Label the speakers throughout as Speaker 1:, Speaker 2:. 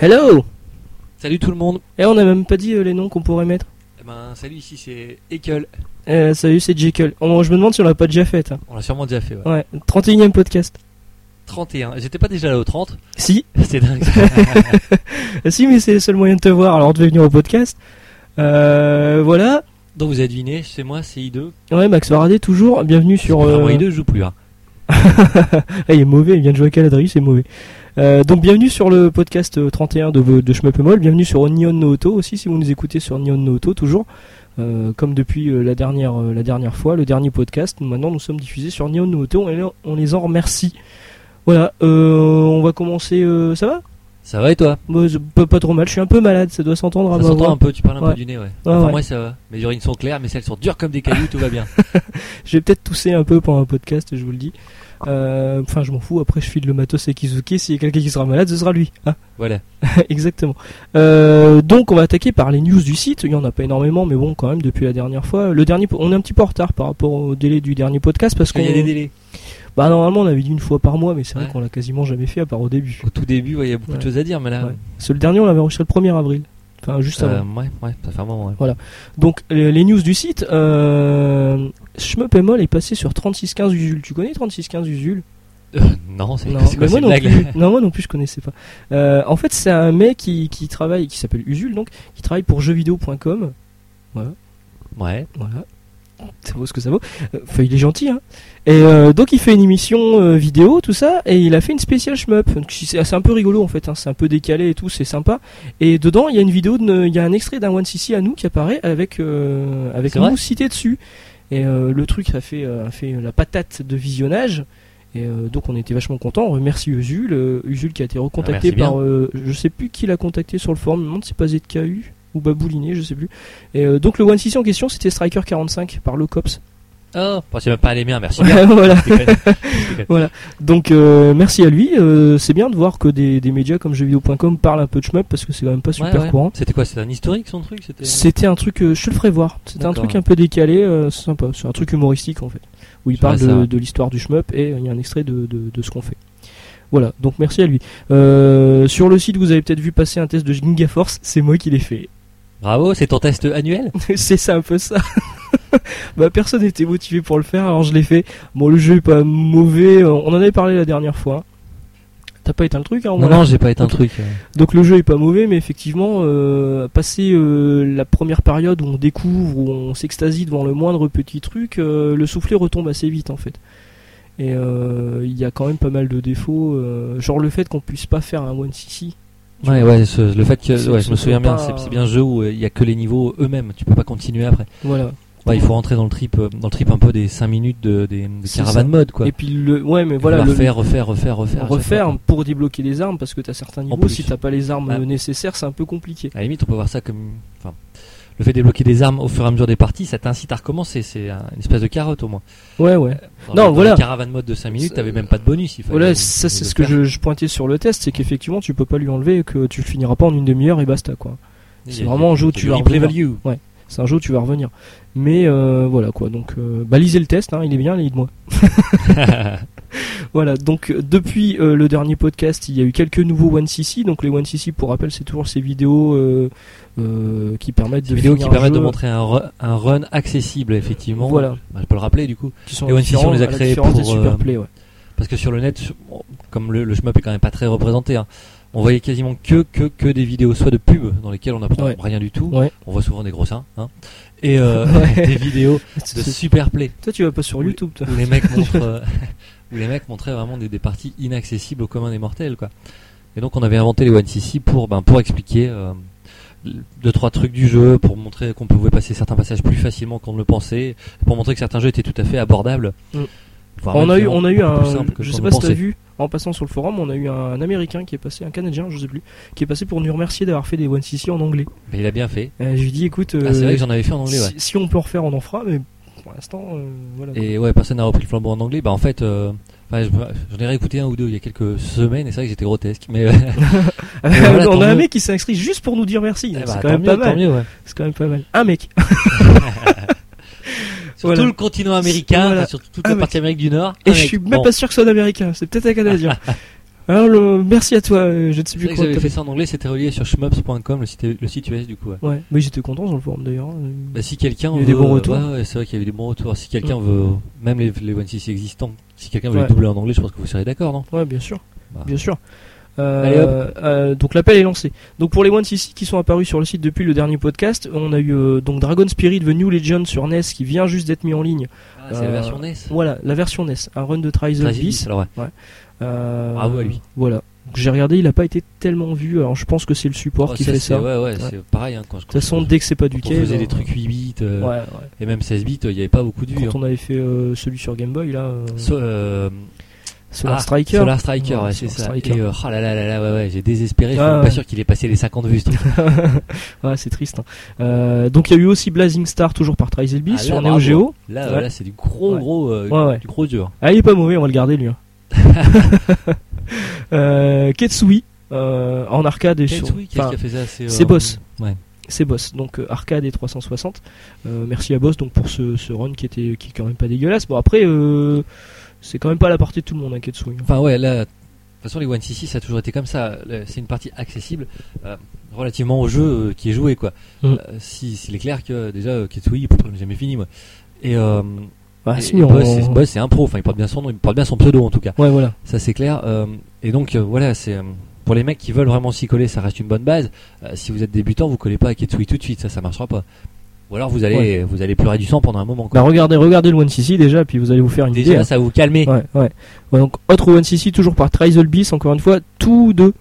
Speaker 1: Hello
Speaker 2: Salut tout le monde.
Speaker 1: Et on n'a même pas dit euh, les noms qu'on pourrait mettre.
Speaker 2: Eh ben, salut, ici c'est Ekel.
Speaker 1: Euh, salut, c'est Jekyll. Oh, je me demande si on l'a pas déjà fait. hein.
Speaker 2: On l'a sûrement déjà fait. ouais.
Speaker 1: Ouais, 31 e podcast.
Speaker 2: 31. J'étais pas déjà là au 30.
Speaker 1: Si,
Speaker 2: C'est dingue.
Speaker 1: euh, si, mais c'est le seul moyen de te voir, alors on devait venir au podcast. Euh, voilà.
Speaker 2: Donc vous avez deviné, c'est moi, c'est I2.
Speaker 1: Ouais, Max Faraday, toujours. Bienvenue sur.
Speaker 2: Enfin,
Speaker 1: euh,
Speaker 2: moi, I2, je joue plus. hein.
Speaker 1: Ah, il est mauvais, il vient de jouer à Caladrius, c'est mauvais. Euh, donc bienvenue sur le podcast euh, 31 de, de Shmup et Moll. bienvenue sur Neon No Auto aussi si vous nous écoutez sur Neon No Auto toujours. Euh, comme depuis euh, la, dernière, euh, la dernière fois, le dernier podcast, nous, maintenant nous sommes diffusés sur Neon No Auto et on les en remercie. Voilà, euh, on va commencer, euh, ça va
Speaker 2: Ça va et toi
Speaker 1: Bah, c'est pas, pas trop mal, je suis un peu malade, ça doit s'entendre à
Speaker 2: Ça
Speaker 1: ma
Speaker 2: s'entend
Speaker 1: voix.
Speaker 2: un peu, tu parles un
Speaker 1: Ah, bah, Ouais.
Speaker 2: peu du nez, ouais.
Speaker 1: Ouais,
Speaker 2: enfin,
Speaker 1: ouais.
Speaker 2: moi ça va. Mes urines sont claires, mes selles sont dures comme des cailloux, tout va bien.
Speaker 1: Je vais peut-être tousser un peu pendant un podcast, je vous le dis. Euh, Enfin, je m'en fous, après je file le matos à Kizuki, s'il y a quelqu'un qui sera malade, ce sera lui. hein.
Speaker 2: Voilà.
Speaker 1: Exactement. Euh, donc on va attaquer par les news du site. Il y en a pas énormément, mais bon, quand même depuis la dernière fois. Le dernier, po- on est un petit peu en retard par rapport au délai du dernier podcast parce
Speaker 2: Parce qu'il
Speaker 1: qu'on.
Speaker 2: y a des délais.
Speaker 1: Bah normalement on avait dit une fois par mois, mais c'est vrai
Speaker 2: Ouais.
Speaker 1: qu'on l'a quasiment jamais fait à part au début.
Speaker 2: Au tout début, ouais, il y a beaucoup
Speaker 1: Ouais.
Speaker 2: de choses à dire, mais là.
Speaker 1: Ouais. C'est le dernier, on l'avait enregistré le 1er avril. Enfin juste
Speaker 2: euh,
Speaker 1: avant.
Speaker 2: ouais, ouais, ça fait un moment. ouais.
Speaker 1: Donc les les news du site. Euh, Shmup et Moll est passé sur 3615 Usul. Tu connais 3615 Usul
Speaker 2: Euh, non, c'est
Speaker 1: Non,
Speaker 2: c'est
Speaker 1: mais moi
Speaker 2: quoi cette
Speaker 1: non,
Speaker 2: blague là
Speaker 1: plus, non, moi non plus, je connaissais pas. Euh, en fait, c'est un mec qui, qui travaille, qui s'appelle Usul, donc, qui travaille pour jeuxvideo.com.
Speaker 2: Ouais.
Speaker 1: Voilà. Ça vaut ce que ça vaut. Euh, Enfin, il est gentil, hein. Et euh, donc, il fait une émission euh, vidéo, tout ça, et il a fait une spéciale shmup. Donc, C'est c'est un peu rigolo, en fait, hein. c'est un peu décalé et tout, c'est sympa. Et dedans, il y a une vidéo, de- il y a un extrait d'un One CC à nous qui apparaît avec, euh, avec
Speaker 2: C'est vrai
Speaker 1: nous cité dessus. Et euh, le truc, ça fait, euh, fait la patate de visionnage. Et euh, donc, on était vachement contents. On remercie Usul, euh, Usul qui a été recontacté
Speaker 2: Ah, merci
Speaker 1: par, euh, je sais plus qui l'a contacté sur le forum, je me demande si c'est pas ZKU ou Babouliné, je sais plus. Et euh, donc le One Six en question, c'était Striker 45 par le Cops.
Speaker 2: Oh, bon, c'est même pas les miens, merci. bien.
Speaker 1: voilà.
Speaker 2: Je déconne.
Speaker 1: Donc euh, merci à lui. Euh, c'est bien de voir que des, des médias comme jeuxvideo.com parlent un peu de shmup parce que c'est quand même pas super
Speaker 2: Ouais, ouais.
Speaker 1: courant.
Speaker 2: C'était quoi C'était un historique son truc C'était.
Speaker 1: C'était un truc, euh, je te le ferai voir. C'était un
Speaker 2: D'accord.
Speaker 1: truc un peu décalé, euh, c'est sympa. C'est un truc humoristique en fait, où il
Speaker 2: C'est
Speaker 1: parle
Speaker 2: vrai,
Speaker 1: de,
Speaker 2: ça.
Speaker 1: de l'histoire du shmup et euh, il y a un extrait de, de- de ce qu'on fait. Voilà, donc merci à lui. Euh, sur le site, vous avez peut-être vu passer un test de Gigaforce, c'est moi qui l'ai fait.
Speaker 2: Bravo, c'est ton test annuel
Speaker 1: c'est ça un peu ça. bah, personne n'était motivé pour le faire, alors je l'ai fait. Bon, le jeu est pas mauvais, euh, on en avait parlé la dernière fois. T'as pas éteint le truc, hein,
Speaker 2: Non,
Speaker 1: voilà.
Speaker 2: non, j'ai pas été un
Speaker 1: Ok.
Speaker 2: truc. euh.
Speaker 1: Donc le jeu est pas mauvais, mais effectivement, euh, passer euh, la première période où on découvre, où on s'extasie devant le moindre petit truc, euh, le soufflet retombe assez vite en fait. Et euh, il y a quand même pas mal de défauts, euh, genre le fait qu'on puisse pas faire un one cc. Tu
Speaker 2: Ouais, ouais, ce- le fait que
Speaker 1: C'est-
Speaker 2: ouais,
Speaker 1: c'est
Speaker 2: je me souviens bien,
Speaker 1: pas-
Speaker 2: c'est c'est bien un jeu où euh, il y a que les niveaux eux-mêmes, tu peux pas continuer après.
Speaker 1: Voilà.
Speaker 2: Ouais, il faut rentrer dans le trip, euh, dans le trip un peu des 5 minutes de, des, des
Speaker 1: C'est
Speaker 2: caravane mode quoi.
Speaker 1: Et puis le, ouais, mais
Speaker 2: Il
Speaker 1: voilà,
Speaker 2: faut
Speaker 1: le,
Speaker 2: refaire, refaire, refaire, refaire. à chaque
Speaker 1: refaire
Speaker 2: fois, quoi.
Speaker 1: pour débloquer les armes parce que t'as certains niveaux
Speaker 2: plus.
Speaker 1: si t'as pas les armes
Speaker 2: Ah.
Speaker 1: euh, nécessaires c'est un peu compliqué
Speaker 2: À la limite, on peut voir ça comme, enfin, le fait de débloquer des armes au fur et à mesure des parties, ça t'incite à recommencer. C'est un- une espèce de carotte au moins.
Speaker 1: ouais ouais Non,
Speaker 2: Dans le- dans
Speaker 1: voilà.
Speaker 2: Le caravane mode de 5 minutes,
Speaker 1: Ça-
Speaker 2: t'avais même pas de bonus. Il fallait
Speaker 1: Euh, voilà
Speaker 2: le-
Speaker 1: ça
Speaker 2: le
Speaker 1: c'est ce que
Speaker 2: faire.
Speaker 1: je, je pointais sur le test c'est qu'effectivement tu peux pas lui enlever et que tu le finiras pas en une demi-heure et basta quoi
Speaker 2: Il y a-
Speaker 1: c'est vraiment un jeu où
Speaker 2: il y a
Speaker 1: tu
Speaker 2: du
Speaker 1: vas
Speaker 2: replay
Speaker 1: revenir
Speaker 2: value.
Speaker 1: c'est un jeu où tu vas revenir mais euh, voilà quoi donc euh, bah, lisez le test hein, il est bien lisez moi Voilà, donc euh, depuis euh, le dernier podcast, il y a eu quelques nouveaux 1cc. Donc les 1cc, pour rappel, c'est toujours ces vidéos euh, euh, qui permettent
Speaker 2: Des
Speaker 1: de
Speaker 2: vidéos
Speaker 1: finir
Speaker 2: qui
Speaker 1: un
Speaker 2: permettent de
Speaker 1: jeu.
Speaker 2: montrer un, ru- un run accessible, effectivement.
Speaker 1: Voilà,
Speaker 2: Bah, je peux le rappeler du coup.
Speaker 1: qui sont
Speaker 2: Les 1cc, on les
Speaker 1: différents, à la
Speaker 2: a créés
Speaker 1: différence des
Speaker 2: pour, euh,
Speaker 1: Superplay, ouais.
Speaker 2: Parce que sur le net, sur- bon, comme le, le shmup est quand même pas très représenté, hein, on voyait quasiment que, que, que des vidéos, soit de pubs dans lesquelles on apprend
Speaker 1: Ouais.
Speaker 2: rien du tout,
Speaker 1: Ouais.
Speaker 2: on voit souvent des gros seins, hein, et euh,
Speaker 1: Ouais.
Speaker 2: des vidéos de
Speaker 1: C'est- c'est-
Speaker 2: super play,
Speaker 1: Toi, tu vas pas sur
Speaker 2: Oui.
Speaker 1: YouTube, toi.
Speaker 2: où les mecs montrent, euh, où les mecs montraient vraiment des, des parties inaccessibles au commun des mortels, quoi. Et donc on avait inventé les 1cc pour, ben, pour expliquer euh, deux trois trucs du jeu, pour montrer qu'on pouvait passer certains passages plus facilement qu'on ne le pensait, pour montrer que certains jeux étaient tout à fait abordables.
Speaker 1: Mm.
Speaker 2: Voire
Speaker 1: On
Speaker 2: même
Speaker 1: a eu,
Speaker 2: finalement
Speaker 1: on a eu
Speaker 2: beaucoup
Speaker 1: un,
Speaker 2: plus simple que
Speaker 1: je
Speaker 2: qu'on
Speaker 1: sais
Speaker 2: ne
Speaker 1: pas si t'as
Speaker 2: pensait.
Speaker 1: vu, en passant sur le forum, on a eu un Américain qui est passé, un Canadien, je sais plus, qui est passé pour nous remercier d'avoir fait des One CC en anglais.
Speaker 2: Mais il a bien fait.
Speaker 1: Euh, je lui dis, écoute,
Speaker 2: Ah, c'est
Speaker 1: euh,
Speaker 2: vrai que j'en avais fait en anglais, ouais.
Speaker 1: si, si on peut en refaire, on en fera, mais pour l'instant, euh, voilà.
Speaker 2: Et ouais, personne n'a repris le flambeau en anglais. Bah en fait, euh, enfin, je me- j'en ai réécouté un ou deux il y a quelques semaines et c'est vrai que j'étais grotesque. Mais euh,
Speaker 1: Ah,
Speaker 2: mais voilà,
Speaker 1: on
Speaker 2: tant
Speaker 1: a un
Speaker 2: mieux.
Speaker 1: mec qui s'est inscrit juste pour nous dire merci.
Speaker 2: eh
Speaker 1: c'est
Speaker 2: bah,
Speaker 1: quand même pas
Speaker 2: tant mieux, tant
Speaker 1: mal.
Speaker 2: mieux, ouais.
Speaker 1: C'est quand même pas mal. Un mec.
Speaker 2: Sur
Speaker 1: Voilà.
Speaker 2: tout le continent américain,
Speaker 1: Voilà.
Speaker 2: enfin, sur toute la
Speaker 1: Un mec.
Speaker 2: partie Amérique du Nord.
Speaker 1: Et
Speaker 2: un
Speaker 1: je
Speaker 2: mec.
Speaker 1: suis même
Speaker 2: Bon.
Speaker 1: pas sûr que ce soit un Américain. C'est peut-être un Canadien. Alors, le- merci à toi, euh, je ne sais
Speaker 2: C'est
Speaker 1: plus
Speaker 2: vrai que
Speaker 1: quoi.
Speaker 2: j'avais
Speaker 1: t'as-
Speaker 2: fait ça en anglais, c'était relié sur shmups.com, le site, le site US du coup. ouais.
Speaker 1: Ouais, mais j'étais content sur le forum d'ailleurs. Euh,
Speaker 2: Bah, si quelqu'un
Speaker 1: Il y a eu
Speaker 2: veut-
Speaker 1: des bons retours. Mm.
Speaker 2: ouais, ouais, c'est vrai qu'il y avait des bons retours. Si quelqu'un veut, même les, les 26 existants, si quelqu'un veut
Speaker 1: Ouais.
Speaker 2: les doubler en anglais, je pense que vous serez d'accord, non
Speaker 1: Ouais, bien sûr.
Speaker 2: Bah.
Speaker 1: Bien sûr. Euh,
Speaker 2: Allez,
Speaker 1: euh, donc l'appel est lancé. Donc pour les 1cc qui sont apparus sur le site depuis le dernier podcast, on a eu euh, donc Dragon Spirit The New Legend sur NES qui vient juste d'être mis en ligne.
Speaker 2: Ah, c'est la
Speaker 1: Euh,
Speaker 2: version NES.
Speaker 1: Voilà, la version NES, un run de Trials of
Speaker 2: Tragic,
Speaker 1: Beast.
Speaker 2: alors ouais.
Speaker 1: Euh,
Speaker 2: Bravo à Ah lui.
Speaker 1: Voilà. Donc, J'ai regardé, il a pas été tellement vu. Alors je pense que c'est le support
Speaker 2: Oh,
Speaker 1: qui
Speaker 2: ça,
Speaker 1: fait
Speaker 2: c'est-
Speaker 1: ça. De
Speaker 2: Ouais, ouais, c'est pareil. hein, quand je,
Speaker 1: toute façon, dès que c'est pas du
Speaker 2: quand on
Speaker 1: case,
Speaker 2: faisait
Speaker 1: hein,
Speaker 2: des trucs 8 bits euh,
Speaker 1: Ouais, ouais.
Speaker 2: et même 16 bits, euh, il n'y avait pas beaucoup de vues. hein.
Speaker 1: Quand on avait fait euh, celui sur Game Boy là, euh,
Speaker 2: So- euh,
Speaker 1: Solar
Speaker 2: ah,
Speaker 1: Striker.
Speaker 2: Solar Striker,
Speaker 1: Ouais,
Speaker 2: ouais, c'est
Speaker 1: Solar
Speaker 2: ça.
Speaker 1: Striker.
Speaker 2: Et euh, oh là là là là, ouais, ouais, j'ai désespéré. Je suis
Speaker 1: Ah,
Speaker 2: même
Speaker 1: ouais.
Speaker 2: pas sûr qu'il ait passé les 50 vues. ce truc.
Speaker 1: ouais, c'est triste. hein. Euh, donc il y a eu aussi Blazing Star toujours par Trials of Beast
Speaker 2: Ah, là,
Speaker 1: sur Neo
Speaker 2: bravo.
Speaker 1: Geo.
Speaker 2: Là,
Speaker 1: Ouais.
Speaker 2: euh, là, c'est du gros,
Speaker 1: Ouais.
Speaker 2: gros, euh,
Speaker 1: Ouais, ouais.
Speaker 2: du gros dur.
Speaker 1: Ah, il est pas mauvais, on va le garder lui. hein. euh, Ketsui euh, en arcade et sur.
Speaker 2: Ketsui, qu'est-ce
Speaker 1: enfin,
Speaker 2: qui a fait ça C'est
Speaker 1: c'est
Speaker 2: euh,
Speaker 1: Boss.
Speaker 2: Ouais.
Speaker 1: c'est Boss, donc euh, arcade et 360. Euh, merci à Boss donc pour ce, ce run qui était qui est quand même pas dégueulasse. Bon après euh, c'est quand même pas à la portée de tout le monde hein, Ketsui.
Speaker 2: Enfin ouais, là, de toute façon les 1cc ça a toujours été comme ça. Le- C'est une partie accessible euh, relativement au jeu euh, qui est joué quoi.
Speaker 1: Mm.
Speaker 2: Euh, si s'il est clair que déjà euh, Ketsui, pff, j'ai jamais fini moi. Et, euh,
Speaker 1: Ah
Speaker 2: et-
Speaker 1: si,
Speaker 2: et
Speaker 1: on-
Speaker 2: Boss, c'est- Boss, c'est un pro. Enfin il porte bien son nom, il porte bien son pseudo en tout cas.
Speaker 1: Ouais voilà.
Speaker 2: Ça c'est clair. Euh, et donc euh, voilà, c'est euh, pour les mecs qui veulent vraiment s'y coller, ça reste une bonne base. Euh, si vous êtes débutant, vous collez pas à Ketsui tout de suite, ça ça marchera pas. Ou alors vous allez vous allez pleurer du sang pendant un moment. Quoi.
Speaker 1: Bah regardez regardez le 1cc déjà puis vous allez vous faire une idée.
Speaker 2: Déjà ça va vous calmer.
Speaker 1: hein. Ouais, ouais. Ouais, donc autre 1cc toujours par Trial Beast encore une fois tout deux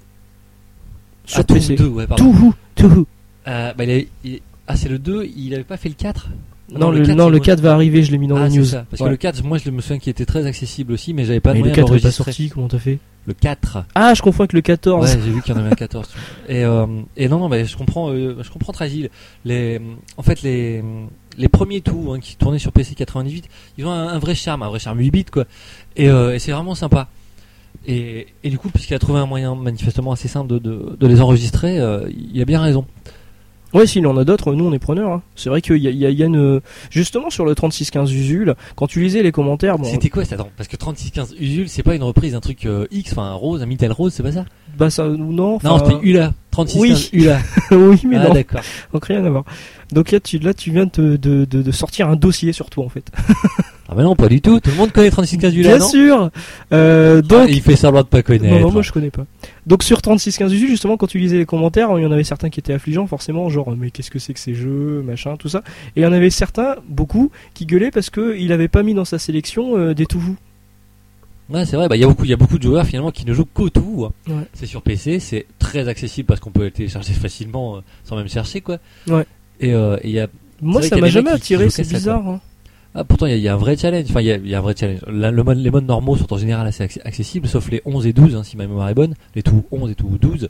Speaker 1: sur
Speaker 2: Ah, tout,
Speaker 1: PC.
Speaker 2: tout, ouais, pardon.
Speaker 1: Tout who, tout who.
Speaker 2: Euh, bah, il avait- il- Ah, c'est le 2, il avait pas fait le 4
Speaker 1: Non, le, non,
Speaker 2: c'est
Speaker 1: le
Speaker 2: moi.
Speaker 1: 4 va arriver, je l'ai mis dans
Speaker 2: Ah,
Speaker 1: les
Speaker 2: c'est
Speaker 1: news.
Speaker 2: ça, parce
Speaker 1: Ouais.
Speaker 2: que le 4, moi je me souviens qu'il était très accessible aussi, mais j'avais pas
Speaker 1: Mais
Speaker 2: de
Speaker 1: le
Speaker 2: moyen
Speaker 1: 4 est pas
Speaker 2: d'enregistrer.
Speaker 1: sorti, comment t'as fait
Speaker 2: Le 4.
Speaker 1: Ah, je confonds avec le 14.
Speaker 2: Ouais, j'ai vu qu'il y en avait un 14. tu vois. Et, euh, et non, non, bah, je comprends, euh, je comprends Tragil. Les, en fait, les, les premiers tout hein, qui tournaient sur PC 98, ils ont un, un vrai charme, un vrai charme 8 bits quoi. Et, euh, et c'est vraiment sympa. Et, et du coup, puisqu'il a trouvé un moyen manifestement assez simple de, de, de les enregistrer, euh, il a bien raison.
Speaker 1: Ouais, s'il en a d'autres, nous on est preneurs. hein. C'est vrai qu'il y a, il y a- il y a une. Justement sur le 3615 Usul, quand tu lisais les commentaires, bon,
Speaker 2: C'était quoi ça Attends, parce que 3615 Usul, c'est pas une reprise d'un truc euh, X, enfin un rose, un Mitel rose, c'est pas ça
Speaker 1: bah ça, non, enfin,
Speaker 2: Non, c'était Ula. 3615 Ula.
Speaker 1: oui, mais
Speaker 2: Ah
Speaker 1: non,
Speaker 2: d'accord.
Speaker 1: donc rien à voir. Donc là, tu, là, tu viens de, te- de, de, de sortir un dossier sur toi en fait.
Speaker 2: Ah bah non, pas du tout. Tout le monde connaît 3615 Ula,
Speaker 1: Bien
Speaker 2: non
Speaker 1: sûr. Euh, donc,
Speaker 2: Ah, Il fait semblant de pas connaître.
Speaker 1: Non, non, moi je connais pas. Donc sur 3615 Usul, justement, quand tu lisais les commentaires, il y en avait certains qui étaient affligeants, forcément, genre mais qu'est-ce que c'est que ces jeux, machin, tout ça. Et il y en avait certains, beaucoup, qui gueulaient parce que il avait pas mis dans sa sélection euh, des toujous.
Speaker 2: Ouais, c'est vrai. Bah il y a beaucoup, il y a beaucoup de joueurs finalement qui ne jouent qu'au tout. hein.
Speaker 1: Ouais.
Speaker 2: C'est sur PC, c'est très accessible parce qu'on peut le télécharger facilement euh, sans même chercher quoi.
Speaker 1: Ouais.
Speaker 2: Et euh, et il y a
Speaker 1: Moi,
Speaker 2: C'est vrai
Speaker 1: ça
Speaker 2: qu'il y a
Speaker 1: m'a
Speaker 2: des
Speaker 1: jamais
Speaker 2: mecs qui- qui
Speaker 1: attiré,
Speaker 2: jouent
Speaker 1: c'est
Speaker 2: qu'à ça,
Speaker 1: bizarre. hein.
Speaker 2: Ah, pourtant, il y, a- il y a un vrai challenge. Enfin, il y a, il y a un vrai challenge. La- le mode- les modes normaux sont en général assez acc- accessibles, sauf les 11 et 12, hein, si ma mémoire est bonne. Les tout 11 et tout 12.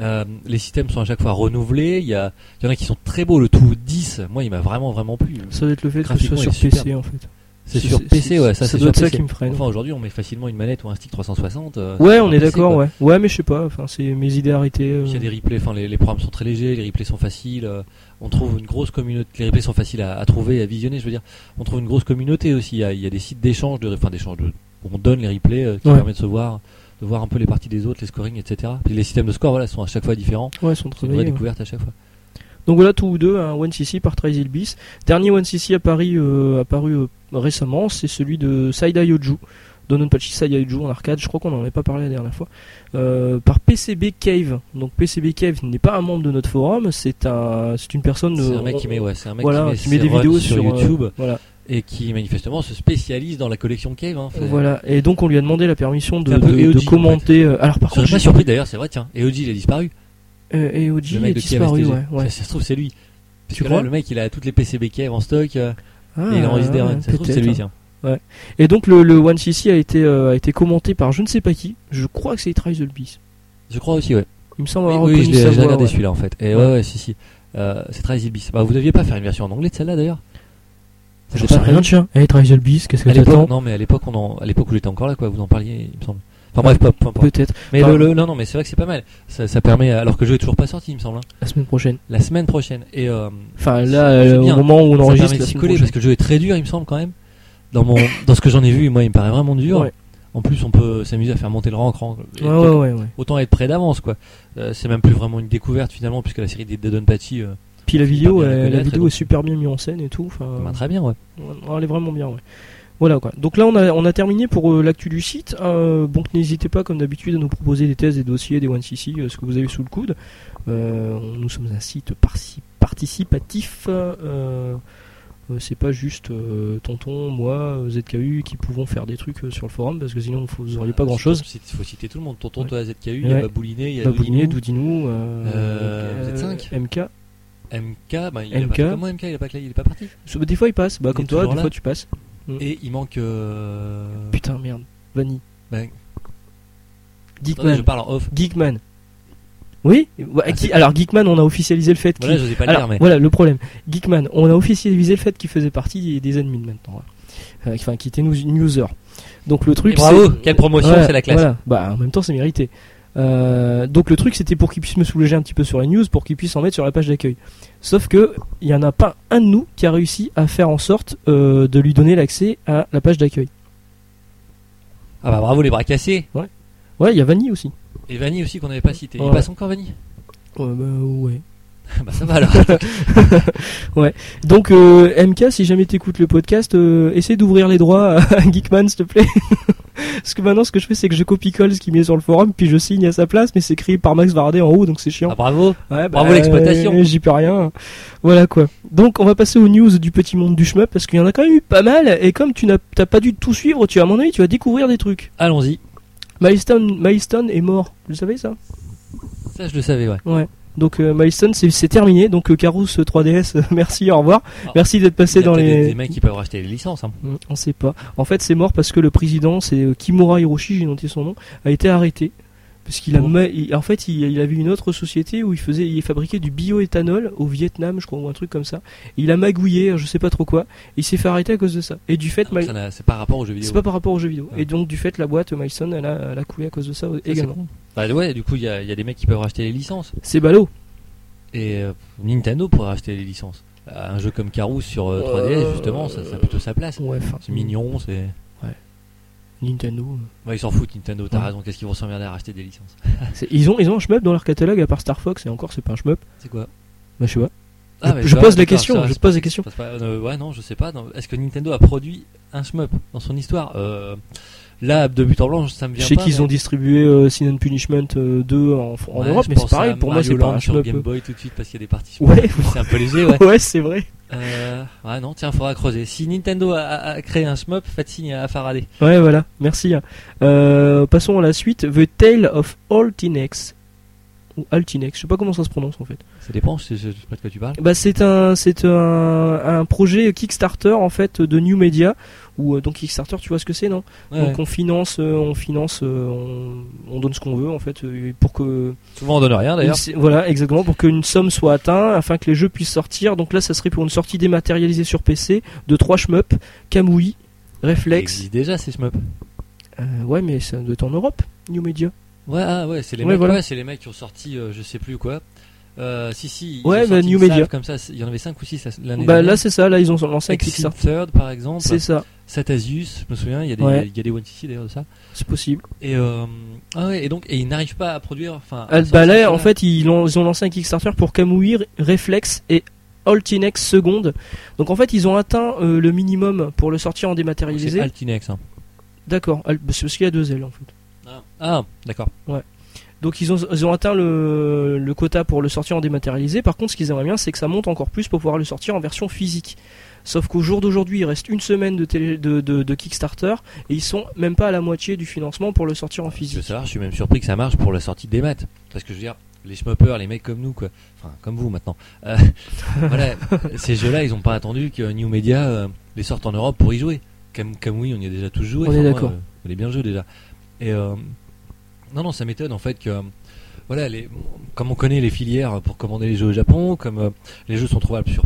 Speaker 2: Euh, les systèmes sont à chaque fois renouvelés. Il y, a- il y en a qui sont très beaux. Le tout 10, moi, il m'a vraiment, vraiment plu.
Speaker 1: Ça doit être le fait que ce
Speaker 2: Graphiquement,
Speaker 1: soit sur
Speaker 2: il est
Speaker 1: PC
Speaker 2: superbe.
Speaker 1: en fait.
Speaker 2: C'est
Speaker 1: C'est-
Speaker 2: sur
Speaker 1: c'est-
Speaker 2: PC, ouais, ça,
Speaker 1: ça
Speaker 2: c'est
Speaker 1: doit
Speaker 2: sur
Speaker 1: être ça
Speaker 2: PC.
Speaker 1: qui me freine.
Speaker 2: Enfin, aujourd'hui, on met facilement une manette ou un stick 360. euh,
Speaker 1: Ouais,
Speaker 2: sur
Speaker 1: on est
Speaker 2: PC,
Speaker 1: d'accord,
Speaker 2: quoi.
Speaker 1: ouais. Ouais, mais je sais pas, enfin, c'est mes idées arrêtées. euh.
Speaker 2: Il y a des replays, enfin les, les programmes sont très légers, les replays sont faciles, euh, on trouve une grosse communauté, les replays sont faciles à, à trouver, à visionner, je veux dire, on trouve une grosse communauté aussi, il y a, il y a des sites d'échange, de, enfin d'échange, de- où on donne les replays euh, qui
Speaker 1: Ouais.
Speaker 2: permettent de se voir, de voir un peu les parties des autres, les scorings, etc. Puis les systèmes de score, voilà, sont à chaque fois différents,
Speaker 1: Ouais, ils sont
Speaker 2: c'est une vraie
Speaker 1: travaillés. ouais.
Speaker 2: découverte à chaque fois.
Speaker 1: Donc voilà, tous deux, un 1cc par Trails Bis. Dernier 1cc à Paris, euh, apparu euh, récemment, c'est celui de Saida Yoju. Dononpachi Saida Yoju en arcade, je crois qu'on n'en avait pas parlé la dernière fois. Euh, par PCB Cave. Donc PCB Cave n'est pas un membre de notre forum, c'est un, c'est une personne.
Speaker 2: C'est
Speaker 1: euh,
Speaker 2: un mec qui
Speaker 1: on-
Speaker 2: met, ouais, c'est un mec
Speaker 1: voilà,
Speaker 2: qui
Speaker 1: qui
Speaker 2: met,
Speaker 1: met
Speaker 2: ses
Speaker 1: des
Speaker 2: runs
Speaker 1: vidéos
Speaker 2: sur,
Speaker 1: sur, euh,
Speaker 2: YouTube
Speaker 1: Voilà,
Speaker 2: et qui manifestement se spécialise dans la collection cave. Hein, Faut-
Speaker 1: voilà. Et donc on lui a demandé la permission de,
Speaker 2: C'est un peu
Speaker 1: de- de
Speaker 2: EOG, en fait.
Speaker 1: commenter. euh, Alors par
Speaker 2: Je
Speaker 1: contre,
Speaker 2: suis pas surpris d'ailleurs, c'est vrai, tiens, et OG il a disparu.
Speaker 1: euh, EOG
Speaker 2: Le
Speaker 1: est
Speaker 2: mec de Kiev
Speaker 1: disparu,
Speaker 2: STG.
Speaker 1: ouais. ouais.
Speaker 2: Ça, ça se trouve, c'est lui. Parce
Speaker 1: Tu
Speaker 2: que là,
Speaker 1: crois
Speaker 2: le mec, il a toutes les PCB Kiev en stock. euh,
Speaker 1: Ah,
Speaker 2: Et il enregistre des runs.
Speaker 1: ouais,
Speaker 2: Ça se trouve, c'est
Speaker 1: peut-être, hein.
Speaker 2: lui, tiens.
Speaker 1: Et donc le, le 1cc a été, euh, a été commenté par je ne sais pas qui, je crois que c'est Tries the Beast.
Speaker 2: Je crois aussi, ouais.
Speaker 1: Il me semble
Speaker 2: Oui,
Speaker 1: avoir
Speaker 2: oui, je
Speaker 1: reconnu
Speaker 2: l'ai
Speaker 1: sa
Speaker 2: je l'ai
Speaker 1: voix,
Speaker 2: regardé
Speaker 1: ouais.
Speaker 2: celui-là, en fait. Et
Speaker 1: Ouais.
Speaker 2: ouais, ouais, si, si. Euh, c'est 13 bis. Bah, vous deviez pas faire une version en anglais de celle-là, d'ailleurs Ça,
Speaker 1: J'en
Speaker 2: j'ai
Speaker 1: sais
Speaker 2: pas
Speaker 1: rien de chien. Hey, Tries the Beast, qu'est-ce que
Speaker 2: À l'époque,
Speaker 1: t'attends
Speaker 2: non, mais à l'époque, on en- à l'époque où j'étais encore là, quoi, vous en parliez, il me semble. Enfin, bref, peu peu importe.
Speaker 1: Peut-être
Speaker 2: Mais
Speaker 1: Enfin-
Speaker 2: le, le- non, non, mais c'est vrai que c'est pas mal. Ça, ça permet, alors que le jeu est toujours pas sorti, il me semble, hein.
Speaker 1: la semaine prochaine.
Speaker 2: la semaine prochaine. Et euh,
Speaker 1: Enfin
Speaker 2: C'est-
Speaker 1: là,
Speaker 2: c'est
Speaker 1: euh,
Speaker 2: bien.
Speaker 1: au moment où on
Speaker 2: ça
Speaker 1: enregistre,
Speaker 2: permet de
Speaker 1: la
Speaker 2: s'y
Speaker 1: semaine
Speaker 2: coller
Speaker 1: prochaine.
Speaker 2: parce que le jeu est très dur, il me semble quand même. Dans mon, dans ce que j'en ai vu, moi, il me paraît vraiment dur.
Speaker 1: Ouais.
Speaker 2: En plus, on peut s'amuser à faire monter le rang en cran. Et
Speaker 1: Ouais,
Speaker 2: donc,
Speaker 1: ouais, ouais, ouais.
Speaker 2: Autant être près d'avance, quoi. Euh, c'est même plus vraiment une découverte finalement, puisque la série des Dead on Patty, euh,
Speaker 1: Puis la
Speaker 2: Faut pas
Speaker 1: vidéo,
Speaker 2: bien la
Speaker 1: elle- la
Speaker 2: connaître,
Speaker 1: vidéo
Speaker 2: donc.
Speaker 1: est super bien mise en scène et tout. enfin,
Speaker 2: bah, très bien, ouais.
Speaker 1: Ouais, Elle est vraiment bien, ouais. Voilà quoi. Donc là, on a, on a terminé pour euh, l'actu du site. Euh, donc n'hésitez pas, comme d'habitude, à nous proposer des thèses, des dossiers, des 1cc, euh, ce que vous avez sous le coude. Euh, nous sommes un site parci- participatif. euh, euh, c'est pas juste euh, Tonton, moi, euh, ZKU qui pouvons faire des trucs euh, sur le forum parce que sinon vous vous
Speaker 2: Ah,
Speaker 1: auriez pas grand chose.
Speaker 2: Il faut citer tout le monde. Tonton,
Speaker 1: Ouais.
Speaker 2: toi, ZKU, il y
Speaker 1: Ouais.
Speaker 2: a Babouliné, il y a
Speaker 1: Babouliné,
Speaker 2: Doudinou,
Speaker 1: Doudinou, euh,
Speaker 2: Euh, vous êtes cinq
Speaker 1: MK.
Speaker 2: MK, bah, il est
Speaker 1: MK.
Speaker 2: pas- comment MK, il est pas, il est pas parti.
Speaker 1: Des fois il passe, bah,
Speaker 2: Il
Speaker 1: comme
Speaker 2: est
Speaker 1: toi,
Speaker 2: toujours
Speaker 1: des
Speaker 2: là.
Speaker 1: fois tu passes.
Speaker 2: Et il manque. Euh...
Speaker 1: Putain, merde, Vanny.
Speaker 2: ben, attendez,
Speaker 1: Dickman.
Speaker 2: je parle en off.
Speaker 1: Geekman. Oui Ouais,
Speaker 2: Ah,
Speaker 1: Geek- Alors Geekman, on a officialisé le fait qu'il...
Speaker 2: Voilà, je n'osais pas le
Speaker 1: Alors,
Speaker 2: dire, mais.
Speaker 1: Voilà le problème. Geekman, on a officialisé le fait qu'il faisait partie des, des admins maintenant. Euh, Enfin, qui était nous user. Donc le
Speaker 2: Et
Speaker 1: truc...
Speaker 2: bravo,
Speaker 1: c'est-
Speaker 2: quelle promotion,
Speaker 1: Voilà,
Speaker 2: c'est la classe.
Speaker 1: voilà. Bah, en même temps, c'est mérité. Euh, donc le truc, c'était pour qu'il puisse me soulager un petit peu sur les news, pour qu'il puisse en mettre sur la page d'accueil. Sauf que il y en a pas un de nous qui a réussi à faire en sorte euh, de lui donner l'accès à la page d'accueil.
Speaker 2: Ah bah bravo les bras cassés.
Speaker 1: Ouais, il y a Vanny aussi.
Speaker 2: Et Vanny aussi qu'on n'avait pas cité.
Speaker 1: Ouais.
Speaker 2: Il passe encore Vanny
Speaker 1: Ouais, bah, ouais.
Speaker 2: Ah Bah ça va alors.
Speaker 1: Donc euh, MK, si jamais t'écoutes le podcast, euh, essaie d'ouvrir les droits à Geekman, s'il te plaît. Parce que maintenant, ce que je fais, c'est que je copie-colle ce qu'il met sur le forum, puis je signe à sa place, mais c'est écrit par Max Vardet en haut, donc c'est
Speaker 2: Ah
Speaker 1: chiant.
Speaker 2: bravo.
Speaker 1: Ouais,
Speaker 2: bravo l'exploitation.
Speaker 1: euh, J'y peux rien. Voilà quoi. Donc on va passer aux news du petit monde du chemin, parce qu'il y en a quand même eu pas mal, et comme tu n'as t'as pas dû tout suivre, tu à mon avis, tu vas découvrir des trucs.
Speaker 2: Allons-y.
Speaker 1: Milestone, Milestone est mort, vous le savez ça
Speaker 2: Ça je le savais, ouais.
Speaker 1: Donc euh, Milestone, c'est c'est terminé, donc euh, Carous 3DS, euh, merci, au revoir.
Speaker 2: Ah.
Speaker 1: Merci d'être
Speaker 2: Il y
Speaker 1: passé
Speaker 2: a
Speaker 1: dans
Speaker 2: peut-être
Speaker 1: les...
Speaker 2: des, des mecs qui peuvent racheter les licences. Hein.
Speaker 1: Hmm, On sait pas. En fait, c'est mort parce que le président, c'est euh, Kimura Hiroshi, j'ai noté son nom, a été arrêté. Parce qu'il a,
Speaker 2: Pour
Speaker 1: ma- il- en fait, il, il avait une autre société où il faisait, il fabriquait du bioéthanol au Vietnam, je crois, ou un truc comme ça. Et il a magouillé, euh, je sais pas trop quoi. Et il s'est fait arrêter à cause de ça. Et du fait,
Speaker 2: Donc,
Speaker 1: Mil-
Speaker 2: ça n'a- Ah, C'est par rapport aux jeux vidéo.
Speaker 1: c'est pas par rapport aux jeux vidéo.
Speaker 2: Ouais.
Speaker 1: Et donc, du fait, la boîte Milestone, elle a, elle a coulé à cause de ça
Speaker 2: c'est
Speaker 1: également.
Speaker 2: Bah ouais, du coup il y, a- il y a des mecs qui peuvent racheter les licences.
Speaker 1: C'est ballot.
Speaker 2: Et euh, Nintendo pourrait racheter les licences. Euh, Un jeu comme Carou sur euh, 3DS
Speaker 1: Euh,
Speaker 2: justement, ça, ça a plutôt sa place.
Speaker 1: Ouais, enfin,
Speaker 2: C'est mignon, c'est.
Speaker 1: Nintendo. euh.
Speaker 2: Ouais, ils s'en foutent Nintendo, t'as
Speaker 1: Ouais.
Speaker 2: raison, qu'est-ce qu'ils vont s'emmerder à racheter des licences
Speaker 1: C'est- ils ont, ils ont un shmup dans leur catalogue à part Star Fox. Et encore, c'est pas un shmup.
Speaker 2: C'est quoi
Speaker 1: Bah, je sais pas. Je-
Speaker 2: Ah, mais
Speaker 1: je
Speaker 2: ça,
Speaker 1: pose la
Speaker 2: d'accord,
Speaker 1: question,
Speaker 2: ça,
Speaker 1: je
Speaker 2: c'est
Speaker 1: pose
Speaker 2: pas-
Speaker 1: la question.
Speaker 2: c'est pas- euh, ouais, non, je sais pas. non. Est-ce que Nintendo a produit un shmup dans son histoire Euh, Là, de but en blanc, ça me
Speaker 1: Je
Speaker 2: vient
Speaker 1: sais
Speaker 2: pas.
Speaker 1: qu'ils
Speaker 2: mais-
Speaker 1: ont distribué euh, Sin and Punishment euh, 2 en, en
Speaker 2: Ouais,
Speaker 1: Europe,
Speaker 2: je
Speaker 1: mais c'est
Speaker 2: pense
Speaker 1: pareil,
Speaker 2: à
Speaker 1: pour moi
Speaker 2: Mario
Speaker 1: c'est pas
Speaker 2: Land
Speaker 1: un
Speaker 2: sur
Speaker 1: shmup.
Speaker 2: Game Boy tout de suite parce qu'il y a des parties. shmup.
Speaker 1: Ouais,
Speaker 2: C'est un peu léger, ouais.
Speaker 1: ouais, c'est vrai.
Speaker 2: Euh, ouais, non, tiens, faudra creuser. Si Nintendo a, a- a créé un shmup, faites signe à Faraday.
Speaker 1: Ouais, voilà, merci. hein. Euh, passons à la suite. The Tale of Altinex. Ou Altinex, je sais pas comment ça se prononce en fait.
Speaker 2: Ça dépend, je sais, je sais pas de quoi tu parles.
Speaker 1: Bah, c'est un, c'est un, un projet Kickstarter en fait de New Media. Ou euh, donc Kickstarter, tu vois ce que c'est, non
Speaker 2: Ouais,
Speaker 1: Donc
Speaker 2: ouais.
Speaker 1: on finance, euh, on finance, euh, on, on donne ce qu'on veut en fait euh, pour que
Speaker 2: Souvent on donne rien Ah, d'ailleurs.
Speaker 1: Une- Voilà, exactement, pour qu'une somme soit atteinte, afin que les jeux puissent sortir. Donc là, ça serait pour une sortie dématérialisée sur PC de 3 shmup, Kamui,
Speaker 2: Ça
Speaker 1: Reflex.
Speaker 2: existe déjà ces shmups.
Speaker 1: Euh, ouais, mais ça doit être en Europe, New Media.
Speaker 2: Ouais, ah, ouais, c'est les,
Speaker 1: Ouais,
Speaker 2: mecs-
Speaker 1: voilà.
Speaker 2: ouais, c'est les mecs qui ont sorti euh, je sais plus quoi. Euh, si, si. ils
Speaker 1: Ouais,
Speaker 2: ont
Speaker 1: bah,
Speaker 2: sorti
Speaker 1: New
Speaker 2: une salve
Speaker 1: Media.
Speaker 2: Comme ça, c'est- il y en avait 5 ou 6 l'année
Speaker 1: Bah
Speaker 2: dernière.
Speaker 1: là, c'est ça, là, ils ont lancé un
Speaker 2: Exit
Speaker 1: Kickstarter.
Speaker 2: Third par exemple,
Speaker 1: C'est ça,
Speaker 2: Satasius, je me souviens, il y a des,
Speaker 1: Ouais.
Speaker 2: il y a des One CC d'ailleurs de ça.
Speaker 1: c'est possible.
Speaker 2: Et, euh, ah ouais, et donc et ils n'arrivent pas à produire. Enfin, à
Speaker 1: Ah, bah
Speaker 2: sortir
Speaker 1: là,
Speaker 2: cela.
Speaker 1: en fait, ils ont, ils ont lancé un Kickstarter pour Kamui, Reflex et Altinex seconde. Donc en fait, ils ont atteint euh, le minimum pour le sortir en
Speaker 2: Donc,
Speaker 1: dématérialisé.
Speaker 2: c'est Altinex. hein.
Speaker 1: D'accord, Al- c'est parce qu'il y a deux L en fait.
Speaker 2: Ah, Ah, d'accord.
Speaker 1: Donc ils ont, ils ont atteint le, le quota pour le sortir en dématérialisé. Par contre, ce qu'ils aimeraient bien, c'est que ça monte encore plus pour pouvoir le sortir en version physique. Sauf qu'au jour d'aujourd'hui, il reste une semaine de, télé- de, de- de Kickstarter et ils sont même pas à la moitié du financement pour le sortir en
Speaker 2: Je veux
Speaker 1: physique.
Speaker 2: savoir, je suis même surpris que ça marche pour la sortie des maths. Parce que je veux dire, les schmuppers, les mecs comme nous, quoi. Enfin, comme vous maintenant. Euh, voilà, ces jeux-là, ils ont pas attendu que New Media euh, les sorte en Europe pour y jouer. Comme, comme oui, on y a déjà tous joué.
Speaker 1: On est
Speaker 2: moi,
Speaker 1: d'accord.
Speaker 2: euh, on est bien joué déjà. Et euh, non, non, ça m'étonne en fait que. euh, Voilà, les, comme on connaît les filières pour commander les jeux au Japon, comme euh, les jeux sont trouvables sur,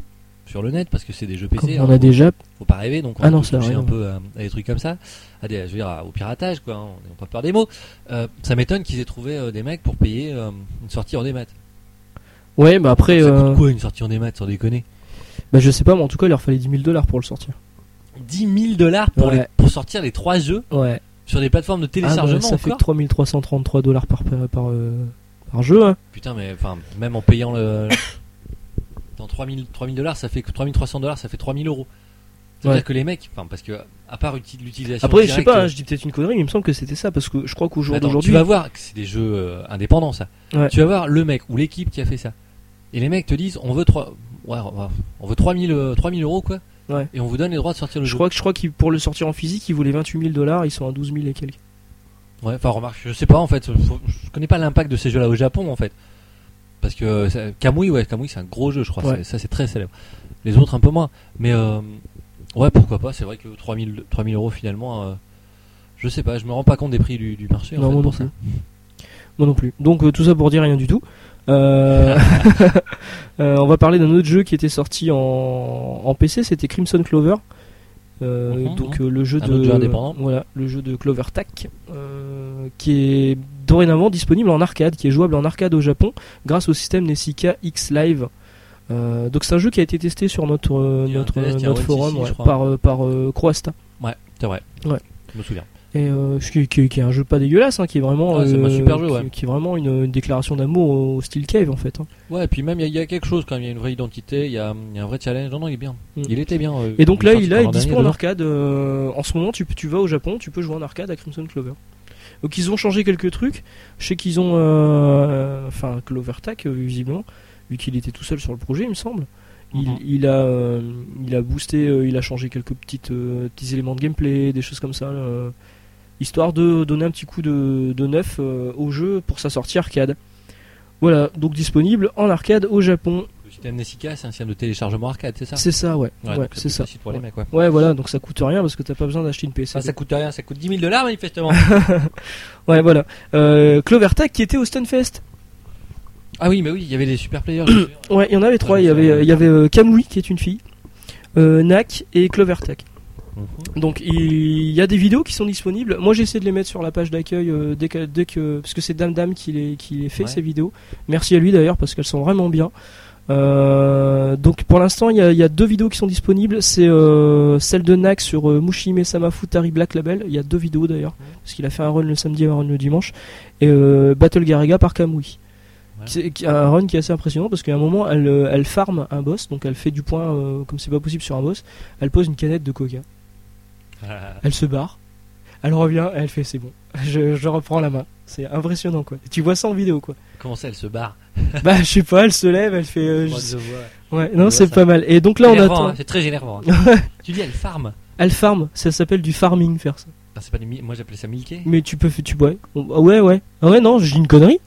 Speaker 2: sur le net parce que c'est des jeux PC. hein,
Speaker 1: déjà.
Speaker 2: faut pas rêver donc on
Speaker 1: Ah
Speaker 2: a
Speaker 1: non,
Speaker 2: tous
Speaker 1: ça,
Speaker 2: touché
Speaker 1: ouais,
Speaker 2: un
Speaker 1: non.
Speaker 2: peu à, à des trucs comme ça à des, je veux dire à- au piratage quoi hein, on n'a pas peur des mots Euh, ça m'étonne qu'ils aient trouvé euh, des mecs pour payer euh, une sortie en démat
Speaker 1: Ouais, bah après,
Speaker 2: ça
Speaker 1: euh,
Speaker 2: coûte quoi une sortie en démat sans déconner
Speaker 1: bah je sais pas, mais en tout cas, il leur fallait 10 000 dollars pour le sortir.
Speaker 2: 10 000 dollars pour,
Speaker 1: Ouais.
Speaker 2: les- pour sortir les trois jeux
Speaker 1: Ouais.
Speaker 2: Sur des plateformes de
Speaker 1: Ah, bah,
Speaker 2: téléchargement
Speaker 1: ça fait
Speaker 2: encore
Speaker 1: 3333 dollars par, par, par, euh, par jeu. hein.
Speaker 2: Putain, mais enfin, même en payant le. Dans 3000 3000 dollars, ça fait que 3300 dollars, ça fait 3000 euros. C'est-à-dire
Speaker 1: Ouais.
Speaker 2: que les mecs, enfin, parce que, à part uti- l'utilisation.
Speaker 1: Après, je sais
Speaker 2: directe-
Speaker 1: pas, hein, je dis peut-être une connerie, mais il me semble que c'était ça, parce que je crois qu'au jour
Speaker 2: euh. Bah, Attends,
Speaker 1: d'aujourd'hui.
Speaker 2: Tu vas voir que c'est des jeux euh, indépendants, ça.
Speaker 1: Ouais.
Speaker 2: Tu vas voir le mec ou l'équipe qui a fait ça. Et les mecs te disent, on veut 3, ouais, ouais, on veut 3000, euh, 3000 euros, quoi.
Speaker 1: Ouais.
Speaker 2: Et on vous donne les droits de sortir le
Speaker 1: Je
Speaker 2: jeu.
Speaker 1: crois que je crois qu'ils pour le sortir en physique, ils voulaient 28 000 dollars, ils sont à 12 000 et quelques.
Speaker 2: Ouais, enfin, remarque, je sais pas, en fait, faut- je connais pas l'impact de ces jeux-là au Japon, en fait. Parce que euh, ça- Kamui, ouais, Kamui, c'est un gros jeu, je crois.
Speaker 1: Ouais.
Speaker 2: C'est- Ça, c'est très célèbre. Les autres, un peu moins. Mais, euh, ouais, pourquoi pas, c'est vrai que 3000, 3000 euros, finalement, euh, je sais pas, je me rends pas compte des prix du, du marché, en
Speaker 1: Non,
Speaker 2: fait,
Speaker 1: moi non
Speaker 2: pour ça.
Speaker 1: plus. Moi non plus. Donc euh, tout ça pour dire rien du tout. Euh, euh, on va parler d'un autre jeu qui était sorti en, en PC, c'était Crimson Clover. Euh,
Speaker 2: Mhm,
Speaker 1: donc euh, le jeu
Speaker 2: Un
Speaker 1: de
Speaker 2: autre jeu indépendant.
Speaker 1: voilà le jeu de Clover Tack euh, qui est dorénavant disponible en arcade qui est jouable en arcade au Japon grâce au système Nessica X Live Euh, donc c'est un jeu qui a été testé sur notre euh,
Speaker 2: Il y a un
Speaker 1: notre,
Speaker 2: test, il y a un
Speaker 1: notre
Speaker 2: ONCC,
Speaker 1: forum
Speaker 2: je
Speaker 1: ouais,
Speaker 2: crois.
Speaker 1: par euh, par euh, Croasta
Speaker 2: Ouais, c'est vrai.
Speaker 1: Ouais.
Speaker 2: Je me souviens.
Speaker 1: et euh, qui, qui- qui est un jeu pas dégueulasse, hein, qui est vraiment
Speaker 2: Ah, c'est un super jeu,
Speaker 1: qui,
Speaker 2: ouais.
Speaker 1: qui est vraiment une, une déclaration d'amour au Steel Cave en fait. hein.
Speaker 2: Ouais, et puis même, il y a- il y, a quelque chose quand même, il y a une vraie identité, il y a, il y a un vrai challenge. Non, non, il est bien.
Speaker 1: Mm.
Speaker 2: Il était bien. euh,
Speaker 1: Et donc
Speaker 2: il
Speaker 1: là,
Speaker 2: est sorti
Speaker 1: il a
Speaker 2: pendant
Speaker 1: il dispo
Speaker 2: l'année,
Speaker 1: en
Speaker 2: dedans.
Speaker 1: arcade. euh, en ce moment, tu, tu vas au Japon, tu peux jouer en arcade à Crimson Clover. Donc ils ont changé quelques trucs. Je sais qu'ils ont, euh, enfin Clover Tack euh, visiblement, vu qu'il était tout seul sur le projet, il me semble. Il,
Speaker 2: Mhm.
Speaker 1: il a, euh, il a boosté, euh, il a changé quelques petites, euh, petits éléments de gameplay, des choses comme ça, euh, histoire de donner un petit coup de, de neuf euh, au jeu pour sa sortie arcade. Voilà, donc disponible en arcade au Japon.
Speaker 2: Le système Nessica, c'est un système de téléchargement arcade, c'est ça
Speaker 1: C'est ça, ouais. Ouais,
Speaker 2: donc
Speaker 1: c'est
Speaker 2: plus
Speaker 1: ça.
Speaker 2: facile pour les mecs, ouais.
Speaker 1: Ouais, voilà, donc ça coûte rien parce que t'as pas besoin d'acheter une PC.
Speaker 2: Ah, ça coûte rien, ça coûte 10 000 dollars manifestement.
Speaker 1: Ouais, voilà. Euh, Clovertac qui était au Stunfest.
Speaker 2: ah oui, mais oui, il y avait des super players. je me souviens.
Speaker 1: Ouais, il y en avait trois. Il y
Speaker 2: Ah, ça,
Speaker 1: avait,
Speaker 2: ouais.
Speaker 1: il y avait euh, Kamui qui est une fille, euh, Nak et Clovertac.
Speaker 2: Mhm.
Speaker 1: Donc il y a des vidéos qui sont disponibles. Moi j'essaie de les mettre sur la page d'accueil euh, dès que, dès que parce que c'est Dame Dame qui les qui les fait
Speaker 2: Ouais.
Speaker 1: ces vidéos. Merci à lui d'ailleurs parce qu'elles sont vraiment bien. Euh, donc pour l'instant il y, a- il y a deux vidéos qui sont disponibles. C'est euh, celle de Nak sur euh, Mushime Sama Futari Black Label. Il y a deux vidéos d'ailleurs parce qu'il a fait un run le samedi et un run le dimanche et euh, Battle Garaga par Kamui.
Speaker 2: Ouais.
Speaker 1: C'est qui- un run qui est assez impressionnant parce qu'à un moment elle, euh, elle farm un boss donc elle fait du point euh, comme c'est pas possible sur un boss. Elle pose une canette de coca.
Speaker 2: Ah,
Speaker 1: Elle se barre, elle revient, elle fait c'est bon. Je, je reprends la main. C'est impressionnant quoi. Tu vois ça en vidéo quoi.
Speaker 2: Comment ça, elle se barre
Speaker 1: bah je sais pas, elle se lève, elle fait. euh, je-
Speaker 2: Moi, je vois.
Speaker 1: Ouais,
Speaker 2: vois
Speaker 1: non c'est
Speaker 2: ça.
Speaker 1: pas mal. Et donc là on
Speaker 2: Énervant,
Speaker 1: attend.
Speaker 2: hein, C'est très énervant. tu dis, elle farm.
Speaker 1: Elle farm, ça s'appelle du farming faire ça.
Speaker 2: Enfin, c'est pas du mi- Moi, j'appelais ça milquer.
Speaker 1: Mais tu peux, tu ouais, Ah ouais ouais, Ah ouais non, je dis une connerie.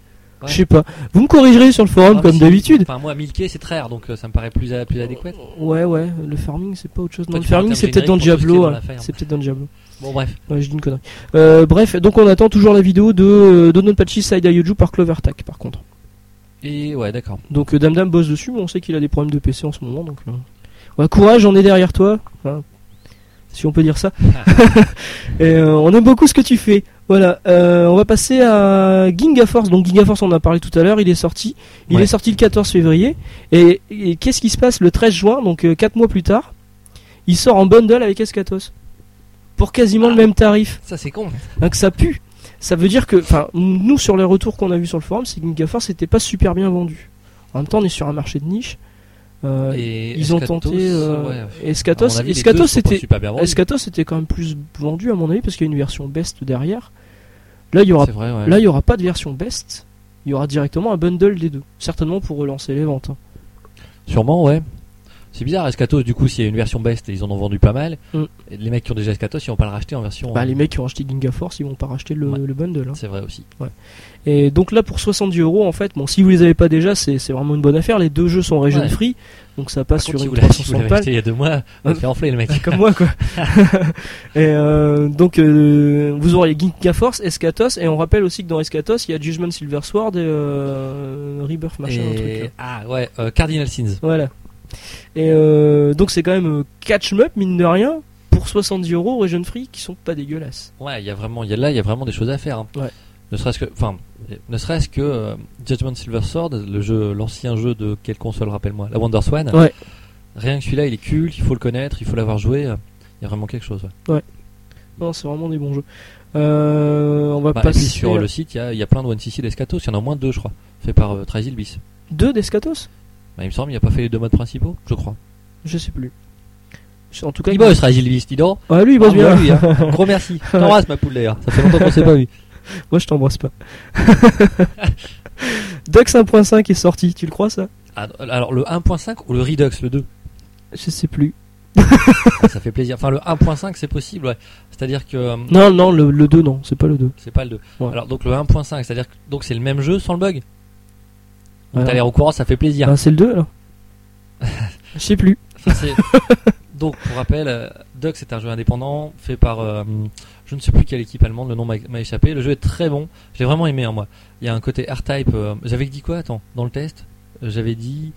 Speaker 2: Ouais.
Speaker 1: Je sais pas. Vous me corrigerez sur le forum
Speaker 2: Ah, mais
Speaker 1: comme
Speaker 2: si,
Speaker 1: d'habitude.
Speaker 2: Enfin, moi, milquer, c'est très rare, donc euh, ça me paraît plus, à- plus adéquat.
Speaker 1: Ouais ouais, le farming c'est pas autre chose. Non,
Speaker 2: Toi,
Speaker 1: le
Speaker 2: tu parles en
Speaker 1: farming c'est
Speaker 2: termes
Speaker 1: peut-être dans
Speaker 2: génériques pour
Speaker 1: Diablo.
Speaker 2: tout ce qui est dans
Speaker 1: hein.
Speaker 2: l'affaire.
Speaker 1: C'est peut-être dans Diablo.
Speaker 2: Bon, bref.
Speaker 1: Ouais, je dis une connerie. Euh, bref, donc on attend toujours la vidéo de euh, Dononpachi Saida Yuju par Clovertac par contre.
Speaker 2: Et ouais, d'accord.
Speaker 1: Donc euh, Dame Dame bosse dessus, mais on sait qu'il a des problèmes de PC en ce moment. Donc, euh, ouais, courage, on est derrière toi. Enfin, si on peut dire ça. Et, euh, on aime beaucoup ce que tu fais. Voilà, euh, on va passer à Ginga Force. Donc Ginga Force, on en a parlé tout à l'heure, il est sorti. Il
Speaker 2: Ouais.
Speaker 1: est sorti le 14 février. Et, et qu'est-ce qui se passe le 13 juin, donc 4 mois plus tard Il sort en bundle avec Escatos. Pour quasiment le même tarif.
Speaker 2: Ça, c'est con.
Speaker 1: Hein, que ça pue. Ça veut dire que, enfin, nous sur les retours qu'on a vus sur le forum, c'est que Gigaforce n'était pas super bien vendu. En même temps, on est sur un marché de niche. Euh,
Speaker 2: Et
Speaker 1: ils ont
Speaker 2: Escatos,
Speaker 1: tenté euh,
Speaker 2: ouais. À mon
Speaker 1: Escatos.
Speaker 2: avis, les deux
Speaker 1: Escatos
Speaker 2: se proposent
Speaker 1: c'était
Speaker 2: super bien vendus.
Speaker 1: Escatos était quand même plus vendu à mon avis parce qu'il y a une version best derrière. Là, il y aura,
Speaker 2: C'est vrai, ouais.
Speaker 1: là, il y aura pas de version best. Il y aura directement un bundle des deux, certainement pour relancer les ventes. hein.
Speaker 2: Sûrement, ouais. C'est bizarre, Escatos, du coup, s'il y a une version best, ils en ont vendu pas mal.
Speaker 1: Mm.
Speaker 2: Et les mecs qui ont déjà Escatos, ils vont pas le racheter en version.
Speaker 1: Bah, les mecs qui ont acheté Gigaforce, ils vont pas racheter le,
Speaker 2: Ouais.
Speaker 1: le bundle. hein.
Speaker 2: C'est vrai aussi.
Speaker 1: Et donc là, pour 70 euros, en fait, bon, si vous les avez pas déjà, c'est c'est vraiment une bonne affaire. Les deux jeux sont region
Speaker 2: Ouais.
Speaker 1: free, donc ça passe
Speaker 2: Par contre,
Speaker 1: sur
Speaker 2: si
Speaker 1: une
Speaker 2: vous l'avez si vous
Speaker 1: 360
Speaker 2: l'avez
Speaker 1: balles.
Speaker 2: acheté il y a deux mois, on fait enfler le mec.
Speaker 1: Comme moi, quoi. et euh, donc, euh, vous auriez Ginga Force, Escatos, et on rappelle aussi que dans Escatos, il y a Judgment Silver Sword et euh, Rebirth, machin, un truc. hein. là.
Speaker 2: Et... Ah ouais, euh, Cardinal Sins.
Speaker 1: Voilà. Et euh, donc, c'est quand même euh, catch-up, mine de rien, pour 70 euros, region free, qui sont pas dégueulasses.
Speaker 2: Ouais, il y a vraiment, il y a là, il y a vraiment des choses à faire. hein.
Speaker 1: Ouais.
Speaker 2: Ne serait-ce que, enfin, ne serait-ce que euh, Judgment Silver Sword, le jeu, l'ancien jeu de quelle console rappelle-moi, la WonderSwan.
Speaker 1: Ouais.
Speaker 2: Rien que celui-là, il est culte, il faut le connaître, il faut l'avoir joué. euh, Il y a vraiment quelque chose. Ouais.
Speaker 1: Ouais. Non, c'est vraiment des bons jeux. Euh, on va
Speaker 2: Bah, et
Speaker 1: passer
Speaker 2: puis sur le site, il y a, il y a plein de One CC d'Escatos, il y en a au moins deux, je crois, fait par euh, Trysil Bis.
Speaker 1: deux d'Escatos
Speaker 2: Bah, il me semble, il n'y a pas fait les deux modes principaux, je crois.
Speaker 1: Je sais plus. Je- En tout cas,
Speaker 2: Il bosse, Trysil Bis, dis donc.
Speaker 1: Ah, Ouais, lui il bosse
Speaker 2: Bravo à
Speaker 1: bien.
Speaker 2: lui, hein. Gros merci. Je T'embrasse, ma poule d'ailleurs. Ça fait longtemps qu'on s'est pas vu.
Speaker 1: Moi, je t'embrasse pas. Dex 1.5 est sorti, tu le crois ça
Speaker 2: Ah, Alors, le 1.5 ou le Redux, le 2
Speaker 1: Je sais plus.
Speaker 2: Ah, Ça fait plaisir. Enfin, le 1.5, c'est possible, ouais. C'est-à-dire que. euh,
Speaker 1: Non, non, le, le 2, non, c'est pas le 2.
Speaker 2: C'est pas le 2.
Speaker 1: Ouais.
Speaker 2: Alors, donc le 1.5, c'est-à-dire que donc, c'est le même jeu sans le bug Donc,
Speaker 1: Ouais.
Speaker 2: T'as l'air au courant, ça fait plaisir.
Speaker 1: Ah, c'est le 2 alors Je sais plus.
Speaker 2: Enfin, c'est- Donc, pour rappel, euh, Duck, c'est un jeu indépendant fait par euh, je ne sais plus quelle équipe allemande, le nom m'a m'a échappé. Le jeu est très bon, j'ai vraiment aimé hein, moi. Il y a un côté R-Type. euh, J'avais dit quoi, attends, dans le test Euh, J'avais dit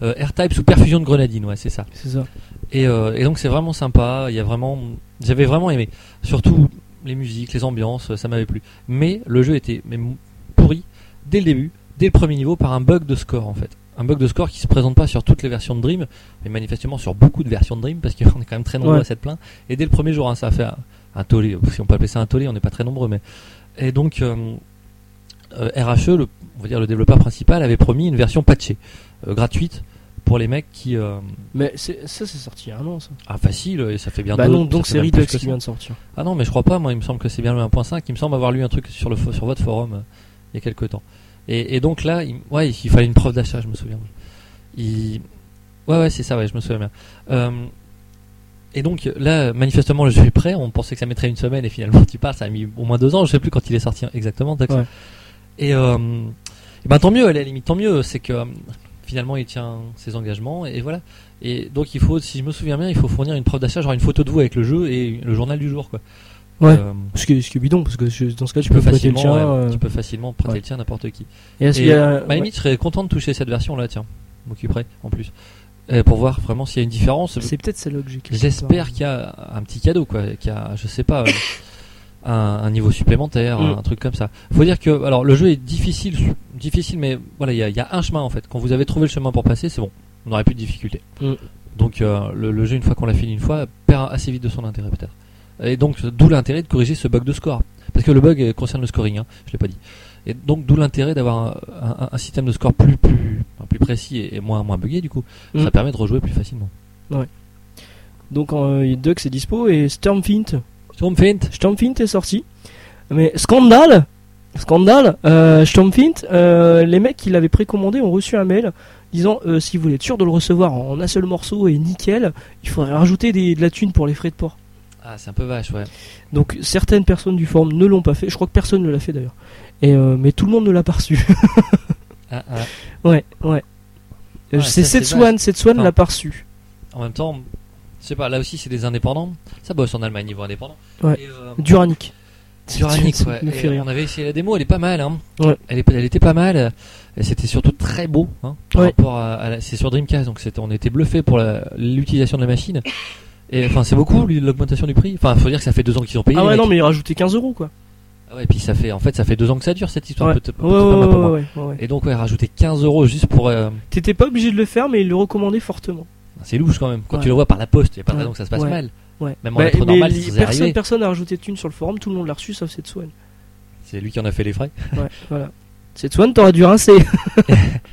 Speaker 2: euh, R-Type sous perfusion de grenadine, ouais, c'est ça.
Speaker 1: C'est ça.
Speaker 2: Et, euh, et donc, c'est vraiment sympa. Il y a vraiment, j'avais vraiment aimé. Surtout les musiques, les ambiances, ça m'avait plu. Mais le jeu était mais mou- pourri dès le début, dès le premier niveau, par un bug de score en fait. Un bug de score qui se présente pas sur toutes les versions de Dream, mais manifestement sur beaucoup de versions de Dream, parce qu'on est quand même très nombreux
Speaker 1: Ouais.
Speaker 2: à s'être plaint. Et dès le premier jour, hein, ça a fait un, un tollé, si on peut appeler ça un tollé, on n'est pas très nombreux, mais. Et donc, euh, euh, RHE, le, on va dire le développeur principal, avait promis une version patchée, euh, gratuite, pour les mecs qui. euh,
Speaker 1: Mais c'est- ça, c'est sorti il y a un an ça.
Speaker 2: ah, facile, et ça fait bien
Speaker 1: bah
Speaker 2: deux-
Speaker 1: non,
Speaker 2: ça
Speaker 1: donc
Speaker 2: fait
Speaker 1: c'est
Speaker 2: même plus
Speaker 1: Redux
Speaker 2: que
Speaker 1: qui
Speaker 2: ça.
Speaker 1: vient de sortir.
Speaker 2: Ah non, mais je crois pas, moi il me semble que c'est bien le 1.5. Il me semble avoir lu un truc sur, le, fo- sur votre forum euh, il y a quelques temps. Et, et donc là, il, ouais, il fallait une preuve d'achat, je me souviens. Il, ouais, ouais, c'est ça, ouais, je me souviens bien. Euh, et donc là, manifestement, le jeu est prêt. On pensait que ça mettrait une semaine et finalement, tu parles, ça a mis au moins deux ans. Je sais plus quand il est sorti exactement. Dax.
Speaker 1: Ouais.
Speaker 2: Et, euh, et ben tant mieux, à la limite, tant mieux. C'est que euh, finalement, il tient ses engagements et voilà. Et donc il faut, si je me souviens bien, il faut fournir une preuve d'achat, genre une photo de vous avec le jeu et le journal du jour, quoi.
Speaker 1: Ouais.
Speaker 2: Euh,
Speaker 1: Ce qui, est, ce qui est bidon, parce que je- dans ce cas, tu
Speaker 2: tu peux
Speaker 1: peux prêter le
Speaker 2: facilement,
Speaker 1: tien.
Speaker 2: ouais,
Speaker 1: euh,
Speaker 2: tu peux facilement prêter
Speaker 1: ouais. Euh,
Speaker 2: le tien à n'importe qui.
Speaker 1: Et est-ce qu'il y a-
Speaker 2: Ma limite, je serais content de toucher cette version là, tiens, Je m'occuperai en plus, Euh, pour voir vraiment s'il y a une différence.
Speaker 1: ouais, C'est peut-être celle-là que j'ai cliqué.
Speaker 2: J'espère qu'il y a un petit cadeau, quoi, qu'il y a, je sais pas, euh, un, un niveau supplémentaire,
Speaker 1: Mm.
Speaker 2: un truc comme ça. Faut dire que, alors, le jeu est difficile, su- difficile, mais voilà, il y a, il y a un chemin en fait. Quand vous avez trouvé le chemin pour passer, c'est bon, on n'aurait plus de difficulté.
Speaker 1: Mm.
Speaker 2: Donc, euh, le, le jeu, une fois qu'on l'a fini une fois, perd assez vite de son intérêt peut-être. Et donc, d'où l'intérêt de corriger ce bug de score, parce que le bug euh, concerne le scoring, hein, je l'ai pas dit. Et donc, d'où l'intérêt d'avoir un, un- un système de score plus plus plus précis et, et moins moins buggé du coup.
Speaker 1: Mm.
Speaker 2: Ça permet de rejouer plus facilement.
Speaker 1: Donc euh, Dux est dispo et Stormfint.
Speaker 2: Stormfint,
Speaker 1: Stormfint est sorti. Mais scandale Scandale euh, Stormfint, euh, les mecs qui l'avaient précommandé ont reçu un mail disant euh, si vous voulez être sûr de le recevoir en un seul morceau et nickel, il faudrait rajouter des, de la thune pour les frais de port.
Speaker 2: ah c'est un peu vache, ouais.
Speaker 1: Donc certaines personnes du forum ne l'ont pas fait. Je crois que personne ne l'a fait d'ailleurs. Et euh, mais tout le monde ne l'a pas reçu.
Speaker 2: Ah, ah.
Speaker 1: ouais, ouais. Euh,
Speaker 2: Ouais,
Speaker 1: c'est
Speaker 2: ça, c'est
Speaker 1: Setswan, Setswan
Speaker 2: Enfin,
Speaker 1: l'a pas reçu.
Speaker 2: En même temps, je sais pas, là aussi c'est des indépendants. Ça bosse en Allemagne niveau indépendant.
Speaker 1: Ouais.
Speaker 2: Et, euh,
Speaker 1: Duranic.
Speaker 2: Duranic,
Speaker 1: Ça
Speaker 2: ouais.
Speaker 1: me
Speaker 2: Et
Speaker 1: fait rire.
Speaker 2: on avait essayé la démo, elle est pas mal. Hein.
Speaker 1: Ouais.
Speaker 2: Elle, est- elle était pas mal. Et C'était surtout très beau. Hein, par
Speaker 1: Ouais.
Speaker 2: rapport à, à la- c'est sur Dreamcast, donc c'était- on était bluffé pour la- l'utilisation de la machine. Et enfin, c'est beaucoup lui, l'augmentation du prix. Enfin, faut dire que ça fait deux ans qu'ils ont payé.
Speaker 1: Ah
Speaker 2: les
Speaker 1: ouais,
Speaker 2: mecs.
Speaker 1: non, mais il rajoutait 15 euros quoi.
Speaker 2: Ah ouais, et puis ça fait, en fait, ça fait deux ans que ça dure cette histoire.
Speaker 1: Ouais.
Speaker 2: peut-être-
Speaker 1: Ouais,
Speaker 2: peut-être pas mal pour moi.
Speaker 1: ouais, ouais, ouais, ouais.
Speaker 2: Et donc, ouais, rajouter 15 euros juste pour. euh,
Speaker 1: T'étais pas obligé de le faire, mais il le recommandait fortement.
Speaker 2: c'est louche quand même. Quand
Speaker 1: Ouais.
Speaker 2: tu le vois par la poste, il n'y a pas de
Speaker 1: Ouais.
Speaker 2: raison que ça se passe
Speaker 1: Ouais.
Speaker 2: mal.
Speaker 1: Ouais.
Speaker 2: Même en
Speaker 1: Bah,
Speaker 2: lettres
Speaker 1: mais
Speaker 2: normales,
Speaker 1: les-
Speaker 2: ça serait
Speaker 1: personne,
Speaker 2: arrivé.
Speaker 1: personne n'a rajouté de thunes sur le forum, tout le monde l'a reçu sauf Setswan.
Speaker 2: C'est lui qui en a fait les frais.
Speaker 1: Ouais, voilà. Setswan, t'aurais dû rincer.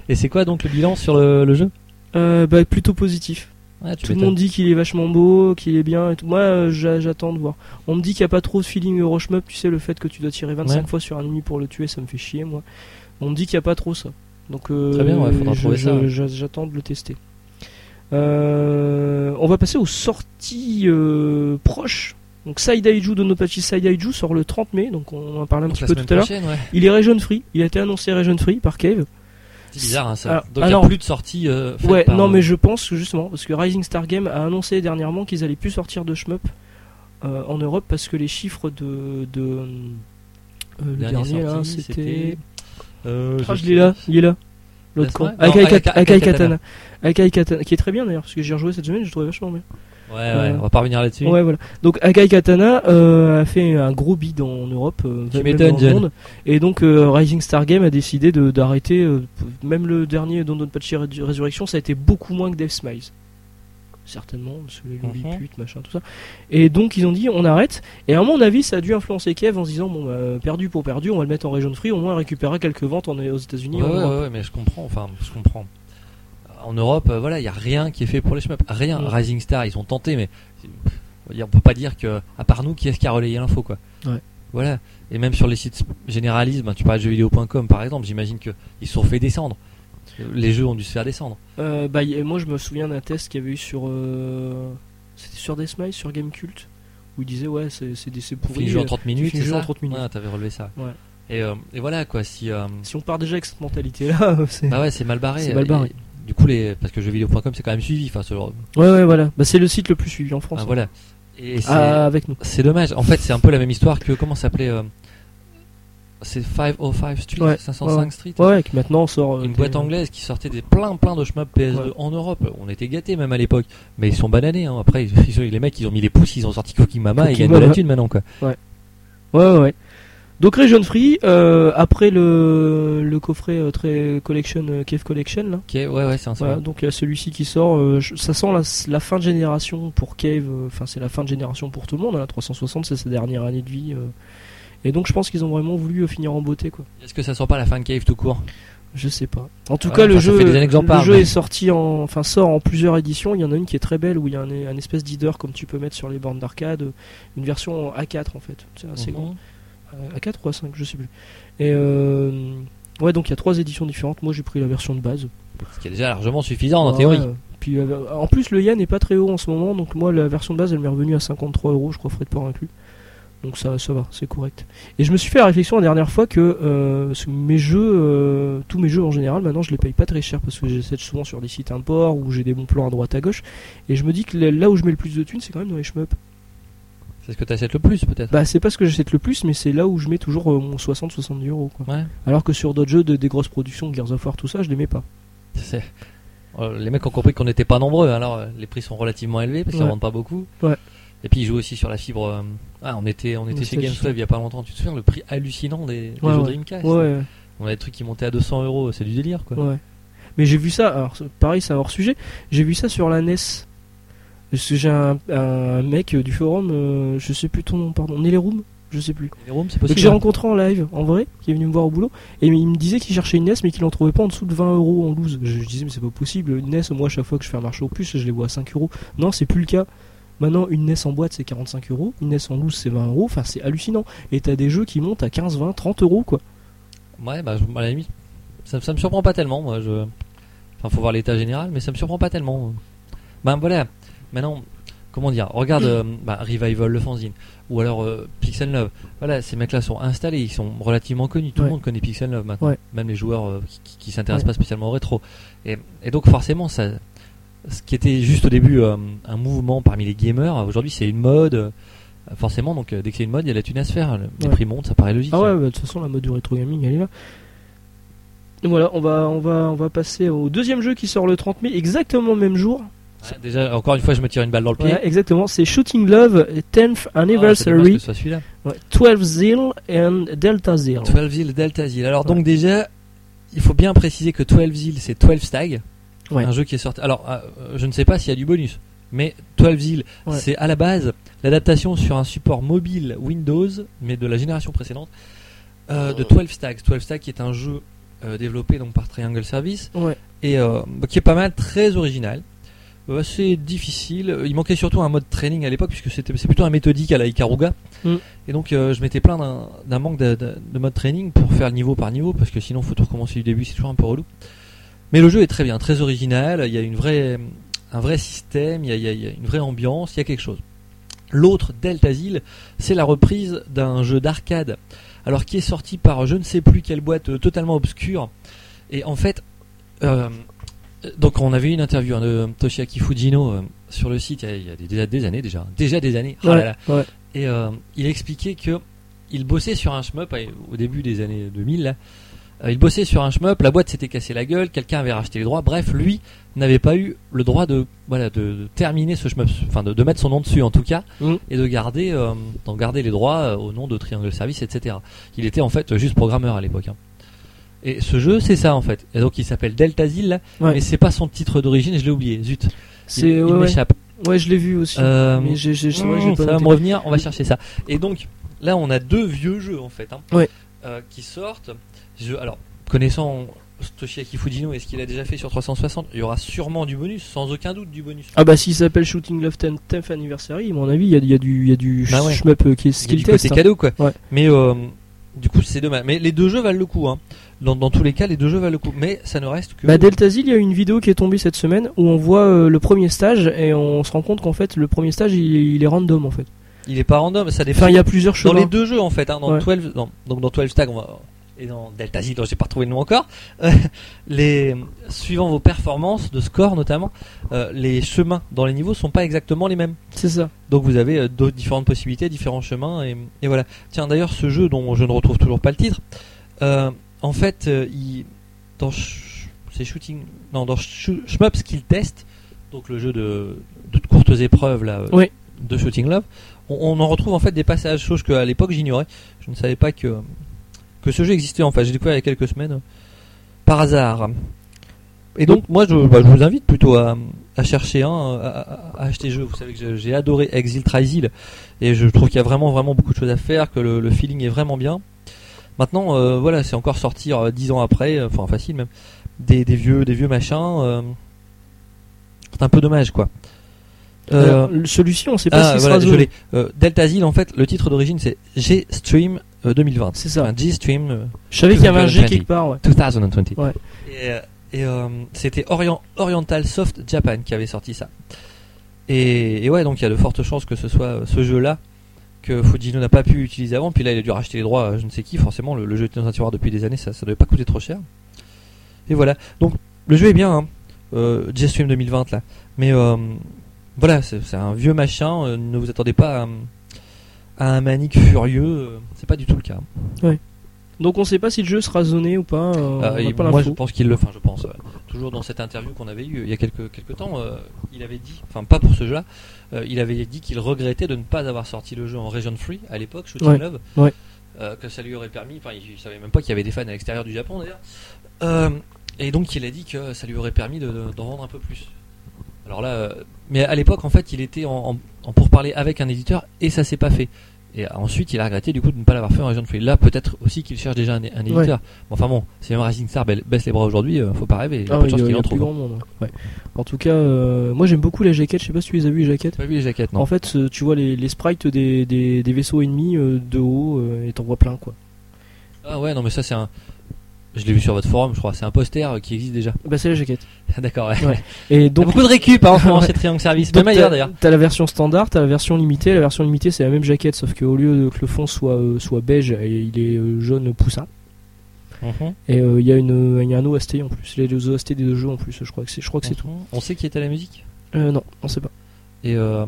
Speaker 2: Et c'est quoi donc le bilan sur le, le jeu
Speaker 1: Euh, bah, plutôt positif.
Speaker 2: Ah, tu
Speaker 1: Tout le
Speaker 2: m'étonnes.
Speaker 1: monde dit qu'il est vachement beau, qu'il est bien. Et tout. Moi, euh, j'a- j'attends de voir. On me dit qu'il n'y a pas trop de feeling Euro shmup. Tu sais, le fait que tu dois tirer 25
Speaker 2: Ouais.
Speaker 1: fois sur un ennemi pour le tuer, ça me fait chier, moi. On me dit qu'il n'y a pas trop ça. Donc, euh,
Speaker 2: Très bien, ouais, faudra
Speaker 1: je-
Speaker 2: trouver
Speaker 1: je-
Speaker 2: ça, ouais.
Speaker 1: j'a- J'attends de le tester. Euh, on va passer aux sorties euh, proches. Donc, Saidaiju Donopachi Saidaiju sort le 30 mai. Donc, on en parlait un
Speaker 2: Donc
Speaker 1: petit
Speaker 2: la
Speaker 1: peu
Speaker 2: semaine
Speaker 1: tout à l'heure.
Speaker 2: prochaine, ouais.
Speaker 1: Il est region free. Il a été annoncé region free par Cave.
Speaker 2: C'est bizarre hein, ça.
Speaker 1: Alors,
Speaker 2: Donc il n'y a
Speaker 1: Ah, alors-
Speaker 2: plus de sortie. euh, faite
Speaker 1: Ouais,
Speaker 2: par,
Speaker 1: non,
Speaker 2: euh,
Speaker 1: mais je pense que justement, parce que Rising Star Game a annoncé dernièrement qu'ils allaient plus sortir de shmup euh, en Europe parce que les chiffres de. de euh, le
Speaker 2: dernier
Speaker 1: dernier, là,
Speaker 2: sorti,
Speaker 1: c'était.
Speaker 2: Euh,
Speaker 1: Ah,
Speaker 2: je
Speaker 1: je l'ai là, il est là.
Speaker 2: La
Speaker 1: L'autre con.
Speaker 2: semaine-
Speaker 1: Akai
Speaker 2: Non,
Speaker 1: Kat-
Speaker 2: Akai-
Speaker 1: Akai
Speaker 2: Akai
Speaker 1: Katana. Akai Katana, qui est très bien d'ailleurs, parce que j'ai rejoué cette semaine, je le trouvais vachement bien.
Speaker 2: Ouais, ouais,
Speaker 1: Euh,
Speaker 2: on va pas revenir là-dessus.
Speaker 1: Ouais, voilà. Donc Akai Katana euh, a fait un gros bid en Europe, euh,
Speaker 2: Tu
Speaker 1: même
Speaker 2: m'étonnes,
Speaker 1: dans le
Speaker 2: John.
Speaker 1: monde. Et donc euh, Rising Star Game a décidé de- d'arrêter. euh, même le dernier Don Don Pachi Resurrection, ça a été beaucoup moins que Death Smiles. certainement, parce que les
Speaker 2: Mhm.
Speaker 1: lolliputes, machin, tout ça. Et donc ils ont dit on arrête. Et à mon avis, ça a dû influencer Kev en se disant bon, bah, perdu pour perdu, on va le mettre en région free, au moins on récupérera quelques ventes en- aux États-Unis.
Speaker 2: Ouais,
Speaker 1: en
Speaker 2: ouais,
Speaker 1: Europe.
Speaker 2: ouais, mais je comprends. Enfin, je comprends. En Europe, euh, voilà, il y a rien qui est fait pour les shmups. Rien.
Speaker 1: Mm.
Speaker 2: Rising Star, ils ont tenté, mais c'est- on va dire- on peut pas dire que, à part nous, qui est-ce qui a relayé l'info, quoi.
Speaker 1: Ouais.
Speaker 2: Voilà. Et même sur les sites généralistes, ben, tu parles de jeuxvideo.com par exemple, j'imagine que ils se sont fait descendre. Les jeux ont dû se faire descendre.
Speaker 1: Euh, bah, y- moi, je me souviens d'un test qu'il y avait eu sur. euh, C'était sur des smiles, sur Gamecult, où il disait ouais, c'est c'est des- c'est
Speaker 2: Pour
Speaker 1: pourri.
Speaker 2: finir jeu en
Speaker 1: euh,
Speaker 2: 30 minutes,
Speaker 1: finis le
Speaker 2: c'est
Speaker 1: jeu en
Speaker 2: ça
Speaker 1: 30 minutes.
Speaker 2: Ouais, t'avais relevé ça.
Speaker 1: Ouais.
Speaker 2: Et, euh, et voilà, quoi. Si, euh,
Speaker 1: Si on part déjà avec cette mentalité-là, euh, c'est.
Speaker 2: bah ouais, c'est mal barré.
Speaker 1: C'est mal barré.
Speaker 2: Et du coup, les, parce que jeuxvideo.com, c'est quand même suivi. Enfin, ce genre-
Speaker 1: Ouais, ouais, voilà. Bah, c'est le site le plus suivi en France.
Speaker 2: ah,
Speaker 1: hein.
Speaker 2: voilà. Et c'est-
Speaker 1: Ah, avec nous.
Speaker 2: C'est dommage. En fait, c'est un peu la même histoire que comment ça s'appelait euh, C'est 505 Street,
Speaker 1: Ouais,
Speaker 2: 505
Speaker 1: ouais.
Speaker 2: Street.
Speaker 1: Ouais, ouais, qui maintenant sort. euh,
Speaker 2: Une
Speaker 1: des-
Speaker 2: boîte anglaise qui sortait des plein plein de shmup PS2
Speaker 1: Ouais.
Speaker 2: en Europe. On était gâtés même à l'époque, mais ils sont bananés. hein. Après, ils- ils ont- les mecs, ils ont mis les pouces, ils ont sorti Cookie Mama et ils
Speaker 1: Cookie
Speaker 2: gagnent de la
Speaker 1: Mama.
Speaker 2: thune maintenant quoi.
Speaker 1: Ouais, ouais, ouais. Donc Region Free, euh, après le, le coffret euh, très collection, euh, Cave Collection, là.
Speaker 2: Ok, ouais ouais, c'est un
Speaker 1: Voilà,
Speaker 2: seul.
Speaker 1: donc il y a celui-ci qui sort. euh, je- ça sent la, la fin de génération pour Cave, euh, enfin c'est la fin de génération pour tout le monde. hein, la 360, c'est sa dernière année de vie. euh. et donc je pense qu'ils ont vraiment voulu euh, finir en beauté, quoi.
Speaker 2: Est-ce que ça sent pas la fin de Cave tout court
Speaker 1: Je sais pas. En tout
Speaker 2: Ouais,
Speaker 1: cas, le
Speaker 2: enfin, ça
Speaker 1: jeu,
Speaker 2: fait des années que j'en
Speaker 1: le
Speaker 2: parle,
Speaker 1: jeu
Speaker 2: mais-
Speaker 1: est sorti en, enfin sort en plusieurs éditions. Il y en a une qui est très belle où il y a un, un espèce d'header comme tu peux mettre sur les bornes d'arcade, euh, une version en A4 en fait. Ah, C'est assez
Speaker 2: Mhm.
Speaker 1: grand. Euh, à 4 ou à 5, je sais plus. Et euh, ouais, donc il y a trois éditions différentes. Moi, j'ai pris la version de base.
Speaker 2: Ce qui est déjà largement suffisant en
Speaker 1: Ah,
Speaker 2: théorie.
Speaker 1: ouais. Puis euh, en plus, le yen n'est pas très haut en ce moment, donc moi, la version de base, elle m'est revenue à 53 euros, je crois, frais de port inclus. Donc ça, ça va, c'est correct. Et je me suis fait la réflexion la dernière fois que euh, parce que mes jeux, euh, tous mes jeux en général, maintenant, je les paye pas très cher parce que j'essaie souvent sur des sites import où j'ai des bons plans à droite à gauche. Et je me dis que là où je mets le plus de thunes, c'est quand même dans les shmups.
Speaker 2: C'est ce que t'achètes le plus peut-être.
Speaker 1: Bah, c'est pas ce que j'achète le plus, mais c'est là où je mets toujours euh, mon 60-70 euros, quoi.
Speaker 2: Ouais.
Speaker 1: Alors que sur d'autres jeux, de, des grosses productions, Gears of War, tout ça, je les mets pas.
Speaker 2: C'est- Euh, Les mecs ont compris qu'on n'était pas nombreux, alors euh, les prix sont relativement élevés parce qu'ils
Speaker 1: Ouais.
Speaker 2: vendent pas beaucoup.
Speaker 1: Ouais.
Speaker 2: Et puis ils jouent aussi sur la fibre. euh, Ah, on était, on était chez
Speaker 1: Nostalgie.
Speaker 2: Games Web il y a pas longtemps, tu te souviens, le prix hallucinant des, des
Speaker 1: Ouais,
Speaker 2: jeux
Speaker 1: ouais.
Speaker 2: Dreamcast.
Speaker 1: Ouais, ouais.
Speaker 2: On a des trucs qui montaient à 200 euros, c'est du délire quoi.
Speaker 1: ouais. Mais j'ai vu ça, alors c'est- pareil, c'est un hors sujet, j'ai vu ça sur la NES. Parce que j'ai un, un mec euh, du forum, euh, je sais plus ton nom, pardon, Neleroom Je sais plus.
Speaker 2: Et les rooms, c'est
Speaker 1: Donc
Speaker 2: possible.
Speaker 1: j'ai
Speaker 2: hein.
Speaker 1: rencontré en live, en vrai, qui est venu me voir au boulot, et il me disait qu'il cherchait une NES mais qu'il en trouvait pas en dessous de 20 euros en loose. Je, je disais, mais c'est pas possible, une NES, moi, à chaque fois que je fais un marché aux puces, je les vois à 5 euros. Non, c'est plus le cas. Maintenant, une NES en boîte, c'est 45 euros, une NES en loose, c'est 20 euros, enfin, c'est hallucinant. Et t'as des jeux qui montent à 15, 20, 30 euros, quoi.
Speaker 2: Ouais, bah je- à la limite, ça, ça me surprend pas tellement. Moi, je. Enfin, faut voir l'état général, mais ça me surprend pas tellement. Ben voilà. Maintenant, comment dire Regarde euh, bah, Revival, le fanzine, ou alors euh, Pixel Love. Voilà, ces mecs-là sont installés, ils sont relativement connus. Tout
Speaker 1: Ouais.
Speaker 2: le monde connaît Pixel Love maintenant,
Speaker 1: Ouais.
Speaker 2: même les joueurs euh, qui, qui- qui s'intéressent
Speaker 1: Ouais.
Speaker 2: pas spécialement au rétro. Et, et donc forcément, ça, ce qui était juste au début euh, un mouvement parmi les gamers, aujourd'hui c'est une mode. euh, Forcément, donc euh, dès que c'est une mode, il y a la thune à se faire. Le- Les
Speaker 1: Ouais.
Speaker 2: prix montent, ça paraît logique.
Speaker 1: Ah ouais,
Speaker 2: ça.
Speaker 1: bah, de toute façon, la mode du rétro gaming, elle est là. Et Voilà, on va, on, va, on va passer au deuxième jeu qui sort le 30 mai, exactement le même jour.
Speaker 2: Ouais, déjà, encore une fois, je me tire une balle dans le pied.
Speaker 1: Voilà, exactement, c'est Shooting Love 10th
Speaker 2: Ah, c'est dommage que
Speaker 1: Anniversary,
Speaker 2: ce soit celui-là.
Speaker 1: ouais, 12 Zeal and Delta Zeal.
Speaker 2: 12 îles, Delta Zeal. Alors,
Speaker 1: Ouais.
Speaker 2: donc, déjà, il faut bien préciser que 12 îles, c'est 12 Stag.
Speaker 1: Ouais.
Speaker 2: Un jeu qui est sorti. Alors, euh, je ne sais pas s'il y a du bonus, mais 12 îles,
Speaker 1: Ouais.
Speaker 2: c'est à la base l'adaptation sur un support mobile Windows, mais de la génération précédente, euh, de 12 Stags. 12 Stags qui est un jeu euh, développé donc par Triangle Service
Speaker 1: Ouais.
Speaker 2: et euh, bah, qui est pas mal, très original. Euh, assez difficile. Il manquait surtout un mode training à l'époque, puisque c'était c'est plutôt un méthodique à la Ikaruga.
Speaker 1: Mm.
Speaker 2: Et donc, euh, je m'étais plaint d'un- d'un manque de, de- de mode training pour faire le niveau par niveau, parce que sinon, faut tout recommencer du début, c'est toujours un peu relou. Mais le jeu est très bien, très original. Il y a une vraie, un vrai système, il y a, il y a- il y a une vraie ambiance, il y a quelque chose. L'autre, Delta Zeal, c'est la reprise d'un jeu d'arcade, alors qui est sorti par je ne sais plus quelle boîte euh, totalement obscure. Et en fait, euh, donc on avait eu une interview hein, de Toshiaki Fujino euh, sur le site il y a, il y a des- déjà des années déjà, déjà des années. Ah là là.
Speaker 1: ouais.
Speaker 2: Et euh, il expliquait que il bossait sur un shmup euh, au début des années 2000. Là. Euh, il bossait sur un shmup, la boîte s'était cassée la gueule, quelqu'un avait racheté les droits. Bref, lui n'avait pas eu le droit de voilà de, de terminer ce shmup, enfin de, de mettre son nom dessus en tout cas,
Speaker 1: Mhm.
Speaker 2: et de garder euh, d'en garder les droits euh, au nom de Triangle Service, etc. Il était en fait juste programmeur à l'époque. hein. Et ce jeu, c'est ça en fait. Et donc il s'appelle Delta Zil,
Speaker 1: Ouais.
Speaker 2: mais c'est pas son titre d'origine, je l'ai oublié. Zut. Il,
Speaker 1: C'est
Speaker 2: il
Speaker 1: ouais, ouais.
Speaker 2: m'échappe.
Speaker 1: Ouais, je l'ai vu aussi.
Speaker 2: Euh,
Speaker 1: mais j'ai, j'ai, c'est vrai, j'ai
Speaker 2: Mmh,
Speaker 1: pas
Speaker 2: ça va
Speaker 1: noté.
Speaker 2: me revenir, on va chercher ça. Et donc, là, on a deux vieux jeux en fait hein,
Speaker 1: Ouais.
Speaker 2: euh, qui sortent. Je, alors, connaissant Toshiaki Fujino et ce qu'il a déjà fait sur 360, il y aura sûrement du bonus, sans aucun doute du bonus.
Speaker 1: Ah bah s'il s'appelle Shooting Love 10 10th Anniversary, à mon avis, il y a, il y a du, il y a du
Speaker 2: Bah ouais.
Speaker 1: shmup euh, qui est
Speaker 2: C'est
Speaker 1: skill
Speaker 2: du côté
Speaker 1: test. hein.
Speaker 2: cadeau quoi.
Speaker 1: Ouais.
Speaker 2: Mais euh, du coup, c'est dommage. Mais les deux jeux valent le coup. Hein. Dans, dans tous les cas, les deux jeux valent le coup. Mais ça ne reste que.
Speaker 1: Bah Delta il y a une vidéo qui est tombée cette semaine où on voit euh, le premier stage et on se rend compte qu'en fait le premier stage il, il est random en fait.
Speaker 2: il est pas random, ça dépend.
Speaker 1: Enfin il y a plusieurs
Speaker 2: dans
Speaker 1: chemins.
Speaker 2: les deux jeux en fait, hein, dans
Speaker 1: Ouais.
Speaker 2: 12, dans- donc dans 12 Tag on va- et dans Delta Z, dont j'ai pas retrouvé le nom encore, euh, les suivant vos performances de score notamment, euh, les chemins dans les niveaux sont pas exactement les mêmes.
Speaker 1: C'est ça.
Speaker 2: Donc vous avez euh, d'autres différentes possibilités, différents chemins et, et voilà. Tiens d'ailleurs ce jeu dont je ne retrouve toujours pas le titre, euh, en fait euh, il, dans ch- c'est shooting, non dans Sh- Shmup Skill Test, donc le jeu de, de courtes épreuves là, euh,
Speaker 1: Oui.
Speaker 2: de Shooting Love, on, on en retrouve en fait des passages chose qu'à l'époque j'ignorais. Je ne savais pas que que ce jeu existait en fait. J'ai découvert il y a quelques semaines euh, par hasard. Et donc moi je, bah, je vous invite plutôt à, à chercher un, à, à- à acheter jeu. Vous savez que je- j'ai adoré Exil Trisil et je trouve qu'il y a vraiment vraiment beaucoup de choses à faire, que le, le feeling est vraiment bien. Maintenant euh, voilà c'est encore sortir euh, dix ans après, euh, enfin facile même, des, des vieux des vieux machins. euh, c'est un peu dommage quoi. Euh,
Speaker 1: Alors, le- celui-ci on sait pas
Speaker 2: ah,
Speaker 1: s'il
Speaker 2: voilà,
Speaker 1: sera
Speaker 2: je
Speaker 1: zoné.
Speaker 2: l'ai. Euh, Delta Zil, en fait, le titre d'origine c'est G-Stream euh, 2020.
Speaker 1: C'est ça.
Speaker 2: Enfin, G-Stream euh,
Speaker 1: Je savais qu'il y avait un G
Speaker 2: Candy.
Speaker 1: quelque part ouais.
Speaker 2: 2020.
Speaker 1: Ouais.
Speaker 2: Et, euh, et, euh, c'était Orient, Oriental Soft Japan qui avait sorti ça. Et, et ouais, donc il y a de fortes chances que ce soit euh, ce jeu-là que Fujino n'a pas pu utiliser avant. Puis là, il a dû racheter les droits, à je ne sais qui. Forcément, le, le jeu était dans un tiroir depuis des années, ça ne devait pas coûter trop cher. Et voilà. Donc le jeu est bien, hein. euh, Jetstream 2020 là. Mais euh, voilà, c'est c'est un vieux machin. euh, ne vous attendez pas à, à un manique furieux. euh, C'est pas du tout le cas.
Speaker 1: Donc on sait pas si le jeu sera zoné ou pas. euh,
Speaker 2: Euh,
Speaker 1: on a
Speaker 2: il-
Speaker 1: pas
Speaker 2: moi, je
Speaker 1: l'info.
Speaker 2: pense qu'il le. Enfin, je pense. euh, toujours dans cette interview qu'on avait eue il y a quelques, quelques temps, euh, il avait dit, enfin pas pour ce jeu-là, euh, il avait dit qu'il regrettait de ne pas avoir sorti le jeu en Region Free à l'époque, Shooting
Speaker 1: Ouais,
Speaker 2: Love,
Speaker 1: ouais.
Speaker 2: euh, que ça lui aurait permis. Enfin, il, il savait même pas qu'il y avait des fans à l'extérieur du Japon d'ailleurs. Euh, et donc, il a dit que ça lui aurait permis de- de- d'en vendre un peu plus. Alors là, euh, mais à l'époque, en fait, il était en, en, en pourparlers avec un éditeur et ça s'est pas fait. Et ensuite, il a regretté du coup de ne pas l'avoir fait en Region Free. Là, peut-être aussi qu'il cherche déjà un, un éditeur.
Speaker 1: Ouais.
Speaker 2: Bon, enfin bon, si même Rising Star ba- baisse les bras aujourd'hui, euh, faut pas rêver. Il y a
Speaker 1: Ah
Speaker 2: peu
Speaker 1: oui,
Speaker 2: de
Speaker 1: il
Speaker 2: chances
Speaker 1: y a- il
Speaker 2: qu'il
Speaker 1: y
Speaker 2: hein.
Speaker 1: a
Speaker 2: en
Speaker 1: plus
Speaker 2: trouve.
Speaker 1: grand monde. hein. ouais. En tout cas, euh, moi j'aime beaucoup la jaquette. Je sais pas si tu les as vu les jaquettes.
Speaker 2: T'as pas vu les jaquettes, non
Speaker 1: En fait, ce- tu vois les, les sprites des, des, des vaisseaux ennemis euh, de haut euh, et t'en vois plein quoi.
Speaker 2: Ah ouais, non, mais ça, c'est un. Je l'ai vu sur votre forum, je crois. C'est un poster euh, qui existe déjà.
Speaker 1: Bah c'est la jaquette.
Speaker 2: Ah, D'accord, ouais.
Speaker 1: Ouais. Et donc
Speaker 2: Donc, beaucoup de récup hein, en ce moment
Speaker 1: Ouais.
Speaker 2: chez Triangle Service.
Speaker 1: Donc,
Speaker 2: Même ailleurs
Speaker 1: t'as-
Speaker 2: d'ailleurs.
Speaker 1: T'as la version standard, t'as la version limitée. La version limitée, c'est la même jaquette, sauf qu'au lieu de- que le fond soit, euh, soit beige, et il est euh, jaune poussin.
Speaker 2: Mhm,
Speaker 1: Et euh, il y a une il y a un OST en plus. Les deux OST des deux jeux en plus, je crois que c'est je crois que c'est tout.
Speaker 2: mhm. On sait qui était à la musique
Speaker 1: Euh, non, on sait pas.
Speaker 2: Et euh,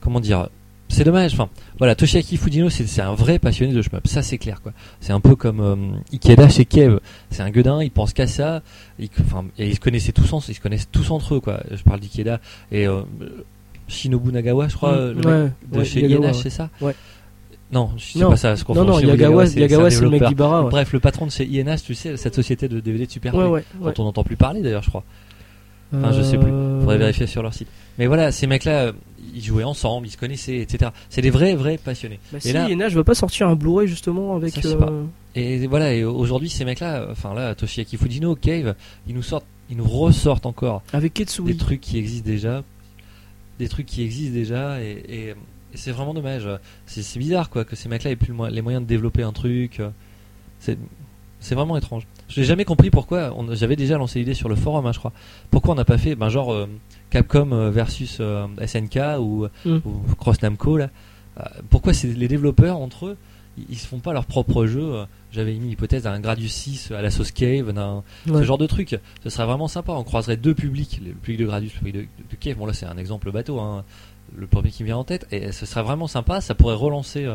Speaker 2: comment dire c'est dommage. Enfin, voilà, Toshiaki Fujino, c'est c'est un vrai passionné de shmup. Ça, c'est clair, quoi. C'est un peu comme euh, Ikeda chez Kev. C'est un gueudin, il pense qu'à ça. Il, enfin, et ils se connaissaient tous entre, ils se connaissent tous entre eux, quoi. Je parle d'Ikeda et euh, Shinobu Nagawa, je crois, euh, le mec
Speaker 1: Mm. Ouais,
Speaker 2: de
Speaker 1: ouais,
Speaker 2: chez
Speaker 1: Yagawa,
Speaker 2: Lienage,
Speaker 1: ouais.
Speaker 2: c'est ça
Speaker 1: Ouais.
Speaker 2: Non, c'est
Speaker 1: Non.
Speaker 2: pas ça. Je confonds.
Speaker 1: Non, non,
Speaker 2: Shinobu
Speaker 1: Yagawa,
Speaker 2: c'est- c'est un
Speaker 1: Yagawa, c'est le mec
Speaker 2: développeur.
Speaker 1: d'Ibara. Ouais.
Speaker 2: Bref, le patron de chez INH, tu sais, cette société de DVD de super
Speaker 1: ouais,
Speaker 2: prix,
Speaker 1: ouais, ouais.
Speaker 2: dont on n'entend plus parler d'ailleurs, je crois. Enfin, je sais plus.
Speaker 1: Euh,
Speaker 2: Faudrait vérifier sur leur site. Mais voilà, ces mecs-là, euh, ils jouaient ensemble, ils se connaissaient, etc. C'est des vrais, vrais passionnés.
Speaker 1: Bah,
Speaker 2: Et
Speaker 1: si,
Speaker 2: là-
Speaker 1: Yena, je veux pas sortir un Blu-ray justement avec.
Speaker 2: Ça, je sais
Speaker 1: euh,
Speaker 2: pas. Et voilà, et aujourd'hui, ces mecs-là, euh, enfin là, Toshiaki Fujino, Cave, ils nous sortent, ils nous ressortent encore
Speaker 1: Avec
Speaker 2: des
Speaker 1: Ketsui.
Speaker 2: trucs qui existent déjà, des trucs qui existent déjà, et, et- et c'est vraiment dommage. C'est c'est bizarre, quoi, que ces mecs-là aient plus le mo- les moyens de développer un truc. euh, C'est c'est vraiment étrange. Je n'ai jamais compris pourquoi. on- J'avais déjà lancé l'idée sur le forum, hein, je crois. Pourquoi on n'a pas fait, ben genre euh, Capcom euh, versus euh, SNK ou,
Speaker 1: Mm.
Speaker 2: ou Cross Namco là. Euh, pourquoi c'est les développeurs entre eux, ils, ils se font pas leur propre jeu euh, J'avais mis l'hypothèse d'un Gradius 6 à la sauce Cave, d'un
Speaker 1: Ouais.
Speaker 2: ce genre de truc. Ce serait vraiment sympa. On croiserait deux publics, le public de Gradus, le public de, de Kiev. Bon, là, c'est un exemple bateau, hein. le premier qui me vient en tête. Et ce serait vraiment sympa. Ça pourrait relancer.
Speaker 1: Mais
Speaker 2: euh,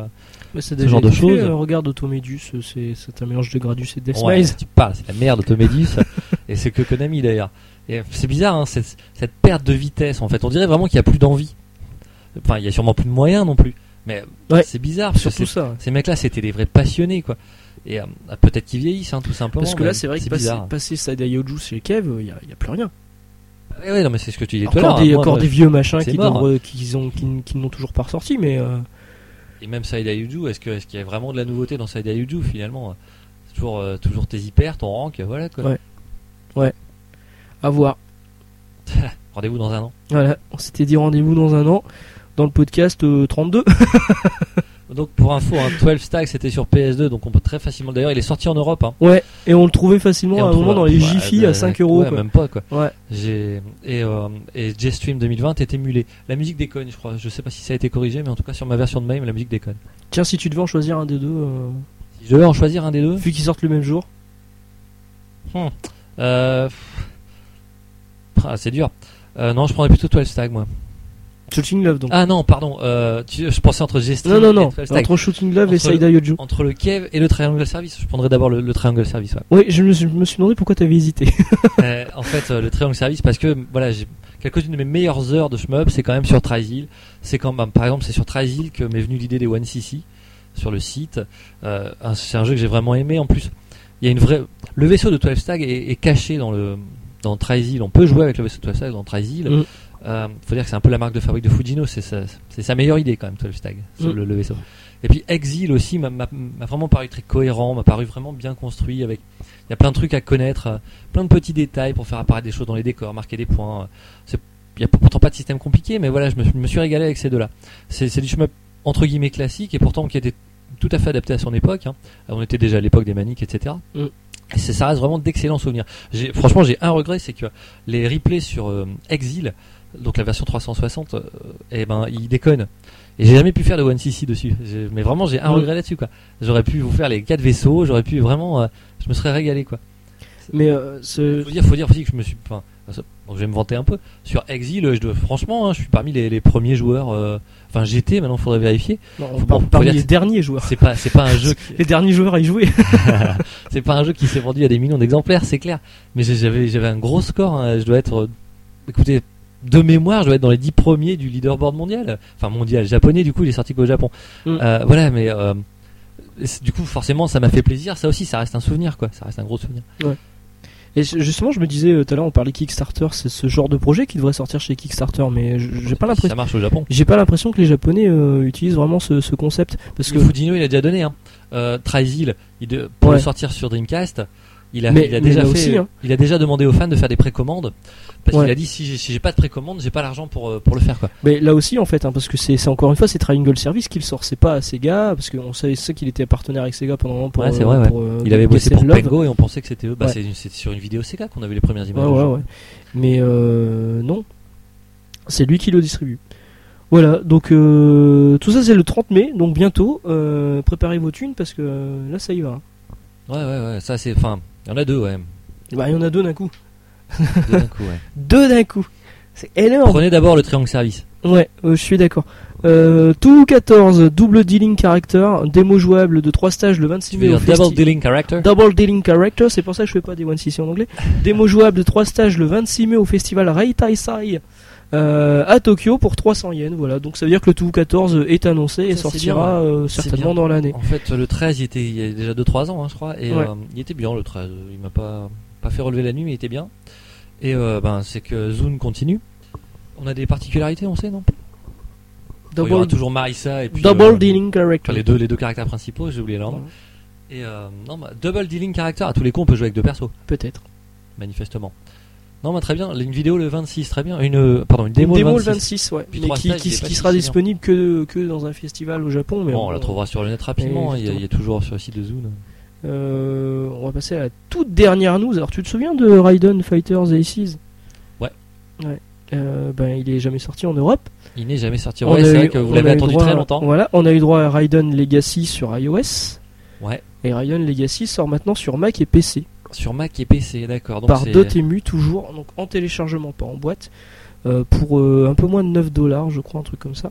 Speaker 1: Bah, c'est
Speaker 2: ce
Speaker 1: déjà
Speaker 2: genre de
Speaker 1: été fait,
Speaker 2: choses.
Speaker 1: euh, regarde Automedius, euh, c'est c'est un mélange de Gradus et de Death
Speaker 2: ouais,
Speaker 1: Maze.
Speaker 2: tu parles, c'est la merde, Tomedis. et c'est que Konami, d'ailleurs. Et c'est bizarre, hein, cette, cette perte de vitesse, en fait. On dirait vraiment qu'il n'y a plus d'envie. Enfin, il y a sûrement plus de moyens non plus. Mais
Speaker 1: Ouais.
Speaker 2: c'est bizarre, parce que
Speaker 1: Surtout
Speaker 2: ces-
Speaker 1: ça. ouais.
Speaker 2: ces mecs-là, c'était des vrais passionnés, quoi. Et euh, peut-être qu'ils vieillissent, hein, tout simplement.
Speaker 1: Parce que
Speaker 2: mais
Speaker 1: là, c'est vrai que passer,
Speaker 2: bizarre.
Speaker 1: euh, passer Sadai Yoju chez Kev, il n'y a, y a plus rien.
Speaker 2: Bah, Eh ouais, non, mais c'est ce que tu dis tout à
Speaker 1: Encore,
Speaker 2: l'heure.
Speaker 1: des,
Speaker 2: hein, moi,
Speaker 1: encore
Speaker 2: moi,
Speaker 1: des vieux machins
Speaker 2: c'est
Speaker 1: qui
Speaker 2: mort.
Speaker 1: n'ont qui ont- qui- qui n'ont toujours pas ressorti, mais euh,
Speaker 2: Et même Side Eye Uju, est-ce que- est-ce qu'il y a vraiment de la nouveauté dans Side Eye Uju finalement hein C'est toujours, euh, toujours tes hyper, ton rank, voilà quoi.
Speaker 1: Ouais. à voir.
Speaker 2: Rendez-vous dans un an.
Speaker 1: Voilà, on s'était dit rendez-vous dans un an dans le podcast euh, 32.
Speaker 2: Donc pour info, hein, 12 Stacks c'était sur PS2, donc on peut très facilement. D'ailleurs, il est sorti en Europe. Hein.
Speaker 1: Ouais, et on le trouvait facilement
Speaker 2: Et
Speaker 1: à
Speaker 2: on
Speaker 1: un
Speaker 2: trouve-
Speaker 1: moment dans les
Speaker 2: bah,
Speaker 1: Jiffy
Speaker 2: euh,
Speaker 1: à 5 euros.
Speaker 2: Ouais,
Speaker 1: quoi.
Speaker 2: même pas quoi.
Speaker 1: Ouais.
Speaker 2: J'ai et euh, et Jetstream 2020 est émulé. La musique déconne, je crois. Je sais pas si ça a été corrigé, mais en tout cas sur ma version de MAME, la musique déconne.
Speaker 1: Tiens, si tu devais en choisir un des deux, euh,
Speaker 2: Si je devais en choisir un des deux,
Speaker 1: vu qu'ils sortent le même jour.
Speaker 2: euh... pff, ah, c'est dur. Euh, non, je prendrais plutôt 12 Stacks moi.
Speaker 1: Shooting Love donc.
Speaker 2: Ah non, pardon. Euh, tu- je pensais entre Jetstream
Speaker 1: non, non,
Speaker 2: et
Speaker 1: non,
Speaker 2: 12 Stacks.
Speaker 1: entre Shooting Love et
Speaker 2: Ah, Entre
Speaker 1: Side Eye Oju.
Speaker 2: Entre le Kev et le Triangle Service, je prendrais d'abord le, le Triangle Service. ouais.
Speaker 1: Oui, je me, suis- je me suis demandé pourquoi t'avais hésité.
Speaker 2: Euh, en fait, euh, le Triangle Service, parce que voilà, j'ai quelques-unes de mes meilleures heures de shmup, c'est quand même sur Trisil. C'est quand, bah, par exemple, c'est sur Trisil que m'est venue l'idée des 1cc sur le site. Euh, un- c'est un jeu que j'ai vraiment aimé. En plus, il y a une vraie. Le vaisseau de 12 Stag est, est caché dans le dans Trisil. On peut jouer avec le vaisseau de 12 Stag dans Trisil.
Speaker 1: Mm.
Speaker 2: Euh, faut dire que c'est un peu la marque de fabrique de Fujino. C'est sa, c'est sa meilleure idée quand même, 12 Stag, sur
Speaker 1: Mm.
Speaker 2: le, le vaisseau. Et puis Exil aussi m'a- m'a m'a vraiment paru très cohérent, m'a paru vraiment bien construit. Avec il y a plein de trucs à connaître plein de petits détails pour faire apparaître des choses dans les décors, marquer des points. C'est- Il n'y a pourtant pas de système compliqué, mais voilà, je me, je me suis régalé avec ces deux-là. C'est c'est du shmup entre guillemets classique et pourtant qui était tout à fait adapté à son époque. hein. On était déjà à l'époque des maniques, etc.
Speaker 1: Mm.
Speaker 2: Et c'est- ça reste vraiment d'excellents souvenirs. J'ai- Franchement, j'ai un regret, c'est que les replays sur euh, Exil, donc la version 360, euh, eh ben, ils déconnent. Et j'ai jamais pu faire de 1cc dessus. J'ai- Mais vraiment, j'ai un
Speaker 1: Mm.
Speaker 2: regret là-dessus, quoi. J'aurais pu vous faire les quatre vaisseaux, j'aurais pu vraiment, euh, je me serais régalé, quoi.
Speaker 1: Mais euh, ce-
Speaker 2: Faut dire, faut dire aussi que je me suis. Enfin, ça- bon, je vais me vanter un peu. Sur Exil, je dois, franchement, hein, je suis parmi les, les premiers joueurs. euh, Enfin, j'étais, maintenant faudrait vérifier.
Speaker 1: non,
Speaker 2: faut-
Speaker 1: par-
Speaker 2: faut
Speaker 1: parmi
Speaker 2: dire
Speaker 1: les
Speaker 2: que-
Speaker 1: derniers joueurs.
Speaker 2: C'est pas, c'est pas un jeu. qui-
Speaker 1: Les derniers joueurs à y jouer.
Speaker 2: c'est pas un jeu qui s'est vendu à des millions d'exemplaires, c'est clair. Mais j'ai- j'avais, j'avais un gros score. hein. Je dois être, euh, écoutez, de mémoire, je dois être dans les 10 premiers du leaderboard mondial. Enfin, mondial japonais. Du coup, il est sorti qu'au Japon.
Speaker 1: Mm.
Speaker 2: Euh, voilà, mais euh, c'est- du coup, forcément, ça m'a fait plaisir. Ça aussi, ça reste un souvenir, quoi. Ça reste un gros souvenir.
Speaker 1: Et je- justement, je me disais euh, tout à l'heure, on parlait Kickstarter, c'est ce genre de projet qui devrait sortir chez Kickstarter, mais je- j'ai pas l'impression.
Speaker 2: Ça marche au Japon.
Speaker 1: J'ai pas l'impression que les Japonais euh, utilisent vraiment ce, ce concept parce que
Speaker 2: Parce que Fujino, il a déjà donné. Hein. Euh, Trisil, il de- pour
Speaker 1: Ouais.
Speaker 2: le sortir sur Dreamcast, il a,
Speaker 1: Mais-
Speaker 2: il a
Speaker 1: mais
Speaker 2: déjà
Speaker 1: là
Speaker 2: fait. euh,
Speaker 1: aussi, hein.
Speaker 2: Il a déjà demandé aux fans de faire des précommandes. Parce
Speaker 1: Ouais.
Speaker 2: qu'il a dit si j'ai si j'ai pas de précommande, j'ai pas l'argent pour, euh, pour le faire. Quoi.
Speaker 1: Mais là aussi, en fait, hein, parce que c'est c'est encore une fois, c'est Triangle Service qui le sort, c'est pas à Sega, parce qu'on savait ça qu'il était partenaire avec Sega pendant un moment pour.
Speaker 2: Ouais, c'est
Speaker 1: euh,
Speaker 2: vrai, ouais.
Speaker 1: pour, euh,
Speaker 2: Il avait bossé
Speaker 1: Castle
Speaker 2: pour
Speaker 1: Love.
Speaker 2: Pengo et on pensait que c'était eux. Bah,
Speaker 1: Ouais.
Speaker 2: c'est une- C'est sur une vidéo Sega qu'on avait les premières
Speaker 1: Ouais,
Speaker 2: images.
Speaker 1: ouais, ouais. Mais euh, non, c'est lui qui le distribue. Voilà, donc euh, tout ça c'est le 30 mai, donc bientôt. euh, préparez vos thunes parce que euh, là ça y va. hein.
Speaker 2: ouais, ouais, ouais, Ça, c'est. Enfin, il y en a deux, ouais.
Speaker 1: Bah, il y en a deux d'un coup.
Speaker 2: Deux d'un coup, ouais.
Speaker 1: Deux d'un coup C'est énorme
Speaker 2: Prenez d'abord le triangle service.
Speaker 1: Ouais, euh, je suis d'accord. Euh, tout 14, double dealing character, démo jouable de 3 stages le 26
Speaker 2: Tu
Speaker 1: mai
Speaker 2: veux
Speaker 1: au
Speaker 2: dire double
Speaker 1: festi-
Speaker 2: dealing character
Speaker 1: Double Dealing Character, c'est pour ça que je fais pas des 1 6 en anglais. Démo jouable de 3 stages le 26 mai au festival Raitaisai euh, à Tokyo pour 300 yens. Voilà, donc ça veut dire que le tout 14 est annoncé et
Speaker 2: Ça, c'est
Speaker 1: sortira euh, certainement
Speaker 2: bien.
Speaker 1: dans l'année.
Speaker 2: En fait, le 13, il, était, il y a déjà 2-3 ans, hein, je crois. Et
Speaker 1: Ouais.
Speaker 2: euh, il était bien, le 13. Il m'a pas, pas fait relever la nuit, mais il était bien. Et euh, ben, c'est que Zune continue. On a des particularités, on sait, non Il y aura
Speaker 1: Double,
Speaker 2: toujours Marissa et puis.
Speaker 1: double
Speaker 2: euh,
Speaker 1: Dealing Character.
Speaker 2: enfin, les, deux, les deux caractères principaux, j'ai oublié leur nom. Et euh, non, bah, double dealing caractère. À tous les coups, on peut jouer avec deux persos,
Speaker 1: Peut-être.
Speaker 2: manifestement. Non, bah, très bien. Une vidéo le 26, très bien. Une, euh, pardon, une démo,
Speaker 1: Démo,
Speaker 2: le 26.
Speaker 1: le 26, ouais.
Speaker 2: Puis
Speaker 1: mais
Speaker 2: trois
Speaker 1: qui,
Speaker 2: stages,
Speaker 1: qui,
Speaker 2: il est pas
Speaker 1: qui
Speaker 2: si
Speaker 1: sera
Speaker 2: si
Speaker 1: disponible que, que dans un festival au Japon. Mais
Speaker 2: Bon, on la trouvera sur le net rapidement. hein, Il y, a- il y a toujours sur le site de Zune.
Speaker 1: Euh, on va passer à la toute dernière news. Alors, tu te souviens de Raiden Fighters Aces
Speaker 2: Ouais.
Speaker 1: Ouais. Euh, ben, il est jamais sorti en Europe.
Speaker 2: Il n'est jamais sorti.
Speaker 1: On
Speaker 2: Ouais,
Speaker 1: a
Speaker 2: c'est
Speaker 1: eu-
Speaker 2: vrai que vous
Speaker 1: on
Speaker 2: l'avez
Speaker 1: a eu
Speaker 2: attendu
Speaker 1: droit
Speaker 2: très
Speaker 1: à-
Speaker 2: longtemps.
Speaker 1: Voilà, on a eu droit à Raiden Legacy sur iOS.
Speaker 2: Ouais.
Speaker 1: Et Raiden Legacy sort maintenant sur Mac et PC.
Speaker 2: Sur Mac et PC, d'accord. Donc
Speaker 1: par
Speaker 2: c'est-
Speaker 1: Dotemu, toujours, donc en téléchargement, pas en boîte, euh, pour euh, un peu moins de 9 dollars, je crois, un truc comme ça.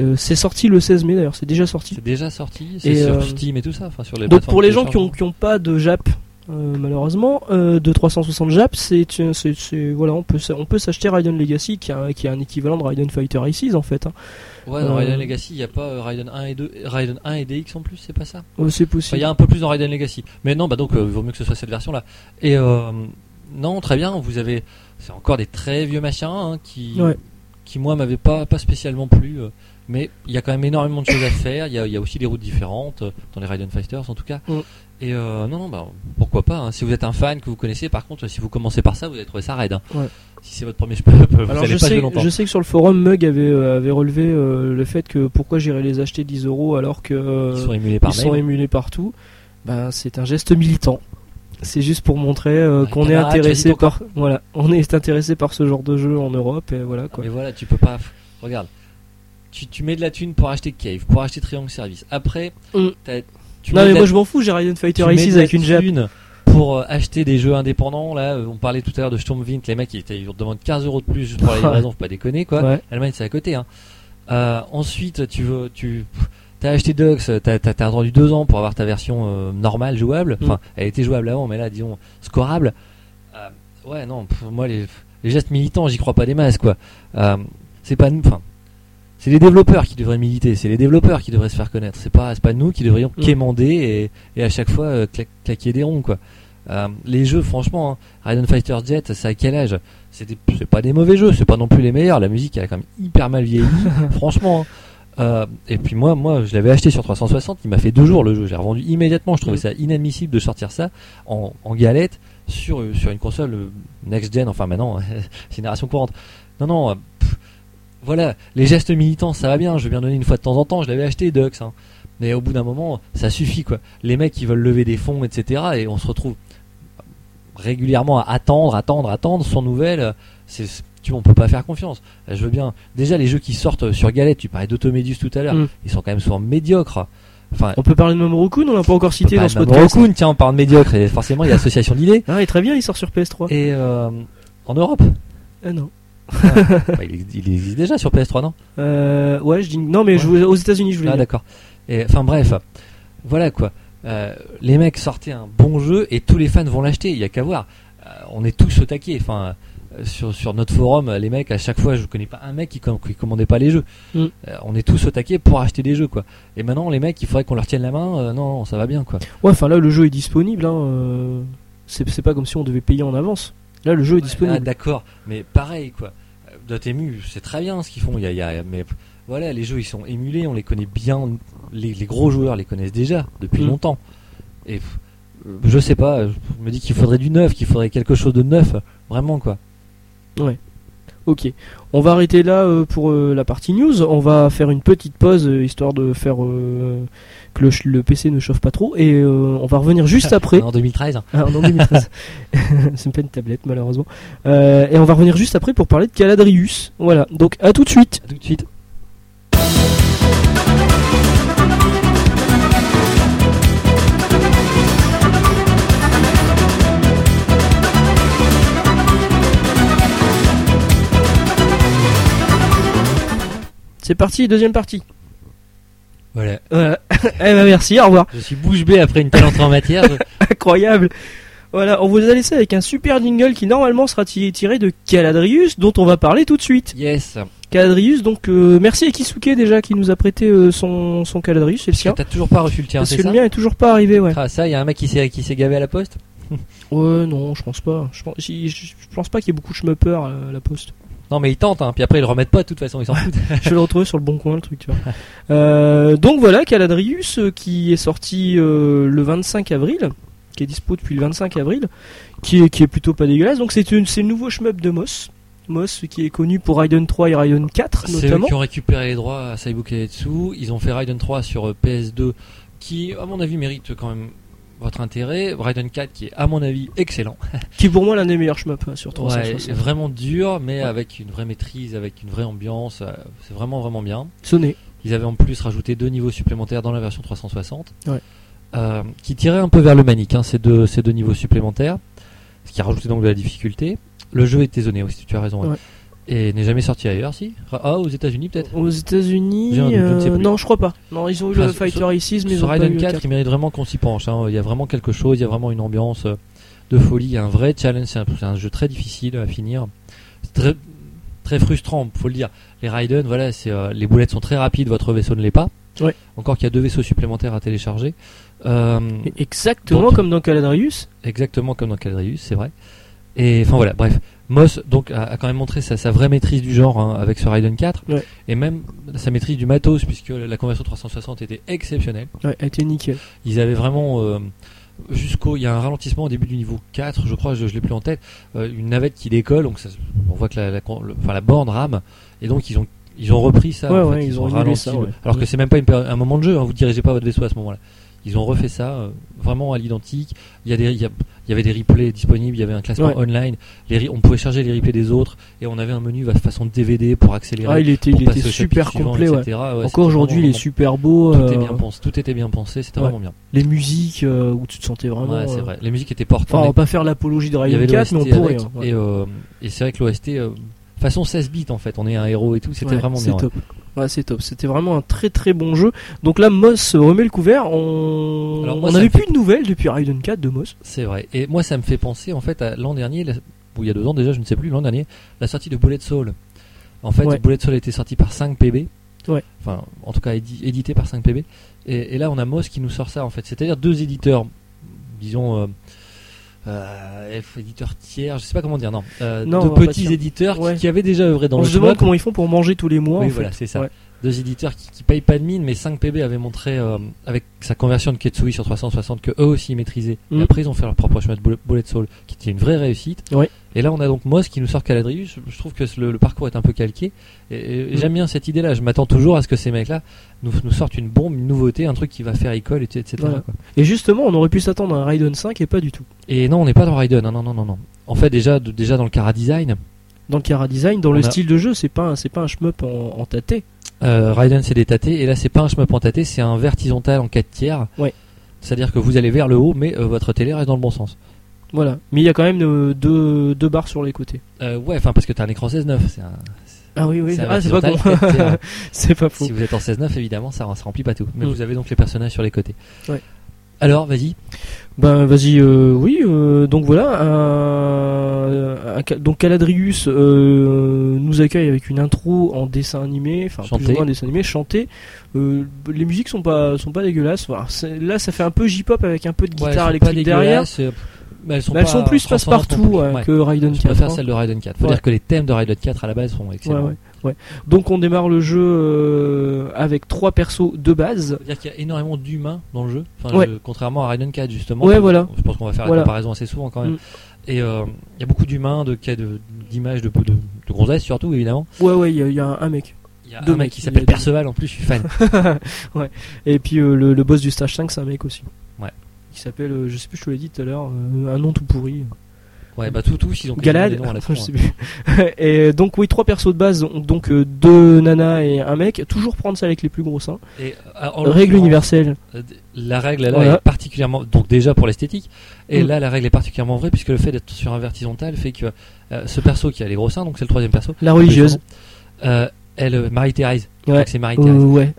Speaker 1: Euh, c'est sorti le 16 mai d'ailleurs, c'est déjà sorti.
Speaker 2: C'est déjà sorti,
Speaker 1: Et,
Speaker 2: c'est sur
Speaker 1: euh,
Speaker 2: Steam et tout ça, enfin sur les
Speaker 1: Donc
Speaker 2: plateformes
Speaker 1: pour
Speaker 2: de
Speaker 1: les gens qui ont,
Speaker 2: téléchargement.
Speaker 1: qui ont pas de Jap, euh, malheureusement, euh, de 360 Jap, c'est, c'est- c'est- c'est- voilà, on peut, s- on peut s'acheter Raiden Legacy qui a, qui a un équivalent de Raiden Fighter Aces en fait. hein.
Speaker 2: Ouais,
Speaker 1: euh,
Speaker 2: dans Raiden Legacy, il n'y a pas euh, Raiden 1 et 2, Raiden 1 et DX en plus, c'est pas ça Enfin,
Speaker 1: Euh, c'est
Speaker 2: Il
Speaker 1: possible.
Speaker 2: y a un peu plus dans Raiden Legacy. Mais non, bah donc euh, vaut mieux que ce soit cette version là. Et euh, non, très bien. Vous avez, c'est encore des très vieux machins hein, qui,
Speaker 1: Ouais.
Speaker 2: qui moi m'avaient pas pas spécialement plu. euh, mais il y a quand même énormément de choses à faire. Il y a, il y a aussi des routes différentes euh, dans les Raiden Fighters en tout cas.
Speaker 1: Mm.
Speaker 2: Et euh, non, non, bah, pourquoi pas. hein. Si vous êtes un fan que vous connaissez, par contre, si vous commencez par ça, vous allez trouver ça raide. hein.
Speaker 1: Ouais.
Speaker 2: Si c'est votre premier jeu, vous
Speaker 1: Alors
Speaker 2: allez
Speaker 1: je
Speaker 2: pas
Speaker 1: sais,
Speaker 2: jouer longtemps.
Speaker 1: je sais que sur le forum Mug avait, euh, avait relevé euh, le fait que pourquoi j'irais les acheter 10 euros alors que euh,
Speaker 2: Ils sont émulés par
Speaker 1: ils sont
Speaker 2: mail.
Speaker 1: émulés partout. Ben, c'est un geste militant. C'est juste pour montrer euh,
Speaker 2: Ouais,
Speaker 1: qu'on est
Speaker 2: camarade, choisis
Speaker 1: intéressé
Speaker 2: ton
Speaker 1: par voilà, on est intéressé par ce genre de jeu en Europe et voilà quoi.
Speaker 2: Ah, Mais voilà, tu peux pas. Regarde, tu, tu mets de la thune pour acheter Cave, pour acheter Triangle Service. Après,
Speaker 1: Mm.
Speaker 2: t'as- tu
Speaker 1: non
Speaker 2: mets
Speaker 1: mais
Speaker 2: de la-
Speaker 1: moi je m'en fous, j'ai Ryan
Speaker 2: tu
Speaker 1: Fighter
Speaker 2: mets de
Speaker 1: ici
Speaker 2: la
Speaker 1: avec une Jap.
Speaker 2: thune pour euh, acheter des jeux indépendants. Là, euh, on parlait tout à l'heure de Sturmwind, les mecs ils, étaient- ils te demandent 15 euros de plus juste pour la livraison, faut pas déconner quoi.
Speaker 1: Ouais.
Speaker 2: L'Allemagne c'est à côté. Hein. Euh, ensuite, tu veux, tu as acheté Dux, t'as as, attendu deux ans pour avoir ta version euh, normale jouable. Enfin, elle était jouable avant, mais là, disons, scorable. Euh, ouais, non, pff, moi les, les gestes militants, j'y crois pas des masses quoi. Euh, c'est pas nous, enfin, c'est les développeurs qui devraient militer, c'est les développeurs qui devraient se faire connaître. C'est pas, c'est pas nous qui devrions
Speaker 1: Mm.
Speaker 2: quémander et, et à chaque fois euh, cla- claquer des ronds quoi. Euh, les jeux, franchement, hein, Raiden Fighter Jet, c'est à quel âge c'est des- c'est pas des mauvais jeux, c'est pas non plus les meilleurs. La musique elle a quand même hyper mal vieilli, franchement. hein. Euh, et puis moi, moi, je l'avais acheté sur 360. Il m'a fait deux jours le jeu. J'ai revendu immédiatement. Je trouvais
Speaker 1: Mm.
Speaker 2: ça inadmissible de sortir ça en, en galette sur euh, sur une console euh, next gen. Enfin maintenant, génération courante. Non, non. euh, pff, voilà, les gestes militants, ça va bien. Je vais bien donner une fois de temps en temps. Je l'avais acheté Dux. hein. Mais au bout d'un moment, ça suffit quoi. Les mecs, ils veulent lever des fonds, etc. Et on se retrouve régulièrement à attendre, attendre, attendre sans nouvelles. euh, C'est tu vois, on peut pas faire confiance. Euh, Je veux bien. Déjà, les jeux qui sortent euh, sur galette, tu parlais d'Automédus tout à l'heure,
Speaker 1: Mm.
Speaker 2: ils sont quand même souvent médiocres. Enfin,
Speaker 1: On peut parler de Mamoru Kun, on l'a pas encore cité
Speaker 2: peut pas
Speaker 1: dans ce
Speaker 2: Mamoru
Speaker 1: podcast.
Speaker 2: Kun, tiens, on parle de médiocre et forcément il y a association d'idées.
Speaker 1: Ah, il est très bien, il sort sur PS3.
Speaker 2: Et euh, en Europe,
Speaker 1: Ah non.
Speaker 2: Bah, il, ex- il existe déjà sur PS3, non
Speaker 1: Euh, ouais, je dis non mais je voulais- aux États-Unis, je voulais
Speaker 2: Ah
Speaker 1: dire.
Speaker 2: d'accord. Et enfin bref, voilà quoi. Euh, les mecs sortaient un bon jeu et tous les fans vont l'acheter. Il y a qu'à voir. Euh, on est tous au taquet. Enfin, euh, sur, sur notre forum, euh, les mecs à chaque fois, je connais pas un mec qui, com- qui commandait pas les jeux.
Speaker 1: Mm.
Speaker 2: Euh, on est tous au taquet pour acheter des jeux quoi. Et maintenant les mecs, il faudrait qu'on leur tienne la main. Euh, non, non, ça va bien quoi.
Speaker 1: Ouais, enfin là le jeu est disponible hein, euh, c'est c'est pas comme si on devait payer en avance. Là le jeu est
Speaker 2: Ah,
Speaker 1: disponible.
Speaker 2: d'accord, mais pareil quoi. Euh, Dotemu, c'est très bien ce qu'ils font. Il y a- il y a- mais pff, voilà, les jeux ils sont émulés, on les connaît bien. Les, les gros joueurs les connaissent déjà depuis
Speaker 1: Mm.
Speaker 2: longtemps. Et pff, euh, je sais pas, je me dis qu'il faudrait du neuf, qu'il faudrait quelque chose de neuf, vraiment quoi.
Speaker 1: Ok, on va arrêter là euh, pour euh, la partie news. On va faire une petite pause euh, histoire de faire euh, que le, ch- le PC ne chauffe pas trop et euh, on va revenir juste après.
Speaker 2: En 2013, hein.
Speaker 1: Ah, non, 2013. C'est pas une tablette malheureusement. Euh, et on va revenir juste après pour parler de Caladrius. Voilà, donc à tout de suite.
Speaker 2: à tout de suite.
Speaker 1: C'est parti, deuxième partie.
Speaker 2: Voilà,
Speaker 1: Voilà. eh ben merci, au revoir.
Speaker 2: je suis bouche bée après une telle entrée en matière. Je-
Speaker 1: Incroyable Voilà, on vous a laissé avec un super jingle qui normalement sera ti- tiré de Caladrius, dont on va parler tout de suite.
Speaker 2: Yes,
Speaker 1: Caladrius, donc euh, merci à Kisuke déjà qui nous a prêté euh, son, son Caladrius, c'est le
Speaker 2: Parce que
Speaker 1: sien.
Speaker 2: t'as toujours pas reçu le tien,
Speaker 1: Parce
Speaker 2: c'est
Speaker 1: que
Speaker 2: ça
Speaker 1: le mien est toujours pas arrivé, ouais.
Speaker 2: Ah, ça, il y a un mec qui s'est qui s'est gavé à la poste.
Speaker 1: Ouais, non, je pense pas. Je pense, j'y- je pense pas qu'il y ait beaucoup de schmuppers euh, à la poste.
Speaker 2: Non, mais ils tentent, hein. puis après ils le remettent pas, de toute façon, ils s'en foutent.
Speaker 1: je vais le retrouver sur le bon coin, le truc, tu vois. Euh, donc voilà, Caladrius, euh, qui est sorti euh, le 25 avril, qui est dispo depuis le 25 avril, qui est, qui est plutôt pas dégueulasse. Donc c'est une- c'est le nouveau shmup de Moss. Moss qui est connu pour Raiden 3 et Raiden 4
Speaker 2: C'est eux
Speaker 1: notamment.
Speaker 2: qui ont récupéré les droits à Saibu Keiretsu. Ils ont fait Raiden 3 sur euh, PS2 qui, à mon avis, mérite quand même votre intérêt. Raiden 4 qui est, à mon avis, excellent.
Speaker 1: Qui est pour moi l'un des meilleurs shmups hein, sur
Speaker 2: Ouais,
Speaker 1: 360.
Speaker 2: vraiment dur, mais
Speaker 1: Ouais.
Speaker 2: avec une vraie maîtrise, avec une vraie ambiance. euh, C'est vraiment, vraiment bien.
Speaker 1: Sonné.
Speaker 2: Ils avaient en plus rajouté deux niveaux supplémentaires dans la version 360.
Speaker 1: Ouais.
Speaker 2: Euh, qui tiraient un peu vers le manique, hein, ces, deux, ces deux niveaux supplémentaires. Ce qui a rajouté donc de la difficulté. Le jeu était zoné aussi, tu as raison. ouais.
Speaker 1: Ouais.
Speaker 2: Et n'est jamais sorti ailleurs, si Ah, aux États-Unis peut-être
Speaker 1: Aux États-Unis,
Speaker 2: J'ai un doute, je ne sais
Speaker 1: euh,
Speaker 2: plus.
Speaker 1: non, je crois pas. Non, ils ont eu
Speaker 2: Enfin,
Speaker 1: le
Speaker 2: sur-
Speaker 1: Fighter Aces, mais ils
Speaker 2: Sur
Speaker 1: ont pas eu
Speaker 2: Raiden
Speaker 1: le
Speaker 2: 4,
Speaker 1: 4.
Speaker 2: il mérite vraiment qu'on s'y penche. hein. Il y a vraiment quelque chose, il y a vraiment une ambiance euh, de folie, il y a un vrai challenge. C'est un, c'est un jeu très difficile à finir. C'est très, très frustrant, faut le dire. Les Raiden, voilà, c'est, euh, les boulettes sont très rapides, votre vaisseau ne l'est pas.
Speaker 1: Ouais.
Speaker 2: Encore qu'il y a deux vaisseaux supplémentaires à télécharger. Euh,
Speaker 1: Exactement
Speaker 2: Bon.
Speaker 1: comme dans Caladrius.
Speaker 2: Exactement comme dans Calrius, c'est vrai. Et enfin voilà, bref. Moss donc a, a quand même montré sa, sa vraie maîtrise du genre hein, avec ce Raiden 4
Speaker 1: Ouais.
Speaker 2: et même sa maîtrise du matos puisque la conversion 360 était exceptionnelle.
Speaker 1: Ouais, elle était nickel.
Speaker 2: Ils avaient vraiment euh, jusqu'au il y a un ralentissement au début du niveau 4, je crois, je, je l'ai plus en tête, euh, une navette qui décolle donc ça- on voit que la la, con- le- enfin, la borne rame et donc ils ont ils ont repris ça
Speaker 1: Ouais,
Speaker 2: en fait,
Speaker 1: ouais, ils ont annulé
Speaker 2: ralenti
Speaker 1: ça,
Speaker 2: le-
Speaker 1: ouais.
Speaker 2: alors que c'est même pas une période- un moment de jeu, hein, vous dirigez pas votre vaisseau à ce moment-là. Ils ont refait ça euh, vraiment à l'identique. Il y a des il y a- il y avait des replays disponibles, il y avait un classement
Speaker 1: Ouais.
Speaker 2: online, les re- on pouvait charger les replays des autres et on avait un menu va- façon DVD pour accélérer
Speaker 1: Ah, il était,
Speaker 2: pour
Speaker 1: il était
Speaker 2: passer au
Speaker 1: super
Speaker 2: chapitre suivant,
Speaker 1: complet. ouais.
Speaker 2: etc. Ouais, c'était
Speaker 1: Encore aujourd'hui, il
Speaker 2: vraiment-
Speaker 1: est super beau.
Speaker 2: tout, était
Speaker 1: euh,
Speaker 2: bien pensé, tout était bien pensé, c'était
Speaker 1: ouais.
Speaker 2: vraiment bien.
Speaker 1: les musiques euh, où tu te sentais vraiment.
Speaker 2: Ouais, c'est
Speaker 1: euh,
Speaker 2: vrai. Les musiques étaient portées.
Speaker 1: Enfin, on va pas faire l'apologie de
Speaker 2: il y avait
Speaker 1: Raiden 4, mais
Speaker 2: l'OST
Speaker 1: on pourrait.
Speaker 2: avec,
Speaker 1: hein, ouais.
Speaker 2: et, euh, et c'est vrai que l'OST, euh, façon 16 bits en fait, on est un héros et tout, c'était
Speaker 1: Ouais,
Speaker 2: vraiment
Speaker 1: c'est
Speaker 2: bien. ouais.
Speaker 1: Top. Ouais, c'est top. C'était vraiment un très très bon jeu. Donc là, Moss euh, remet le couvert. On
Speaker 2: Alors,
Speaker 1: on
Speaker 2: moi, ça
Speaker 1: n'avait
Speaker 2: me fait-
Speaker 1: plus de nouvelles depuis Raiden 4 de Moss.
Speaker 2: C'est vrai. Et moi, ça me fait penser en fait à l'an dernier, la- ou il y a deux ans déjà, je ne sais plus, l'an dernier, la sortie de Bullet Soul. En fait,
Speaker 1: Ouais.
Speaker 2: Bullet Soul était sorti par 5 PB.
Speaker 1: Ouais.
Speaker 2: Enfin, en tout cas édi- édité par 5 PB. Et, et là, on a Moss qui nous sort ça en fait. C'est-à-dire deux éditeurs, disons. euh, euh, éditeurs tiers, je sais pas comment dire, non, Euh,
Speaker 1: Non, on va
Speaker 2: deux
Speaker 1: pas
Speaker 2: petits
Speaker 1: dire.
Speaker 2: éditeurs qui-
Speaker 1: Ouais.
Speaker 2: qui, avaient déjà œuvré dans
Speaker 1: On
Speaker 2: le
Speaker 1: se demande
Speaker 2: shmup.
Speaker 1: comment ils font pour manger tous les mois.
Speaker 2: Oui,
Speaker 1: en fait.
Speaker 2: voilà, c'est ça.
Speaker 1: Ouais.
Speaker 2: Deux éditeurs qui, qui payent pas de mine, mais 5PB avait montré euh, avec sa conversion de Ketsui sur 360 que eux aussi ils maîtrisaient.
Speaker 1: Mm.
Speaker 2: Et après, ils ont fait leur propre chemin de Bullet- Bullet Soul, qui était une vraie réussite.
Speaker 1: Ouais.
Speaker 2: Et là, on a donc Moss qui nous sort Caladrius. Je trouve que le, le parcours est un peu calqué. Et, et
Speaker 1: Mm.
Speaker 2: j'aime bien cette idée-là. Je m'attends toujours à ce que ces mecs-là nous, nous sortent une bombe, une nouveauté, un truc qui va faire école, et- etc.
Speaker 1: Voilà.
Speaker 2: quoi.
Speaker 1: Et justement, on aurait pu s'attendre à un Raiden 5 et pas du tout.
Speaker 2: Et non, on n'est pas dans Raiden. hein, Non, non, non, non. En fait, déjà, de- déjà dans le Cara Design,
Speaker 1: Dans le Kara Design, dans le
Speaker 2: On a-
Speaker 1: style de jeu, c'est pas un- c'est pas un shmup en, en tâté.
Speaker 2: Euh, Raiden c'est des tâtés et là c'est pas un chemin pantaté, c'est un vertical en 4 tiers.
Speaker 1: Ouais.
Speaker 2: C'est-à-dire que vous allez vers le haut, mais euh, votre télé reste dans le bon sens.
Speaker 1: Voilà. Mais il y a quand même euh, deux, deux barres sur les côtés.
Speaker 2: Euh, ouais, enfin parce que t'as un écran 16-9. C'est un,
Speaker 1: Ah oui, oui.
Speaker 2: c'est un
Speaker 1: Ah, c'est pas con.
Speaker 2: vertical 4 tiers.
Speaker 1: c'est pas faux.
Speaker 2: si vous êtes en 16-9, évidemment, ça, ça remplit pas tout. Mais
Speaker 1: Mm.
Speaker 2: vous avez donc les personnages sur les côtés.
Speaker 1: Ouais.
Speaker 2: Alors, vas-y.
Speaker 1: Ben vas-y, euh, oui, euh, donc voilà, un- un ca- donc Caladrius euh, nous accueille avec une intro en dessin animé, enfin plus
Speaker 2: Chanté.
Speaker 1: ou moins en dessin animé, chanté. Euh, les musiques sont pas sont pas dégueulasses. Voilà, c'est- là, ça fait un peu J-pop avec un peu de
Speaker 2: Ouais, elles
Speaker 1: guitare
Speaker 2: sont pas
Speaker 1: électrique derrière.
Speaker 2: dégueulasses, euh, mais elles sont,
Speaker 1: Mais elles
Speaker 2: pas
Speaker 1: sont plus
Speaker 2: transcendantes
Speaker 1: passe-partout
Speaker 2: non plus.
Speaker 1: ouais,
Speaker 2: Ouais.
Speaker 1: que Raiden
Speaker 2: Je
Speaker 1: 4.
Speaker 2: préfère
Speaker 1: hein.
Speaker 2: celle de Raiden 4. Faut
Speaker 1: Ouais.
Speaker 2: dire que les thèmes de Raiden 4 à la base sont
Speaker 1: Ouais,
Speaker 2: excellents.
Speaker 1: ouais, ouais. Donc on démarre le jeu euh, avec trois persos de base.
Speaker 2: Faut dire qu'il y a énormément d'humains dans le jeu, enfin,
Speaker 1: Ouais.
Speaker 2: je- contrairement à Raiden 4 justement.
Speaker 1: Ouais,
Speaker 2: qui-
Speaker 1: voilà.
Speaker 2: Je pense qu'on va faire
Speaker 1: Voilà.
Speaker 2: la comparaison assez souvent quand même.
Speaker 1: Mm.
Speaker 2: Et euh, il y a beaucoup d'humains, de cas de- d'images, de, de, de gonzesses surtout évidemment.
Speaker 1: Ouais, ouais, il y, a- il y a un- un mec.
Speaker 2: Il y a
Speaker 1: Deux
Speaker 2: un mec
Speaker 1: mecs,
Speaker 2: qui
Speaker 1: il y a
Speaker 2: s'appelle
Speaker 1: deux.
Speaker 2: Perceval en plus, je suis fan.
Speaker 1: Et puis euh, le, le boss du stage 5, c'est un mec aussi.
Speaker 2: Ouais.
Speaker 1: Qui s'appelle, euh, je sais plus, je te l'ai dit tout à l'heure, euh, un nom tout pourri.
Speaker 2: ouais, bah tout, tous ils ont quasiment
Speaker 1: Galad,
Speaker 2: des noms à la con,
Speaker 1: je sais
Speaker 2: hein.
Speaker 1: plus. et donc oui, trois persos de base, donc euh, deux nanas et un mec. Toujours prendre ça avec les plus gros seins.
Speaker 2: Et, euh, en
Speaker 1: Règle
Speaker 2: l'occurrence,
Speaker 1: universelle.
Speaker 2: euh, La règle là
Speaker 1: Voilà.
Speaker 2: est particulièrement, donc déjà pour l'esthétique, et
Speaker 1: Mm.
Speaker 2: là la règle est particulièrement vraie puisque le fait d'être sur un vertical fait que euh, ce perso qui a les gros seins, donc c'est le troisième perso,
Speaker 1: La religieuse.
Speaker 2: euh, elle, euh, Marie-Thérèse,
Speaker 1: Ouais.
Speaker 2: donc c'est
Speaker 1: Euh,
Speaker 2: Marie-Thérèse.
Speaker 1: ouais.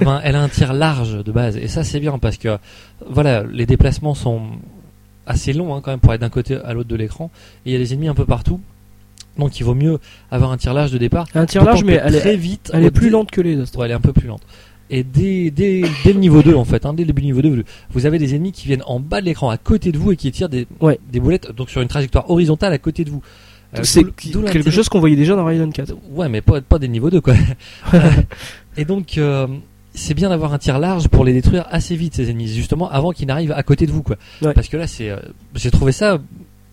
Speaker 2: Eh ben, elle a un tir large de base et ça c'est bien parce que voilà les déplacements sont assez longs hein, quand même pour être d'un côté à l'autre de l'écran et il y a des ennemis un peu partout donc il vaut mieux avoir un tir large de départ
Speaker 1: Un tir large,
Speaker 2: D'autant que
Speaker 1: mais elle
Speaker 2: très
Speaker 1: est,
Speaker 2: vite
Speaker 1: elle
Speaker 2: au
Speaker 1: est plus
Speaker 2: dé-
Speaker 1: lente que les autres.
Speaker 2: Ouais, elle est un peu plus lente et dès, dès, dès le niveau 2 en fait hein, dès le début du niveau 2 vous- vous avez des ennemis qui viennent en bas de l'écran à côté de vous et qui tirent des,
Speaker 1: Ouais.
Speaker 2: des boulettes donc sur une trajectoire horizontale à côté de vous Euh,
Speaker 1: C'est
Speaker 2: d'où- d'où
Speaker 1: quelque
Speaker 2: l'intérêt-
Speaker 1: chose qu'on voyait déjà dans Raiden 4.
Speaker 2: Ouais, mais pas, pas des niveaux 2, quoi. Euh, et donc, euh, c'est bien d'avoir un tir large pour les détruire assez vite, ces ennemis, justement, avant qu'ils n'arrivent à côté de vous, quoi.
Speaker 1: Ouais.
Speaker 2: Parce que là, c'est, euh, j'ai trouvé ça,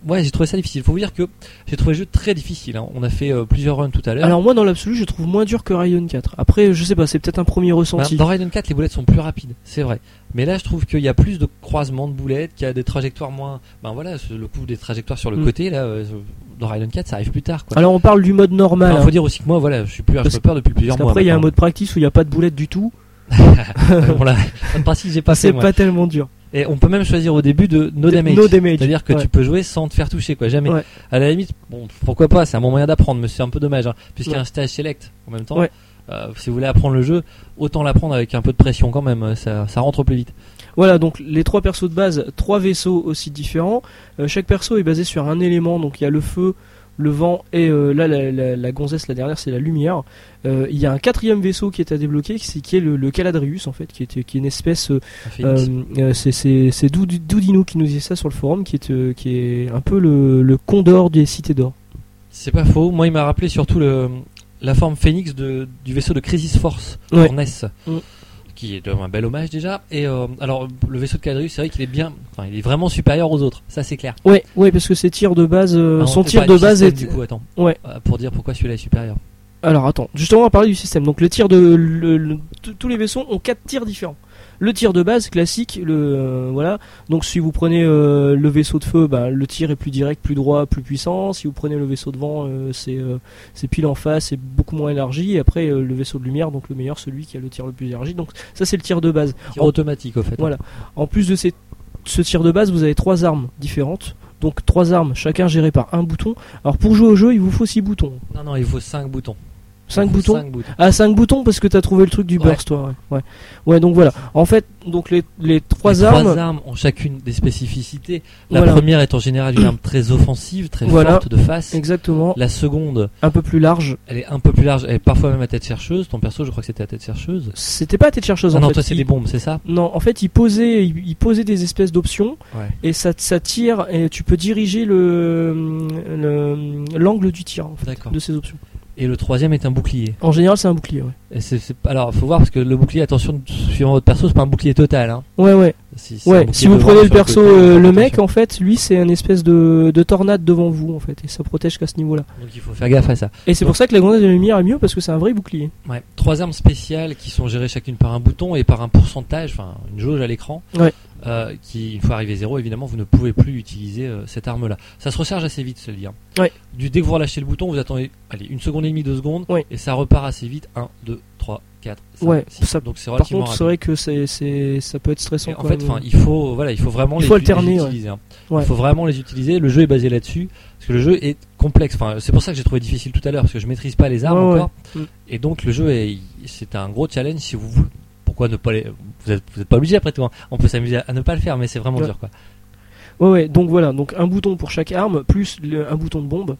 Speaker 2: ouais, j'ai trouvé ça difficile. Faut vous dire que j'ai trouvé le jeu très difficile. hein. On a fait euh, plusieurs runs tout à l'heure.
Speaker 1: Alors moi, dans l'absolu, je trouve moins dur que Raiden 4. Après, je sais pas, c'est peut-être un premier
Speaker 2: Bah,
Speaker 1: ressenti.
Speaker 2: Dans Raiden 4, les boulettes sont plus rapides, c'est vrai. Mais là, je trouve qu'il y a plus de croisements de boulettes, qu'il y a des trajectoires moins. Ben voilà, ce- le coup des trajectoires sur le
Speaker 1: Mm.
Speaker 2: côté, là, euh, dans Raiden 4, ça arrive plus tard, quoi.
Speaker 1: Alors on parle du mode normal.
Speaker 2: Enfin,
Speaker 1: hein,
Speaker 2: faut dire aussi que moi, voilà, je suis plus
Speaker 1: Parce-
Speaker 2: peur depuis plusieurs
Speaker 1: parce
Speaker 2: mois.
Speaker 1: qu'après, il y a un
Speaker 2: maintenant.
Speaker 1: mode practice où il n'y a pas de boulette du tout.
Speaker 2: Euh, voilà. Pas de principe, j'ai pas fait,
Speaker 1: C'est
Speaker 2: moi.
Speaker 1: pas tellement dur.
Speaker 2: Et on peut même choisir au début de no damage.
Speaker 1: No damage.
Speaker 2: C'est-à-dire que
Speaker 1: Ouais.
Speaker 2: tu peux jouer sans te faire toucher, quoi. Jamais.
Speaker 1: Ouais.
Speaker 2: À la limite, bon, pourquoi pas, c'est un bon moyen d'apprendre, mais c'est un peu dommage, hein, puisqu'il y a
Speaker 1: Ouais.
Speaker 2: un stage select en même temps.
Speaker 1: Ouais.
Speaker 2: Euh, si vous voulez apprendre le jeu, autant l'apprendre avec un peu de pression quand même, euh, ça, ça rentre plus vite.
Speaker 1: Voilà, donc les trois persos de base, trois vaisseaux aussi différents. Euh, chaque perso est basé sur un élément, donc il y a le feu, le vent et euh, là la, la- la gonzesse, la dernière, c'est la lumière. Euh, Il y a un quatrième vaisseau qui est à débloquer, qui, c'est- qui est le, le Caladrius en fait, qui est, qui est une espèce euh,
Speaker 2: Un phénix.
Speaker 1: euh, c'est- c'est c'est Dou- Doudino qui nous disait ça sur le forum, qui est, euh, qui est un peu le, le condor des cités d'or.
Speaker 2: C'est pas faux. Moi, il m'a rappelé surtout le, la forme phénix de, du vaisseau de Crisis Force,
Speaker 1: Ouais.
Speaker 2: pour NES,
Speaker 1: Mm.
Speaker 2: qui est un bel hommage déjà. Et euh, alors, le vaisseau de Cadrius, c'est vrai qu'il est bien, enfin, il est vraiment supérieur aux autres. Ça, c'est clair.
Speaker 1: Ouais, ouais, parce que ses tirs de base, euh,
Speaker 2: Ah, on
Speaker 1: son
Speaker 2: peut
Speaker 1: tir
Speaker 2: parler
Speaker 1: de
Speaker 2: du
Speaker 1: base
Speaker 2: système,
Speaker 1: est.
Speaker 2: Du coup, attends.
Speaker 1: Ouais.
Speaker 2: Euh, Pour dire pourquoi celui-là est supérieur.
Speaker 1: Alors attends, justement on va parler du système. Donc le tir de le- le- t- tous les vaisseaux ont quatre tirs différents. Le tir de base classique, le euh, voilà. Donc si vous prenez euh, le vaisseau de feu, bah, le tir est plus direct, plus droit, plus puissant. Si vous prenez le vaisseau de vent, euh, c'est euh, c'est pile en face, c'est beaucoup moins élargi. Et après euh, le vaisseau de lumière, donc le meilleur, celui qui a le tir le plus élargi. Donc ça c'est le tir de base.
Speaker 2: Tir automatique, au fait. hein.
Speaker 1: Voilà. En plus de ces- ce tir de base, vous avez trois armes différentes. Donc trois armes, chacun gérées par un bouton. Alors pour jouer au jeu, il vous faut six boutons.
Speaker 2: Non, non, il faut 5 boutons.
Speaker 1: Cinq
Speaker 2: Il faut
Speaker 1: boutons.
Speaker 2: cinq boutons.
Speaker 1: Ah, 5 boutons parce que t'as trouvé le truc du
Speaker 2: Ouais.
Speaker 1: burst, toi. Ouais. ouais. Ouais, donc voilà. En fait, donc les, les trois
Speaker 2: Les
Speaker 1: armes.
Speaker 2: trois armes ont chacune des spécificités. La
Speaker 1: Voilà.
Speaker 2: première est en général une arme très offensive, très
Speaker 1: Voilà.
Speaker 2: forte de face.
Speaker 1: Exactement.
Speaker 2: La seconde,
Speaker 1: Un peu plus large.
Speaker 2: elle est un peu plus large, elle est parfois même à tête chercheuse. Ton perso, je crois que c'était à tête chercheuse.
Speaker 1: C'était pas à tête chercheuse
Speaker 2: Ah
Speaker 1: en
Speaker 2: non,
Speaker 1: fait.
Speaker 2: toi, c'est
Speaker 1: Il-
Speaker 2: des bombes, c'est ça
Speaker 1: Non, en fait, il posait, il, il posait des espèces d'options
Speaker 2: Ouais.
Speaker 1: et ça, ça tire et tu peux diriger le le- l'angle du tir en fait,
Speaker 2: D'accord.
Speaker 1: de ces options.
Speaker 2: Et le troisième est un bouclier.
Speaker 1: En général, c'est un bouclier. Ouais,
Speaker 2: Et c'est- c'est- alors, faut voir parce que le bouclier, attention, suivant votre perso, c'est pas un bouclier total. Hein.
Speaker 1: ouais. ouais.
Speaker 2: Si, c'est un
Speaker 1: ouais.
Speaker 2: bouclier
Speaker 1: Si vous
Speaker 2: devant,
Speaker 1: prenez le
Speaker 2: sur
Speaker 1: perso,
Speaker 2: côté,
Speaker 1: euh, le
Speaker 2: attention.
Speaker 1: mec, en fait, lui, c'est une espèce de, de tornade devant vous en fait et ça protège qu'à ce niveau-là.
Speaker 2: Donc il faut faire gaffe à ça.
Speaker 1: Et c'est pour ça que la grenade de lumière est mieux parce que c'est un vrai bouclier.
Speaker 2: Ouais. Trois armes spéciales qui sont gérées chacune par un bouton et par un pourcentage, enfin une jauge à l'écran,
Speaker 1: Ouais.
Speaker 2: euh, qui, une fois arrivé zéro, évidemment, vous ne pouvez plus utiliser euh, cette arme-là. Ça se recharge assez vite, celle-là. hein.
Speaker 1: Ouais.
Speaker 2: Du, dès que vous relâchez le bouton, vous attendez allez, une seconde et demie, deux secondes,
Speaker 1: Ouais.
Speaker 2: et ça repart assez vite. 1, 2, 3, 4, 5,
Speaker 1: Ouais,
Speaker 2: 6.
Speaker 1: ça-
Speaker 2: Donc c'est
Speaker 1: Par
Speaker 2: relativement
Speaker 1: contre, c'est
Speaker 2: rapide.
Speaker 1: vrai que c'est, c'est, ça peut être stressant.
Speaker 2: Et en
Speaker 1: quand
Speaker 2: fait,
Speaker 1: même.
Speaker 2: enfin, il faut, voilà, il faut vraiment
Speaker 1: Il
Speaker 2: les,
Speaker 1: faut
Speaker 2: ut- les
Speaker 1: alterner, ouais.
Speaker 2: utiliser. hein.
Speaker 1: Ouais.
Speaker 2: Il faut vraiment les utiliser. Le jeu est basé là-dessus parce que le jeu est complexe. Enfin, c'est pour ça que j'ai trouvé difficile tout à l'heure parce que je maîtrise pas les armes
Speaker 1: Ouais, ouais.
Speaker 2: encore.
Speaker 1: Mm.
Speaker 2: Et donc le jeu est, c'est un gros challenge si vous voulez. Pourquoi ne pas les, vous êtes, vous êtes pas obligé après tout. hein. On peut s'amuser à, à ne pas le faire, mais c'est vraiment
Speaker 1: Ouais.
Speaker 2: dur quoi.
Speaker 1: ouais, ouais, donc voilà, donc un bouton pour chaque arme, plus le- un bouton de bombe.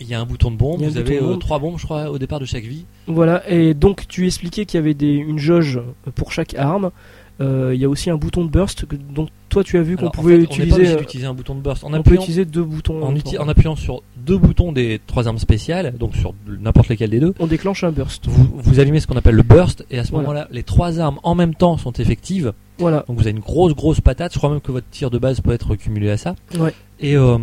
Speaker 2: Il y a un bouton de bombe.
Speaker 1: Il y a un
Speaker 2: Vous
Speaker 1: bouton
Speaker 2: avez
Speaker 1: de
Speaker 2: euh,
Speaker 1: bombe.
Speaker 2: trois bombes, je crois, au départ de chaque vie.
Speaker 1: Voilà, et donc tu expliquais qu'il y avait des, une jauge pour chaque arme. Euh, Il y a aussi un bouton de burst, que- donc toi tu as vu qu'on
Speaker 2: Alors, en
Speaker 1: pouvait
Speaker 2: fait, on n'est pas
Speaker 1: utiliser. euh,
Speaker 2: obligé d'utiliser un bouton de burst. En
Speaker 1: on peut
Speaker 2: appuyant,
Speaker 1: utiliser deux boutons.
Speaker 2: en,
Speaker 1: même
Speaker 2: uti-
Speaker 1: temps.
Speaker 2: en appuyant sur deux boutons des trois armes spéciales, donc sur n'importe lequel des deux.
Speaker 1: On déclenche un burst.
Speaker 2: vous, vous allumez ce qu'on appelle le burst, et à ce
Speaker 1: Voilà.
Speaker 2: moment-là, les trois armes en même temps sont effectives.
Speaker 1: Voilà,
Speaker 2: Donc vous avez une grosse, grosse patate. Je crois même que votre tir de base peut être cumulé à ça.
Speaker 1: Ouais.
Speaker 2: Et euh,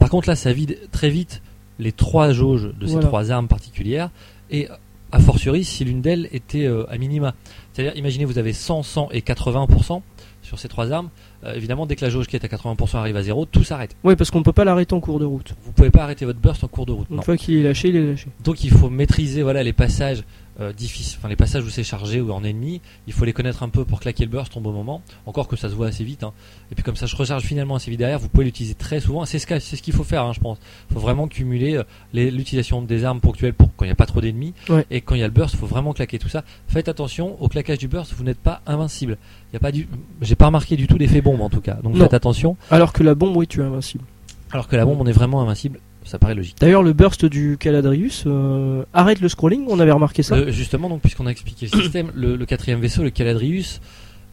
Speaker 2: par contre, là, ça vide très vite les trois jauges de ces
Speaker 1: Voilà.
Speaker 2: trois armes particulières, et a fortiori si l'une d'elles était euh, à minima. C'est-à-dire, imaginez, vous avez 100, 100 et 80% sur ces trois armes. Euh, évidemment, dès que la jauge qui est à 80% arrive à zéro, tout s'arrête.
Speaker 1: ouais, parce qu'on ne peut pas l'arrêter en cours de route.
Speaker 2: Vous pouvez pas arrêter votre burst en cours de route.
Speaker 1: Une
Speaker 2: non.
Speaker 1: fois qu'il est lâché, il est lâché.
Speaker 2: Donc il faut maîtriser voilà les passages euh, difficiles, enfin les passages où c'est chargé ou en ennemi. Il faut les connaître un peu pour claquer le burst au bon moment. Encore que ça se voit assez vite. hein. Et puis comme ça, je recharge finalement assez vite derrière. Vous pouvez l'utiliser très souvent. C'est ce qu'a- c'est ce qu'il faut faire, hein, je pense. Il faut vraiment cumuler euh, les- l'utilisation des armes ponctuelles pour quand il n'y a pas trop d'ennemis
Speaker 1: Ouais.
Speaker 2: et quand il y a le burst, il faut vraiment claquer tout ça. Faites attention au claquage du burst. Vous n'êtes pas invincible. Il y a pas du, j'ai pas remarqué du tout d'effet bombe en tout cas. Donc
Speaker 1: Non.
Speaker 2: faites attention.
Speaker 1: Alors que la bombe, oui, tu es invincible.
Speaker 2: Alors que la bombe, on est vraiment invincible. Ça paraît logique.
Speaker 1: D'ailleurs, le burst du Caladrius euh, arrête le scrolling, on avait remarqué ça.
Speaker 2: Le- Euh, justement, donc, puisqu'on a expliqué le système, le, le quatrième vaisseau, le Caladrius,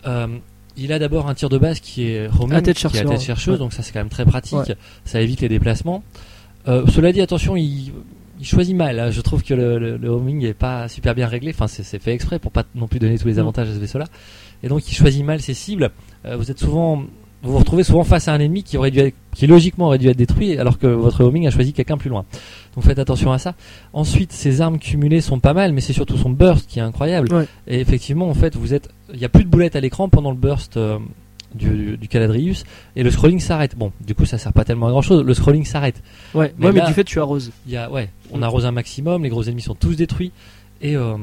Speaker 2: euh, il a d'abord un tir de base qui est romain,
Speaker 1: À tête
Speaker 2: qui est à
Speaker 1: chercheur,
Speaker 2: tête chercheuse,
Speaker 1: ouais.
Speaker 2: donc ça c'est quand même très pratique, ça évite les déplacements. Euh, cela dit, attention, il, il choisit mal. hein. Je trouve que le, le, le homing est pas super bien réglé. Enfin, c'est c'est fait exprès pour pas non plus donner tous les
Speaker 1: Mm.
Speaker 2: avantages à ce vaisseau-là. Et donc, il choisit mal ses cibles. Euh, vous êtes souvent, vous vous retrouvez souvent face à un ennemi qui aurait dû, être- qui logiquement aurait dû être détruit, alors que votre homing a choisi quelqu'un plus loin. Donc, faites attention à ça. Ensuite, ses armes cumulées sont pas mal, mais c'est surtout son burst qui est incroyable.
Speaker 1: Ouais.
Speaker 2: Et effectivement, en fait, vous êtes, il y a plus de boulettes à l'écran pendant le burst. euh, du, du Caladrius et le scrolling s'arrête. Bon, du coup, ça sert pas tellement à grand chose. Le scrolling s'arrête.
Speaker 1: Ouais,
Speaker 2: Mais
Speaker 1: ouais, mais
Speaker 2: là-
Speaker 1: du fait, tu arroses.
Speaker 2: Il y a, ouais, on
Speaker 1: Mm.
Speaker 2: arrose un maximum, les gros ennemis sont tous détruits, et, euh,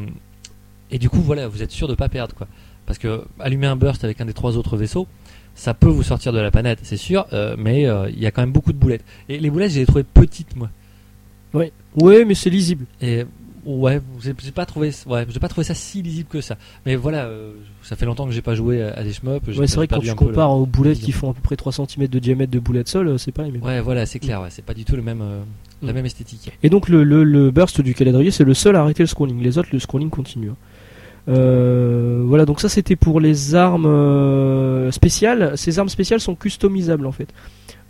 Speaker 2: et du coup, voilà, vous êtes sûr de pas perdre, quoi. Parce que allumer un burst avec un des trois autres vaisseaux, ça peut vous sortir de la panade, c'est sûr, euh, mais euh, il y a quand même beaucoup de boulettes. Et les boulettes, je les ai trouvées petites, moi.
Speaker 1: Ouais, mais c'est lisible.
Speaker 2: Et Ouais, j'ai j'ai pas trouvé, ouais, j'ai pas trouvé ça si lisible que ça. Mais voilà, euh, ça fait longtemps que j'ai pas joué à, à des shmups. j'ai
Speaker 1: Ouais, c'est vrai que quand
Speaker 2: perdu
Speaker 1: tu
Speaker 2: un peu le-
Speaker 1: compares aux boulettes
Speaker 2: vision.
Speaker 1: qui font à peu près 3 cm de diamètre de boulettes sol, euh, c'est pas les mêmes.
Speaker 2: Ouais, voilà, c'est clair. ouais, c'est pas du tout le même, euh, la
Speaker 1: Mm.
Speaker 2: même esthétique.
Speaker 1: Et donc le, le, le burst du calendrier, c'est le seul à arrêter le scrolling. Les autres, le scrolling continue. hein. Euh, voilà, donc ça c'était pour les armes euh, spéciales. Ces armes spéciales sont customisables en fait.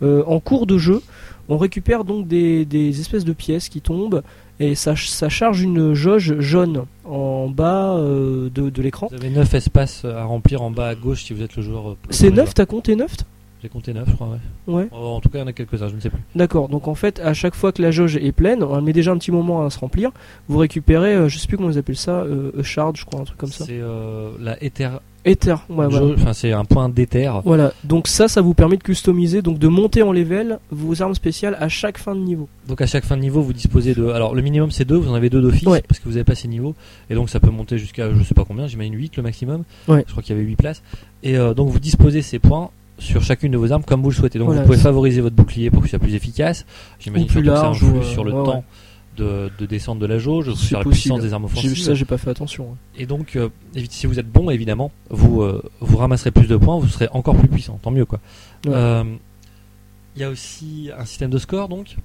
Speaker 1: Euh, en cours de jeu, on récupère donc des, des espèces de pièces qui tombent et ça, ch- ça charge une jauge jaune en bas euh, de, de l'écran.
Speaker 2: Vous avez 9 espaces à remplir en bas à gauche si vous êtes le joueur. euh, le
Speaker 1: C'est
Speaker 2: premier
Speaker 1: 9, t'as compté 9
Speaker 2: joueur. J'ai compté 9, je crois, ouais.
Speaker 1: Ouais.
Speaker 2: Oh, en tout cas, il y en a quelques-uns, je ne sais plus.
Speaker 1: D'accord, donc en fait, à chaque fois que la jauge est pleine, on met déjà un petit moment à se remplir, vous récupérez, euh, je sais plus comment ils appellent ça, euh, a shard, je crois, un truc comme ça.
Speaker 2: C'est euh, la éther.
Speaker 1: Ether, ouais, voilà.
Speaker 2: jauge- Enfin, c'est un point d'éther.
Speaker 1: Voilà, donc ça, ça vous permet de customiser, donc de monter en level vos armes spéciales à chaque fin de niveau.
Speaker 2: Donc à chaque fin de niveau, vous disposez de. Alors le minimum c'est deux, vous en avez deux d'office
Speaker 1: Ouais.
Speaker 2: parce que vous avez passé niveau. Et donc ça peut monter jusqu'à je sais pas combien, j'imagine 8 le maximum.
Speaker 1: Ouais.
Speaker 2: Je crois qu'il y avait 8 places. Et euh, donc vous disposez ces points sur chacune de vos armes comme vous le souhaitez. Donc
Speaker 1: Voilà.
Speaker 2: vous pouvez favoriser votre bouclier pour qu'il soit plus efficace. J'imagine
Speaker 1: Ou plus
Speaker 2: surtout que ça
Speaker 1: large,
Speaker 2: influe
Speaker 1: ou, euh,
Speaker 2: sur le
Speaker 1: ouais,
Speaker 2: temps De, de descendre de la jauge,
Speaker 1: C'est
Speaker 2: sur la
Speaker 1: possible.
Speaker 2: puissance des armes
Speaker 1: J'ai- Ça,
Speaker 2: offensives.
Speaker 1: j'ai pas fait attention. hein.
Speaker 2: Et donc euh, évi- si vous êtes bon, évidemment, vous, euh, vous ramasserez plus de points, vous serez encore plus puissant, tant mieux quoi.
Speaker 1: Ouais.
Speaker 2: Euh, Il y a aussi un système de score donc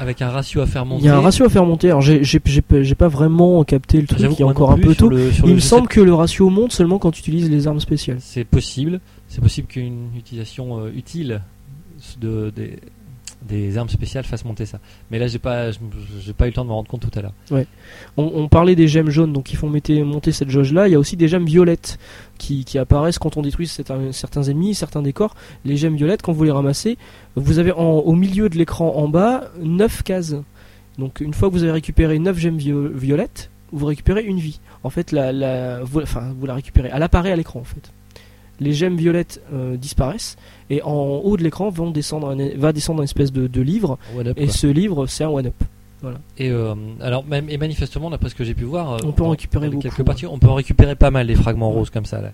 Speaker 2: avec un ratio à faire
Speaker 1: Il
Speaker 2: monter.
Speaker 1: y a un ratio à faire monter, alors j'ai- j'ai j'ai pas j'ai pas vraiment capté le truc,
Speaker 2: J'avoue
Speaker 1: il y a
Speaker 2: qu'on
Speaker 1: encore
Speaker 2: en
Speaker 1: un
Speaker 2: a plus
Speaker 1: peu
Speaker 2: sur
Speaker 1: tôt.
Speaker 2: le- sur
Speaker 1: Il
Speaker 2: le
Speaker 1: me
Speaker 2: jeu,
Speaker 1: semble que le ratio monte seulement quand tu utilises les armes spéciales.
Speaker 2: c'est- C'est possible. C'est possible qu'une utilisation euh, utile de, des, des armes spéciales fasse monter ça. Mais là, j'ai pas, je- j'ai pas eu le temps de me rendre compte tout à l'heure.
Speaker 1: On, on parlait des gemmes jaunes, donc ils font monter, monter cette jauge-là. Il y a aussi des gemmes violettes qui, qui apparaissent quand on détruit certains, certains ennemis, certains décors. Les gemmes violettes, quand vous les ramassez, vous avez en- au milieu de l'écran en bas 9 cases. Donc une fois que vous avez récupéré 9 gemmes vio- violettes, vous récupérez une vie. En fait, la, la- vous, enfin, vous la récupérez. Elle apparaît à l'écran, en fait. Les gemmes violettes euh, disparaissent et en haut de l'écran vont descendre un- va descendre une espèce de, de livre.
Speaker 2: One up,
Speaker 1: Et
Speaker 2: quoi.
Speaker 1: ce livre, c'est un one-up.
Speaker 2: Et, euh, alors, même, et manifestement, d'après ce que j'ai pu voir, euh,
Speaker 1: On peut en
Speaker 2: dans-
Speaker 1: récupérer
Speaker 2: dans les
Speaker 1: beaucoup,
Speaker 2: quelques
Speaker 1: ouais.
Speaker 2: parties, on peut en récupérer pas mal les fragments
Speaker 1: Ouais.
Speaker 2: roses comme ça. Là.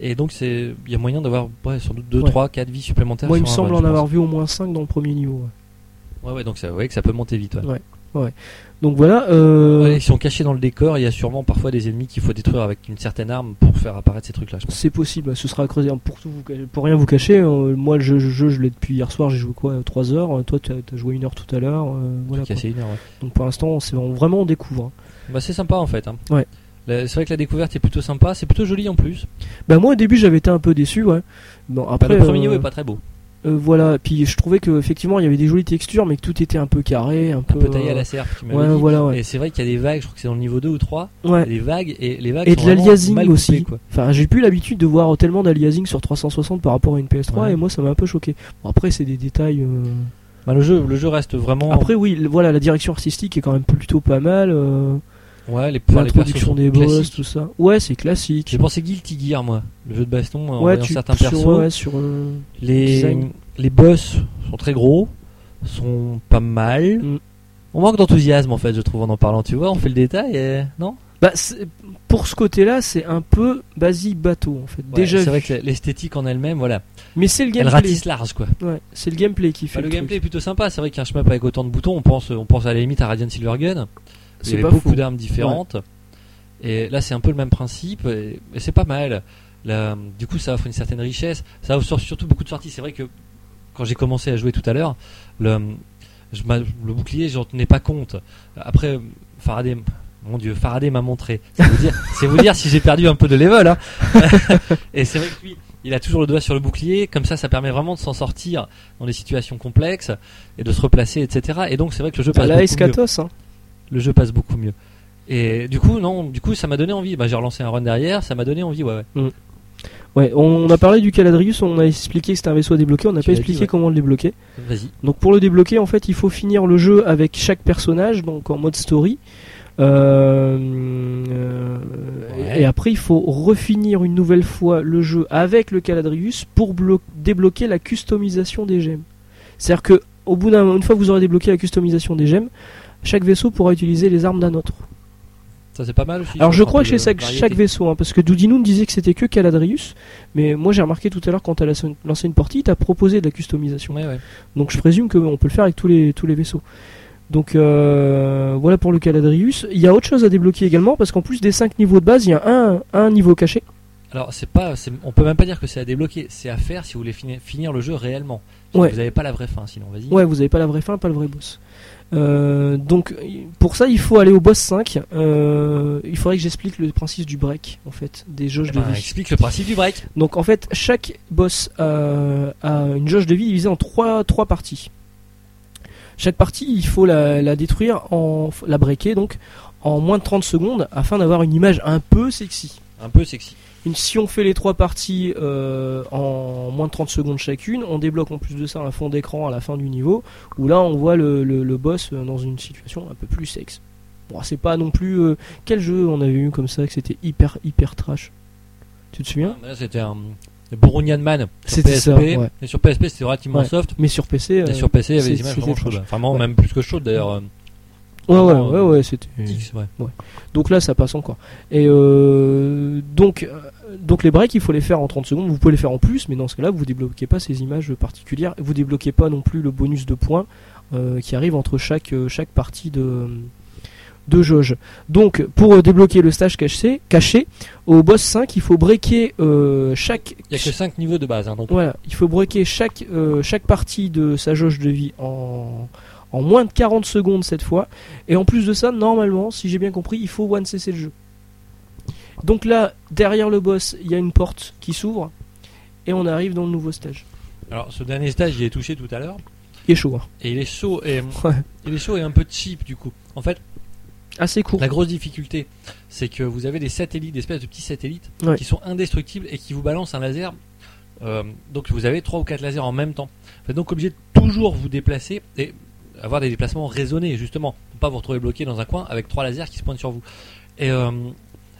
Speaker 2: Et donc, c'est, il y a moyen d'avoir ouais, sans doute 2,
Speaker 1: Ouais.
Speaker 2: 3, 4 vies supplémentaires.
Speaker 1: Moi, il me
Speaker 2: sur un
Speaker 1: semble
Speaker 2: run,
Speaker 1: en
Speaker 2: je
Speaker 1: avoir
Speaker 2: pense.
Speaker 1: vu au moins 5 dans le premier niveau. ouais.
Speaker 2: Ouais, ouais, donc ça, ouais, que ça peut monter vite. ouais.
Speaker 1: Donc voilà. Euh,
Speaker 2: Ouais, ils sont cachés dans le décor. Il y a sûrement parfois des ennemis qu'il faut détruire avec une certaine arme pour faire apparaître ces trucs-là. Je pense.
Speaker 1: C'est possible, ce sera à creuser. Pour, tout vous, cacher- pour rien vous cacher, euh, moi le jeu, je, je, je l'ai depuis hier soir, j'ai joué quoi 3 heures, euh, toi tu as, t'as joué 1 heure tout à l'heure. euh, voilà, quoi.
Speaker 2: Casser une heure, ouais.
Speaker 1: Donc pour l'instant, c'est vraiment- vraiment on découvre. hein.
Speaker 2: Bah, c'est sympa en fait. Hein.
Speaker 1: Ouais.
Speaker 2: La- C'est vrai que la découverte est plutôt sympa, c'est plutôt joli en plus.
Speaker 1: Bah moi au début j'avais été un peu déçu, ouais. Bon,
Speaker 2: Bah,
Speaker 1: après,
Speaker 2: le premier
Speaker 1: euh,
Speaker 2: niveau est pas très beau,
Speaker 1: euh, voilà, puis je trouvais que effectivement il y avait des jolies textures, mais que tout était un peu carré, un,
Speaker 2: un
Speaker 1: peu.
Speaker 2: peu taillé à la serpe. Tu m'avais
Speaker 1: euh, Ouais,
Speaker 2: dit.
Speaker 1: voilà, ouais.
Speaker 2: Et c'est vrai qu'il y a des vagues, je crois que c'est dans le niveau 2 ou 3,
Speaker 1: ouais.
Speaker 2: il y a des vagues et les vagues
Speaker 1: Et
Speaker 2: sont
Speaker 1: de
Speaker 2: vraiment
Speaker 1: l'aliasing
Speaker 2: mal coupées,
Speaker 1: aussi.
Speaker 2: quoi.
Speaker 1: Enfin, j'ai plus l'habitude de voir tellement d'aliasing sur 360 par rapport à une PS3
Speaker 2: Ouais.
Speaker 1: et moi ça m'a un peu choqué. Bon, après, c'est des détails. euh,
Speaker 2: Bah, le, jeu, le jeu reste vraiment.
Speaker 1: Après, oui, le- voilà, la direction artistique est quand même plutôt pas mal. euh,
Speaker 2: ouais, les, enfin, les persos
Speaker 1: L'introduction
Speaker 2: sont
Speaker 1: des boss,
Speaker 2: classiques.
Speaker 1: tout ça. Ouais, c'est classique.
Speaker 2: J'ai pensé Guilty Gear, moi, le jeu de baston, en
Speaker 1: ouais,
Speaker 2: voyant
Speaker 1: tu
Speaker 2: certains
Speaker 1: sur,
Speaker 2: persos.
Speaker 1: ouais, sur, euh,
Speaker 2: Les,
Speaker 1: Design.
Speaker 2: les boss sont très gros, sont pas mal.
Speaker 1: Mm.
Speaker 2: On manque d'enthousiasme en fait, je trouve, en en parlant. Tu vois, on fait le détail, et... non
Speaker 1: Bah, c'est- pour ce côté-là, c'est un peu basique bateau en fait.
Speaker 2: Ouais,
Speaker 1: Déjà,
Speaker 2: C'est
Speaker 1: vu.
Speaker 2: vrai que l'esthétique en elle-même, voilà,
Speaker 1: mais c'est le
Speaker 2: elle
Speaker 1: gameplay.
Speaker 2: ratisse large quoi.
Speaker 1: Ouais, c'est le gameplay qui fait
Speaker 2: Bah, le
Speaker 1: truc.
Speaker 2: gameplay est plutôt sympa. C'est vrai qu'un shmup avec autant de boutons, on pense, on pense à la limite à Radiant Silvergun. Il y
Speaker 1: C'est
Speaker 2: avait
Speaker 1: pas
Speaker 2: beaucoup
Speaker 1: faux.
Speaker 2: d'armes différentes. Et là, c'est un peu le même principe. Et, et c'est pas mal. Là, du coup, ça offre une certaine richesse. Ça offre surtout beaucoup de sorties. C'est vrai que quand j'ai commencé à jouer tout à l'heure, le, je m'a- le bouclier, j'en tenais pas compte. Après, Faraday. Mon dieu, Faraday m'a montré. C'est vous dire, c'est vous dire si j'ai perdu un peu de level. hein. Et c'est vrai que lui, il a toujours le doigt sur le bouclier. Comme ça, ça permet vraiment de s'en sortir dans des situations complexes et de se replacer, etc. Et donc, c'est vrai que le jeu
Speaker 1: À
Speaker 2: passe
Speaker 1: la
Speaker 2: beaucoup mieux
Speaker 1: Escatos, hein.
Speaker 2: le jeu passe beaucoup mieux. Et du coup, non, du coup, ça m'a donné envie. Bah, j'ai relancé un run derrière, ça m'a donné envie, ouais, ouais.
Speaker 1: Ouais, on a parlé du Caladrius, on a expliqué que c'était un vaisseau à débloquer, on n'a
Speaker 2: Tu
Speaker 1: pas
Speaker 2: l'as dit,
Speaker 1: expliqué
Speaker 2: ouais.
Speaker 1: comment le débloquer.
Speaker 2: Vas-y.
Speaker 1: Donc pour le débloquer, en fait, il faut finir le jeu avec chaque personnage, donc en mode story. Euh, euh,
Speaker 2: Ouais.
Speaker 1: Et après, il faut refinir une nouvelle fois le jeu avec le Caladrius pour blo- débloquer la customisation des gemmes. C'est-à-dire que au bout d'un, une fois que vous aurez débloqué la customisation des gemmes, chaque vaisseau pourra utiliser les armes d'un autre.
Speaker 2: Ça c'est pas mal aussi.
Speaker 1: Alors
Speaker 2: ça
Speaker 1: je
Speaker 2: apporte
Speaker 1: crois
Speaker 2: de
Speaker 1: que chez chaque,
Speaker 2: variété.
Speaker 1: chaque vaisseau, hein, parce que Doudinou nous disait que c'était que Caladrius, mais moi j'ai remarqué tout à l'heure quand t'as lancé- lancé une partie, t'as proposé de la customisation.
Speaker 2: Ouais, ouais.
Speaker 1: Donc je présume qu'on peut le faire avec tous les, tous les vaisseaux. Donc euh, voilà pour le Caladrius. Il y a autre chose à débloquer également parce qu'en plus des 5 niveaux de base, il y a un, un niveau caché.
Speaker 2: Alors, c'est pas, c'est- on peut même pas dire que c'est à débloquer, c'est à faire si vous voulez fini- finir le jeu réellement.
Speaker 1: Ouais.
Speaker 2: Vous n'avez pas la vraie fin, sinon, vas-y.
Speaker 1: Ouais, vous avez pas la vraie fin, pas le vrai boss. Euh, donc pour ça, il faut aller au boss 5. Euh, il faudrait que j'explique le principe du break en fait, des
Speaker 2: Eh
Speaker 1: jauges de
Speaker 2: ben,
Speaker 1: vie.
Speaker 2: explique le principe du break.
Speaker 1: Donc en fait, chaque boss a, a une jauge de vie divisée en trois, trois parties. Chaque partie, il faut la, la détruire, en, la breaker donc en moins de 30 secondes afin d'avoir une image un peu sexy.
Speaker 2: Un peu sexy.
Speaker 1: Une- Si on fait les trois parties euh, en moins de 30 secondes chacune, on débloque en plus de ça un fond d'écran à la fin du niveau où là on voit le, le- le boss euh, dans une situation un peu plus sexe. Bon, c'est pas non plus. euh, quel jeu on avait eu comme ça que c'était hyper hyper trash Tu te souviens
Speaker 2: Ah, Là, c'était un le Boronian Man sur
Speaker 1: Hein C'était
Speaker 2: PSP.
Speaker 1: ça, ouais.
Speaker 2: Et sur PSP, c'était relativement
Speaker 1: Ouais.
Speaker 2: soft.
Speaker 1: Mais sur PC.
Speaker 2: Et
Speaker 1: euh,
Speaker 2: sur PC, il y avait des
Speaker 1: c'est-
Speaker 2: images
Speaker 1: c'était
Speaker 2: vraiment
Speaker 1: trash.
Speaker 2: chaudes. Vraiment,
Speaker 1: Ouais.
Speaker 2: même plus que chaudes d'ailleurs. euh,
Speaker 1: Ouais, ouais,
Speaker 2: Vraiment,
Speaker 1: ouais,
Speaker 2: euh,
Speaker 1: ouais, c'était.
Speaker 2: X, ouais.
Speaker 1: Donc là, ça passe encore. Et euh, donc, euh, donc les breaks, il faut les faire en 30 secondes. Vous pouvez les faire en plus, mais dans ce cas-là, vous débloquez pas ces images particulières. Vous débloquez pas non plus le bonus de points euh, qui arrive entre chaque euh, chaque partie de de jauge. Donc, pour euh, débloquer le stage caché, caché au boss 5, il faut breaker euh, chaque
Speaker 2: Il y a que 5 niveaux de base. hein, donc,
Speaker 1: voilà, il faut breaker chaque, euh, chaque partie de sa jauge de vie en, en moins de 40 secondes cette fois. Et en plus de ça, normalement, si j'ai bien compris, il faut one CC le jeu. Donc là, derrière le boss, il y a une porte qui s'ouvre et on arrive dans le nouveau stage.
Speaker 2: Alors, ce dernier stage, j'y ai touché tout à l'heure.
Speaker 1: Il est chaud, hein.
Speaker 2: Et il est chaud et,
Speaker 1: Ouais.
Speaker 2: il est chaud et un peu cheap du coup. En fait,
Speaker 1: assez court.
Speaker 2: la grosse difficulté, c'est que vous avez des satellites, des espèces de petits satellites
Speaker 1: Ouais.
Speaker 2: qui sont indestructibles et qui vous balancent un laser. Euh, donc vous avez trois ou quatre lasers en même temps. Vous êtes donc obligé de toujours vous déplacer et avoir des déplacements raisonnés justement, pour pas vous retrouver bloqué dans un coin avec trois lasers qui se pointent sur vous. Et euh,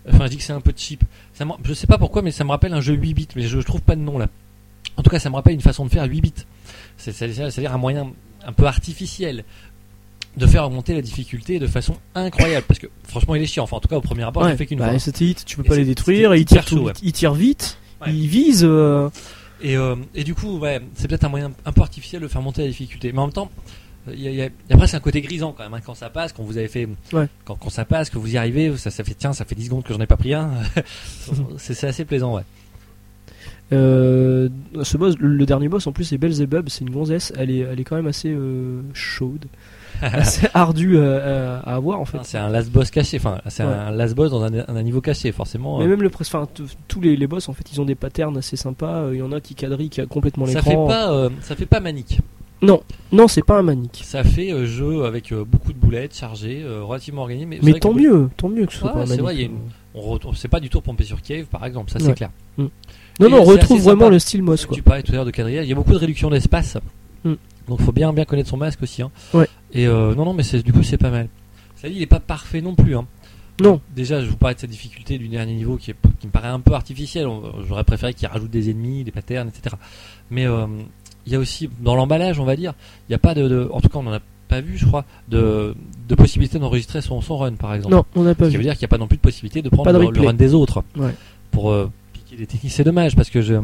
Speaker 2: enfin, je dis que c'est un peu cheap. Ça me- je sais pas pourquoi, mais ça me rappelle un jeu 8 bits, mais je, je trouve pas de nom là. En tout cas, ça me rappelle une façon de faire 8 bits. C'est- c'est- C'est-à-dire un moyen un peu artificiel de faire augmenter la difficulté de façon incroyable. Parce que franchement, il est chiant. Enfin, en tout cas, au premier abord,
Speaker 1: Ouais,
Speaker 2: j'ai fait qu'une
Speaker 1: bah,
Speaker 2: fois.
Speaker 1: les satellites, tu peux
Speaker 2: Et
Speaker 1: pas les
Speaker 2: c'est-
Speaker 1: détruire,
Speaker 2: c'était
Speaker 1: ils tirent,
Speaker 2: hyper chaud,
Speaker 1: tout-
Speaker 2: ouais.
Speaker 1: ils tirent vite,
Speaker 2: Ouais.
Speaker 1: ils visent. euh,
Speaker 2: Et, euh, et du coup, ouais, c'est peut-être un moyen un peu artificiel de faire monter la difficulté. Mais en même temps, il y a, il y a- il y a presque un côté grisant quand même. hein, quand ça passe, quand vous avez fait,
Speaker 1: Ouais.
Speaker 2: quand, quand ça passe, que vous y arrivez, ça, ça fait tiens, ça fait 10 secondes que j'en ai pas pris un. c'est c'est assez plaisant, ouais.
Speaker 1: Euh, ce boss, le dernier boss en plus c'est Belzebub, c'est une gonzesse, elle est, elle est quand même assez euh, chaude, assez ardue euh, à, à- à avoir en fait.
Speaker 2: Enfin, c'est un last boss caché. Enfin, c'est
Speaker 1: Ah, Ouais.
Speaker 2: un last boss dans un, un niveau caché, forcément.
Speaker 1: Mais
Speaker 2: euh,
Speaker 1: même le press, enfin t- tous les, les boss en fait ils ont des patterns assez sympas, il y en a qui quadrillent qui a complètement
Speaker 2: ça fait
Speaker 1: l'écran.
Speaker 2: pas, euh, ça fait pas manique.
Speaker 1: Non c'est pas un manique.
Speaker 2: Ça fait euh, jeu avec euh, beaucoup de boulettes chargées, euh, relativement organisé. Mais, c'est
Speaker 1: Mais
Speaker 2: vrai
Speaker 1: tant
Speaker 2: qu'au-
Speaker 1: mieux, tant mieux que ce soit
Speaker 2: Ouais,
Speaker 1: pas un manique.
Speaker 2: c'est vrai, il y a une- On retourne, c'est pas du tout pomper sur Cave, par exemple. Ça,
Speaker 1: Ouais.
Speaker 2: c'est clair.
Speaker 1: Non non on
Speaker 2: c'est
Speaker 1: retrouve
Speaker 2: assez
Speaker 1: vraiment
Speaker 2: sympa.
Speaker 1: le style Moss quoi.
Speaker 2: Tu parlais tout à l'heure de quadrillage. Il y a beaucoup de réduction d'espace.
Speaker 1: Hmm.
Speaker 2: Donc faut bien bien connaître son masque aussi. Hein.
Speaker 1: Ouais.
Speaker 2: Et euh, non non mais c'est du coup c'est pas mal. Ça dit il est pas parfait non plus. Hein.
Speaker 1: Non.
Speaker 2: Déjà je vous parlais de cette difficulté du dernier niveau qui, est, qui me paraît un peu artificielle. On- euh, J'aurais préféré qu'il rajoute des ennemis, des patterns, etc. Mais euh, il y a aussi dans l'emballage on va dire il n'y a pas de, de- en tout cas on n'en a pas vu je crois de, de possibilité d'enregistrer son son run par exemple.
Speaker 1: Non on n'a pas
Speaker 2: Ce qui veut
Speaker 1: vu.
Speaker 2: dire qu'il n'y a pas non plus de possibilité de prendre
Speaker 1: Pas de
Speaker 2: le,
Speaker 1: replay.
Speaker 2: le run des autres.
Speaker 1: Ouais.
Speaker 2: Pour euh, piquer des techniques, c'est dommage parce que je-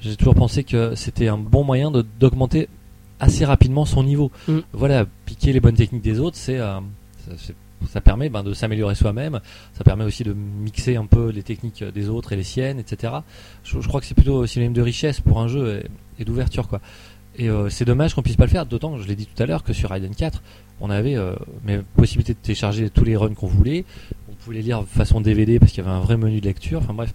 Speaker 2: j'ai toujours pensé que c'était un bon moyen de- d'augmenter assez rapidement son niveau.
Speaker 1: Mm.
Speaker 2: Voilà, piquer les bonnes techniques des autres, c'est euh, ça, c'est- ça permet ben, de s'améliorer soi-même, ça permet aussi de mixer un peu les techniques des autres et les siennes, etc. Je, je crois que c'est plutôt synonyme de richesse pour un jeu et, et d'ouverture quoi. Et euh, c'est dommage qu'on puisse pas le faire, d'autant que je l'ai dit tout à l'heure que sur Raiden 4, on avait euh, mais possibilité de télécharger tous les runs qu'on voulait, on pouvait les lire façon DVD parce qu'il y avait un vrai menu de lecture, enfin bref.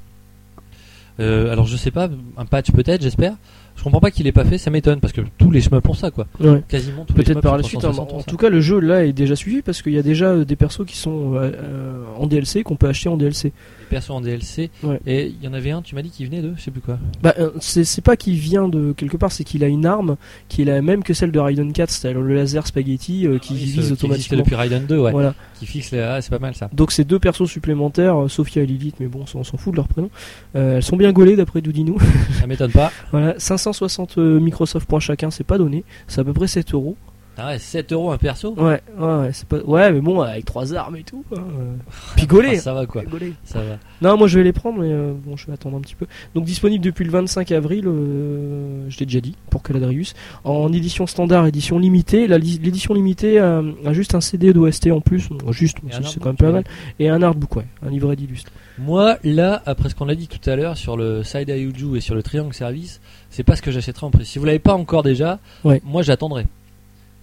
Speaker 2: Euh, alors je sais pas, un patch peut-être, j'espère. Je comprends pas qu'il ait pas fait, ça m'étonne parce que tous les chemins font ça quoi.
Speaker 1: Ouais.
Speaker 2: Quasiment tous les
Speaker 1: Peut-être
Speaker 2: shmups
Speaker 1: par
Speaker 2: sur
Speaker 1: la suite. hein,
Speaker 2: 360
Speaker 1: en
Speaker 2: ont ça.
Speaker 1: tout cas, le jeu là est déjà suivi parce qu'il y a déjà euh, des persos qui sont euh, euh, en DLC qu'on peut acheter en DLC.
Speaker 2: Les persos en DLC.
Speaker 1: Ouais.
Speaker 2: Et il y en avait un, tu m'as dit qu'il venait de, je sais plus quoi.
Speaker 1: Bah, euh, c'est c'est pas qu'il vient de quelque part, c'est qu'il a une arme qui est la même que celle de Raiden 4, c'est-à-dire le laser spaghetti euh, qui
Speaker 2: Ah oui, ce-
Speaker 1: vise
Speaker 2: existait
Speaker 1: automatiquement.
Speaker 2: depuis Raiden 2, ouais.
Speaker 1: Voilà.
Speaker 2: Qui fixe les. Ah, c'est pas mal ça.
Speaker 1: Donc ces deux persos supplémentaires, euh, Sophia et Lilith, mais bon, ça, on s'en fout de leur prénom. Euh, elles sont bien gaulées d'après Doudinou.
Speaker 2: Ça m'étonne pas.
Speaker 1: voilà, 560 euh, Microsoft points chacun, c'est pas donné. C'est à peu près 7 euros.
Speaker 2: Ah ouais, 7 euros un perso
Speaker 1: Ouais, ouais, ouais, c'est pas... ouais, mais bon, avec trois armes et tout. hein, euh, Pigoler,
Speaker 2: Ah, Ça va quoi,
Speaker 1: pigoler.
Speaker 2: ça va.
Speaker 1: Non, moi je vais les prendre, mais euh, bon, je vais attendre un petit peu. Donc disponible depuis le 25 avril, euh, je l'ai déjà dit, pour Caladrius, en édition standard, édition limitée. La li- L'édition limitée euh, a juste un CD d'OST en plus, Bon, juste,
Speaker 2: Et
Speaker 1: c'est-
Speaker 2: un
Speaker 1: c'est
Speaker 2: artbook,
Speaker 1: quand même pas
Speaker 2: tu
Speaker 1: mal, et un artbook, ouais, un livret d'illustres.
Speaker 2: Moi, là, après ce qu'on a dit tout à l'heure sur le Side Ayuju et sur le Triangle Service, c'est pas ce que j'achèterai en prix. Si vous l'avez pas encore déjà,
Speaker 1: Ouais.
Speaker 2: moi j'attendrai.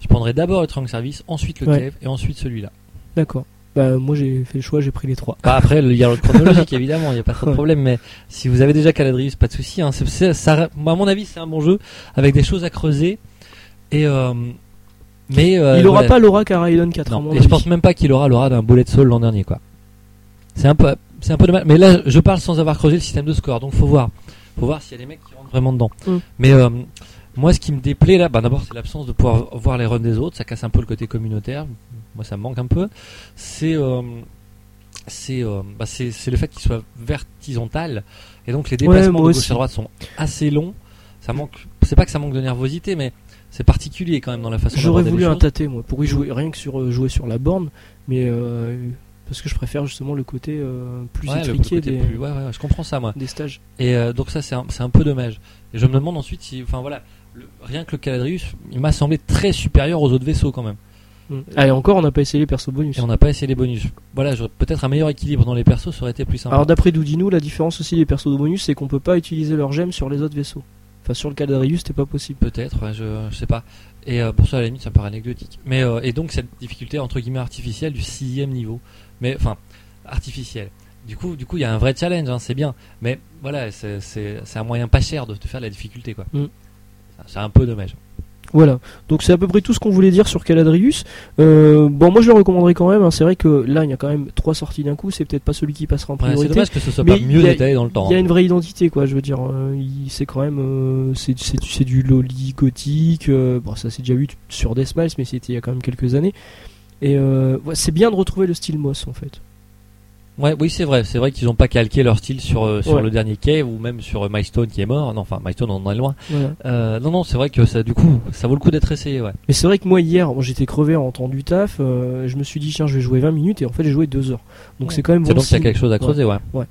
Speaker 2: Je prendrai d'abord le Triangle Service, ensuite le
Speaker 1: Ouais.
Speaker 2: Cave et ensuite celui-là.
Speaker 1: D'accord. Bah, moi j'ai fait le choix, j'ai pris les trois.
Speaker 2: Bah, après, le- il y a l'ordre chronologique évidemment, il n'y a pas trop de
Speaker 1: Ouais.
Speaker 2: problème, mais si vous avez déjà Caladrius, pas de souci. Hein. C'est- c'est- ça- moi, à mon avis, c'est un bon jeu avec des choses à creuser. Et, euh, mais, euh,
Speaker 1: Il aura
Speaker 2: voilà.
Speaker 1: pas l'aura qu'a Raiden 4 à
Speaker 2: Non,
Speaker 1: mon
Speaker 2: Et
Speaker 1: avis.
Speaker 2: je pense même pas qu'il aura l'aura d'un bullet soul l'an dernier, quoi. C'est un peu, c'est un peu dommage. Mais là, je parle sans avoir creusé le système de score, donc faut voir, faut voir s'il y a des mecs qui rentrent vraiment dedans.
Speaker 1: Mm.
Speaker 2: Mais euh, moi, ce qui me déplaît là, bah, d'abord, c'est l'absence de pouvoir voir les runs des autres. Ça casse un peu le côté communautaire. Moi, ça me manque un peu. C'est euh, c'est euh, bah, c'est c'est le fait qu'il soit vertical et donc les déplacements
Speaker 1: moi
Speaker 2: de gauche
Speaker 1: aussi.
Speaker 2: à droite sont assez longs. Ça manque, c'est pas que ça manque de nervosité, mais c'est particulier quand même dans la façon.
Speaker 1: J'aurais
Speaker 2: d'aborder
Speaker 1: voulu
Speaker 2: les
Speaker 1: un
Speaker 2: choses.
Speaker 1: tâté, moi, pour y jouer, rien que sur euh, jouer sur la borne, mais euh, parce que je préfère justement le côté euh, plus
Speaker 2: Ouais, le- le
Speaker 1: étriqué
Speaker 2: côté
Speaker 1: des,
Speaker 2: plus- ouais, ouais, ouais, je comprends ça, moi.
Speaker 1: des stages.
Speaker 2: Et euh, donc ça, c'est un, c'est un peu dommage. Et je me demande ensuite si, enfin voilà, le- rien que le Caladrius, il m'a semblé très supérieur aux autres vaisseaux quand même.
Speaker 1: Mm. Ah, et encore, on n'a pas essayé les persos bonus.
Speaker 2: Et on n'a pas essayé les bonus. Voilà, j'aurais- peut-être un meilleur équilibre dans les persos, ça aurait été plus simple.
Speaker 1: Alors d'après Doudino, la différence aussi des persos de bonus, c'est qu'on peut pas utiliser leurs gemmes sur les autres vaisseaux. Enfin, sur le Cadarius, c'était pas possible.
Speaker 2: peut-être, ouais, je, je sais pas. Et euh, pour ça, à la limite, ça me paraît anecdotique. Mais euh, et donc cette difficulté entre guillemets artificielle du sixième niveau, mais enfin artificielle. Du coup, du coup, il y a un vrai challenge, hein, c'est bien. Mais voilà, c'est- c'est c'est un moyen pas cher de te faire de la difficulté, quoi.
Speaker 1: Mm.
Speaker 2: C'est un peu dommage.
Speaker 1: Voilà. Donc c'est à peu près tout ce qu'on voulait dire sur Caladrius. Euh, bon, moi je le recommanderais quand même. hein. C'est vrai que là, il y a quand même trois sorties d'un coup. C'est peut-être pas celui qui passera en
Speaker 2: Ouais, c'est
Speaker 1: priorité.
Speaker 2: dommage que ce soit
Speaker 1: Mais
Speaker 2: pas mieux
Speaker 1: il y a-
Speaker 2: détaillé dans le temps.
Speaker 1: il y a
Speaker 2: hein.
Speaker 1: une vraie identité, quoi. Je veux dire, euh, il- c'est quand même, euh, c'est c'est- c'est du loli gothique. euh, bon, ça c'est déjà vu sur Death Smiles, mais c'était il y a quand même quelques années. Et euh, ouais, c'est bien de retrouver le style Moss en fait.
Speaker 2: Ouais, oui, c'est vrai. C'est vrai qu'ils n'ont pas calqué leur style sur, euh, sur
Speaker 1: Ouais.
Speaker 2: le dernier Cave ou même sur euh, Milestone qui est mort. Non, enfin, Milestone, on en est loin.
Speaker 1: Voilà.
Speaker 2: Euh, non, non, c'est vrai que ça, du coup, ça vaut le coup d'être essayé, ouais.
Speaker 1: Mais c'est vrai que moi hier, bon, j'étais crevé en rentrant du taf. euh, je me suis dit tiens, je vais jouer 20 minutes et en fait j'ai joué 2 heures. Donc
Speaker 2: Ouais.
Speaker 1: c'est quand même
Speaker 2: C'est
Speaker 1: bon.
Speaker 2: donc qu'il y a
Speaker 1: signe.
Speaker 2: quelque chose à
Speaker 1: Ouais.
Speaker 2: creuser, ouais.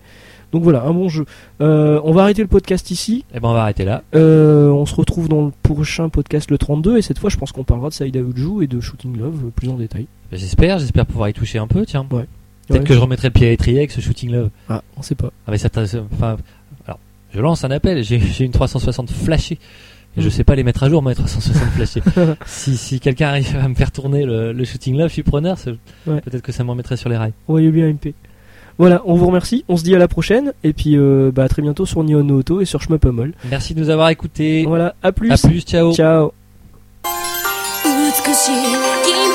Speaker 1: Donc voilà, un bon jeu. Euh, on va arrêter le podcast ici.
Speaker 2: Et ben, on va arrêter là.
Speaker 1: Euh, on se retrouve dans le prochain podcast le 32 et cette fois je pense qu'on parlera de Saïda Uju et de Shooting Love euh, plus en détail.
Speaker 2: J'espère, j'espère pouvoir y toucher un peu, tiens.
Speaker 1: Ouais.
Speaker 2: Peut-être
Speaker 1: Ouais.
Speaker 2: que je remettrai le pied à l'étrier avec ce shooting love.
Speaker 1: Ah, on sait pas.
Speaker 2: Ah, mais ça t'a- ça- enfin, alors, je lance un appel. J'ai, j'ai une 360 flashée. Et je
Speaker 1: Mm.
Speaker 2: sais pas les mettre à jour, ma 360 flashée. si, si quelqu'un arrive à me faire tourner le, le shooting love, je suis preneur. c'est-
Speaker 1: Ouais.
Speaker 2: Peut-être que ça me remettrait sur les rails.
Speaker 1: Voyez bien MP. Voilà, on vous remercie, on se dit à la prochaine et puis euh, bah, à très bientôt sur Nihon no Auto et sur Shmuppemol.
Speaker 2: Merci de nous avoir écoutés.
Speaker 1: Voilà, à plus.
Speaker 2: À plus, ciao.
Speaker 1: Ciao.
Speaker 3: 美しい君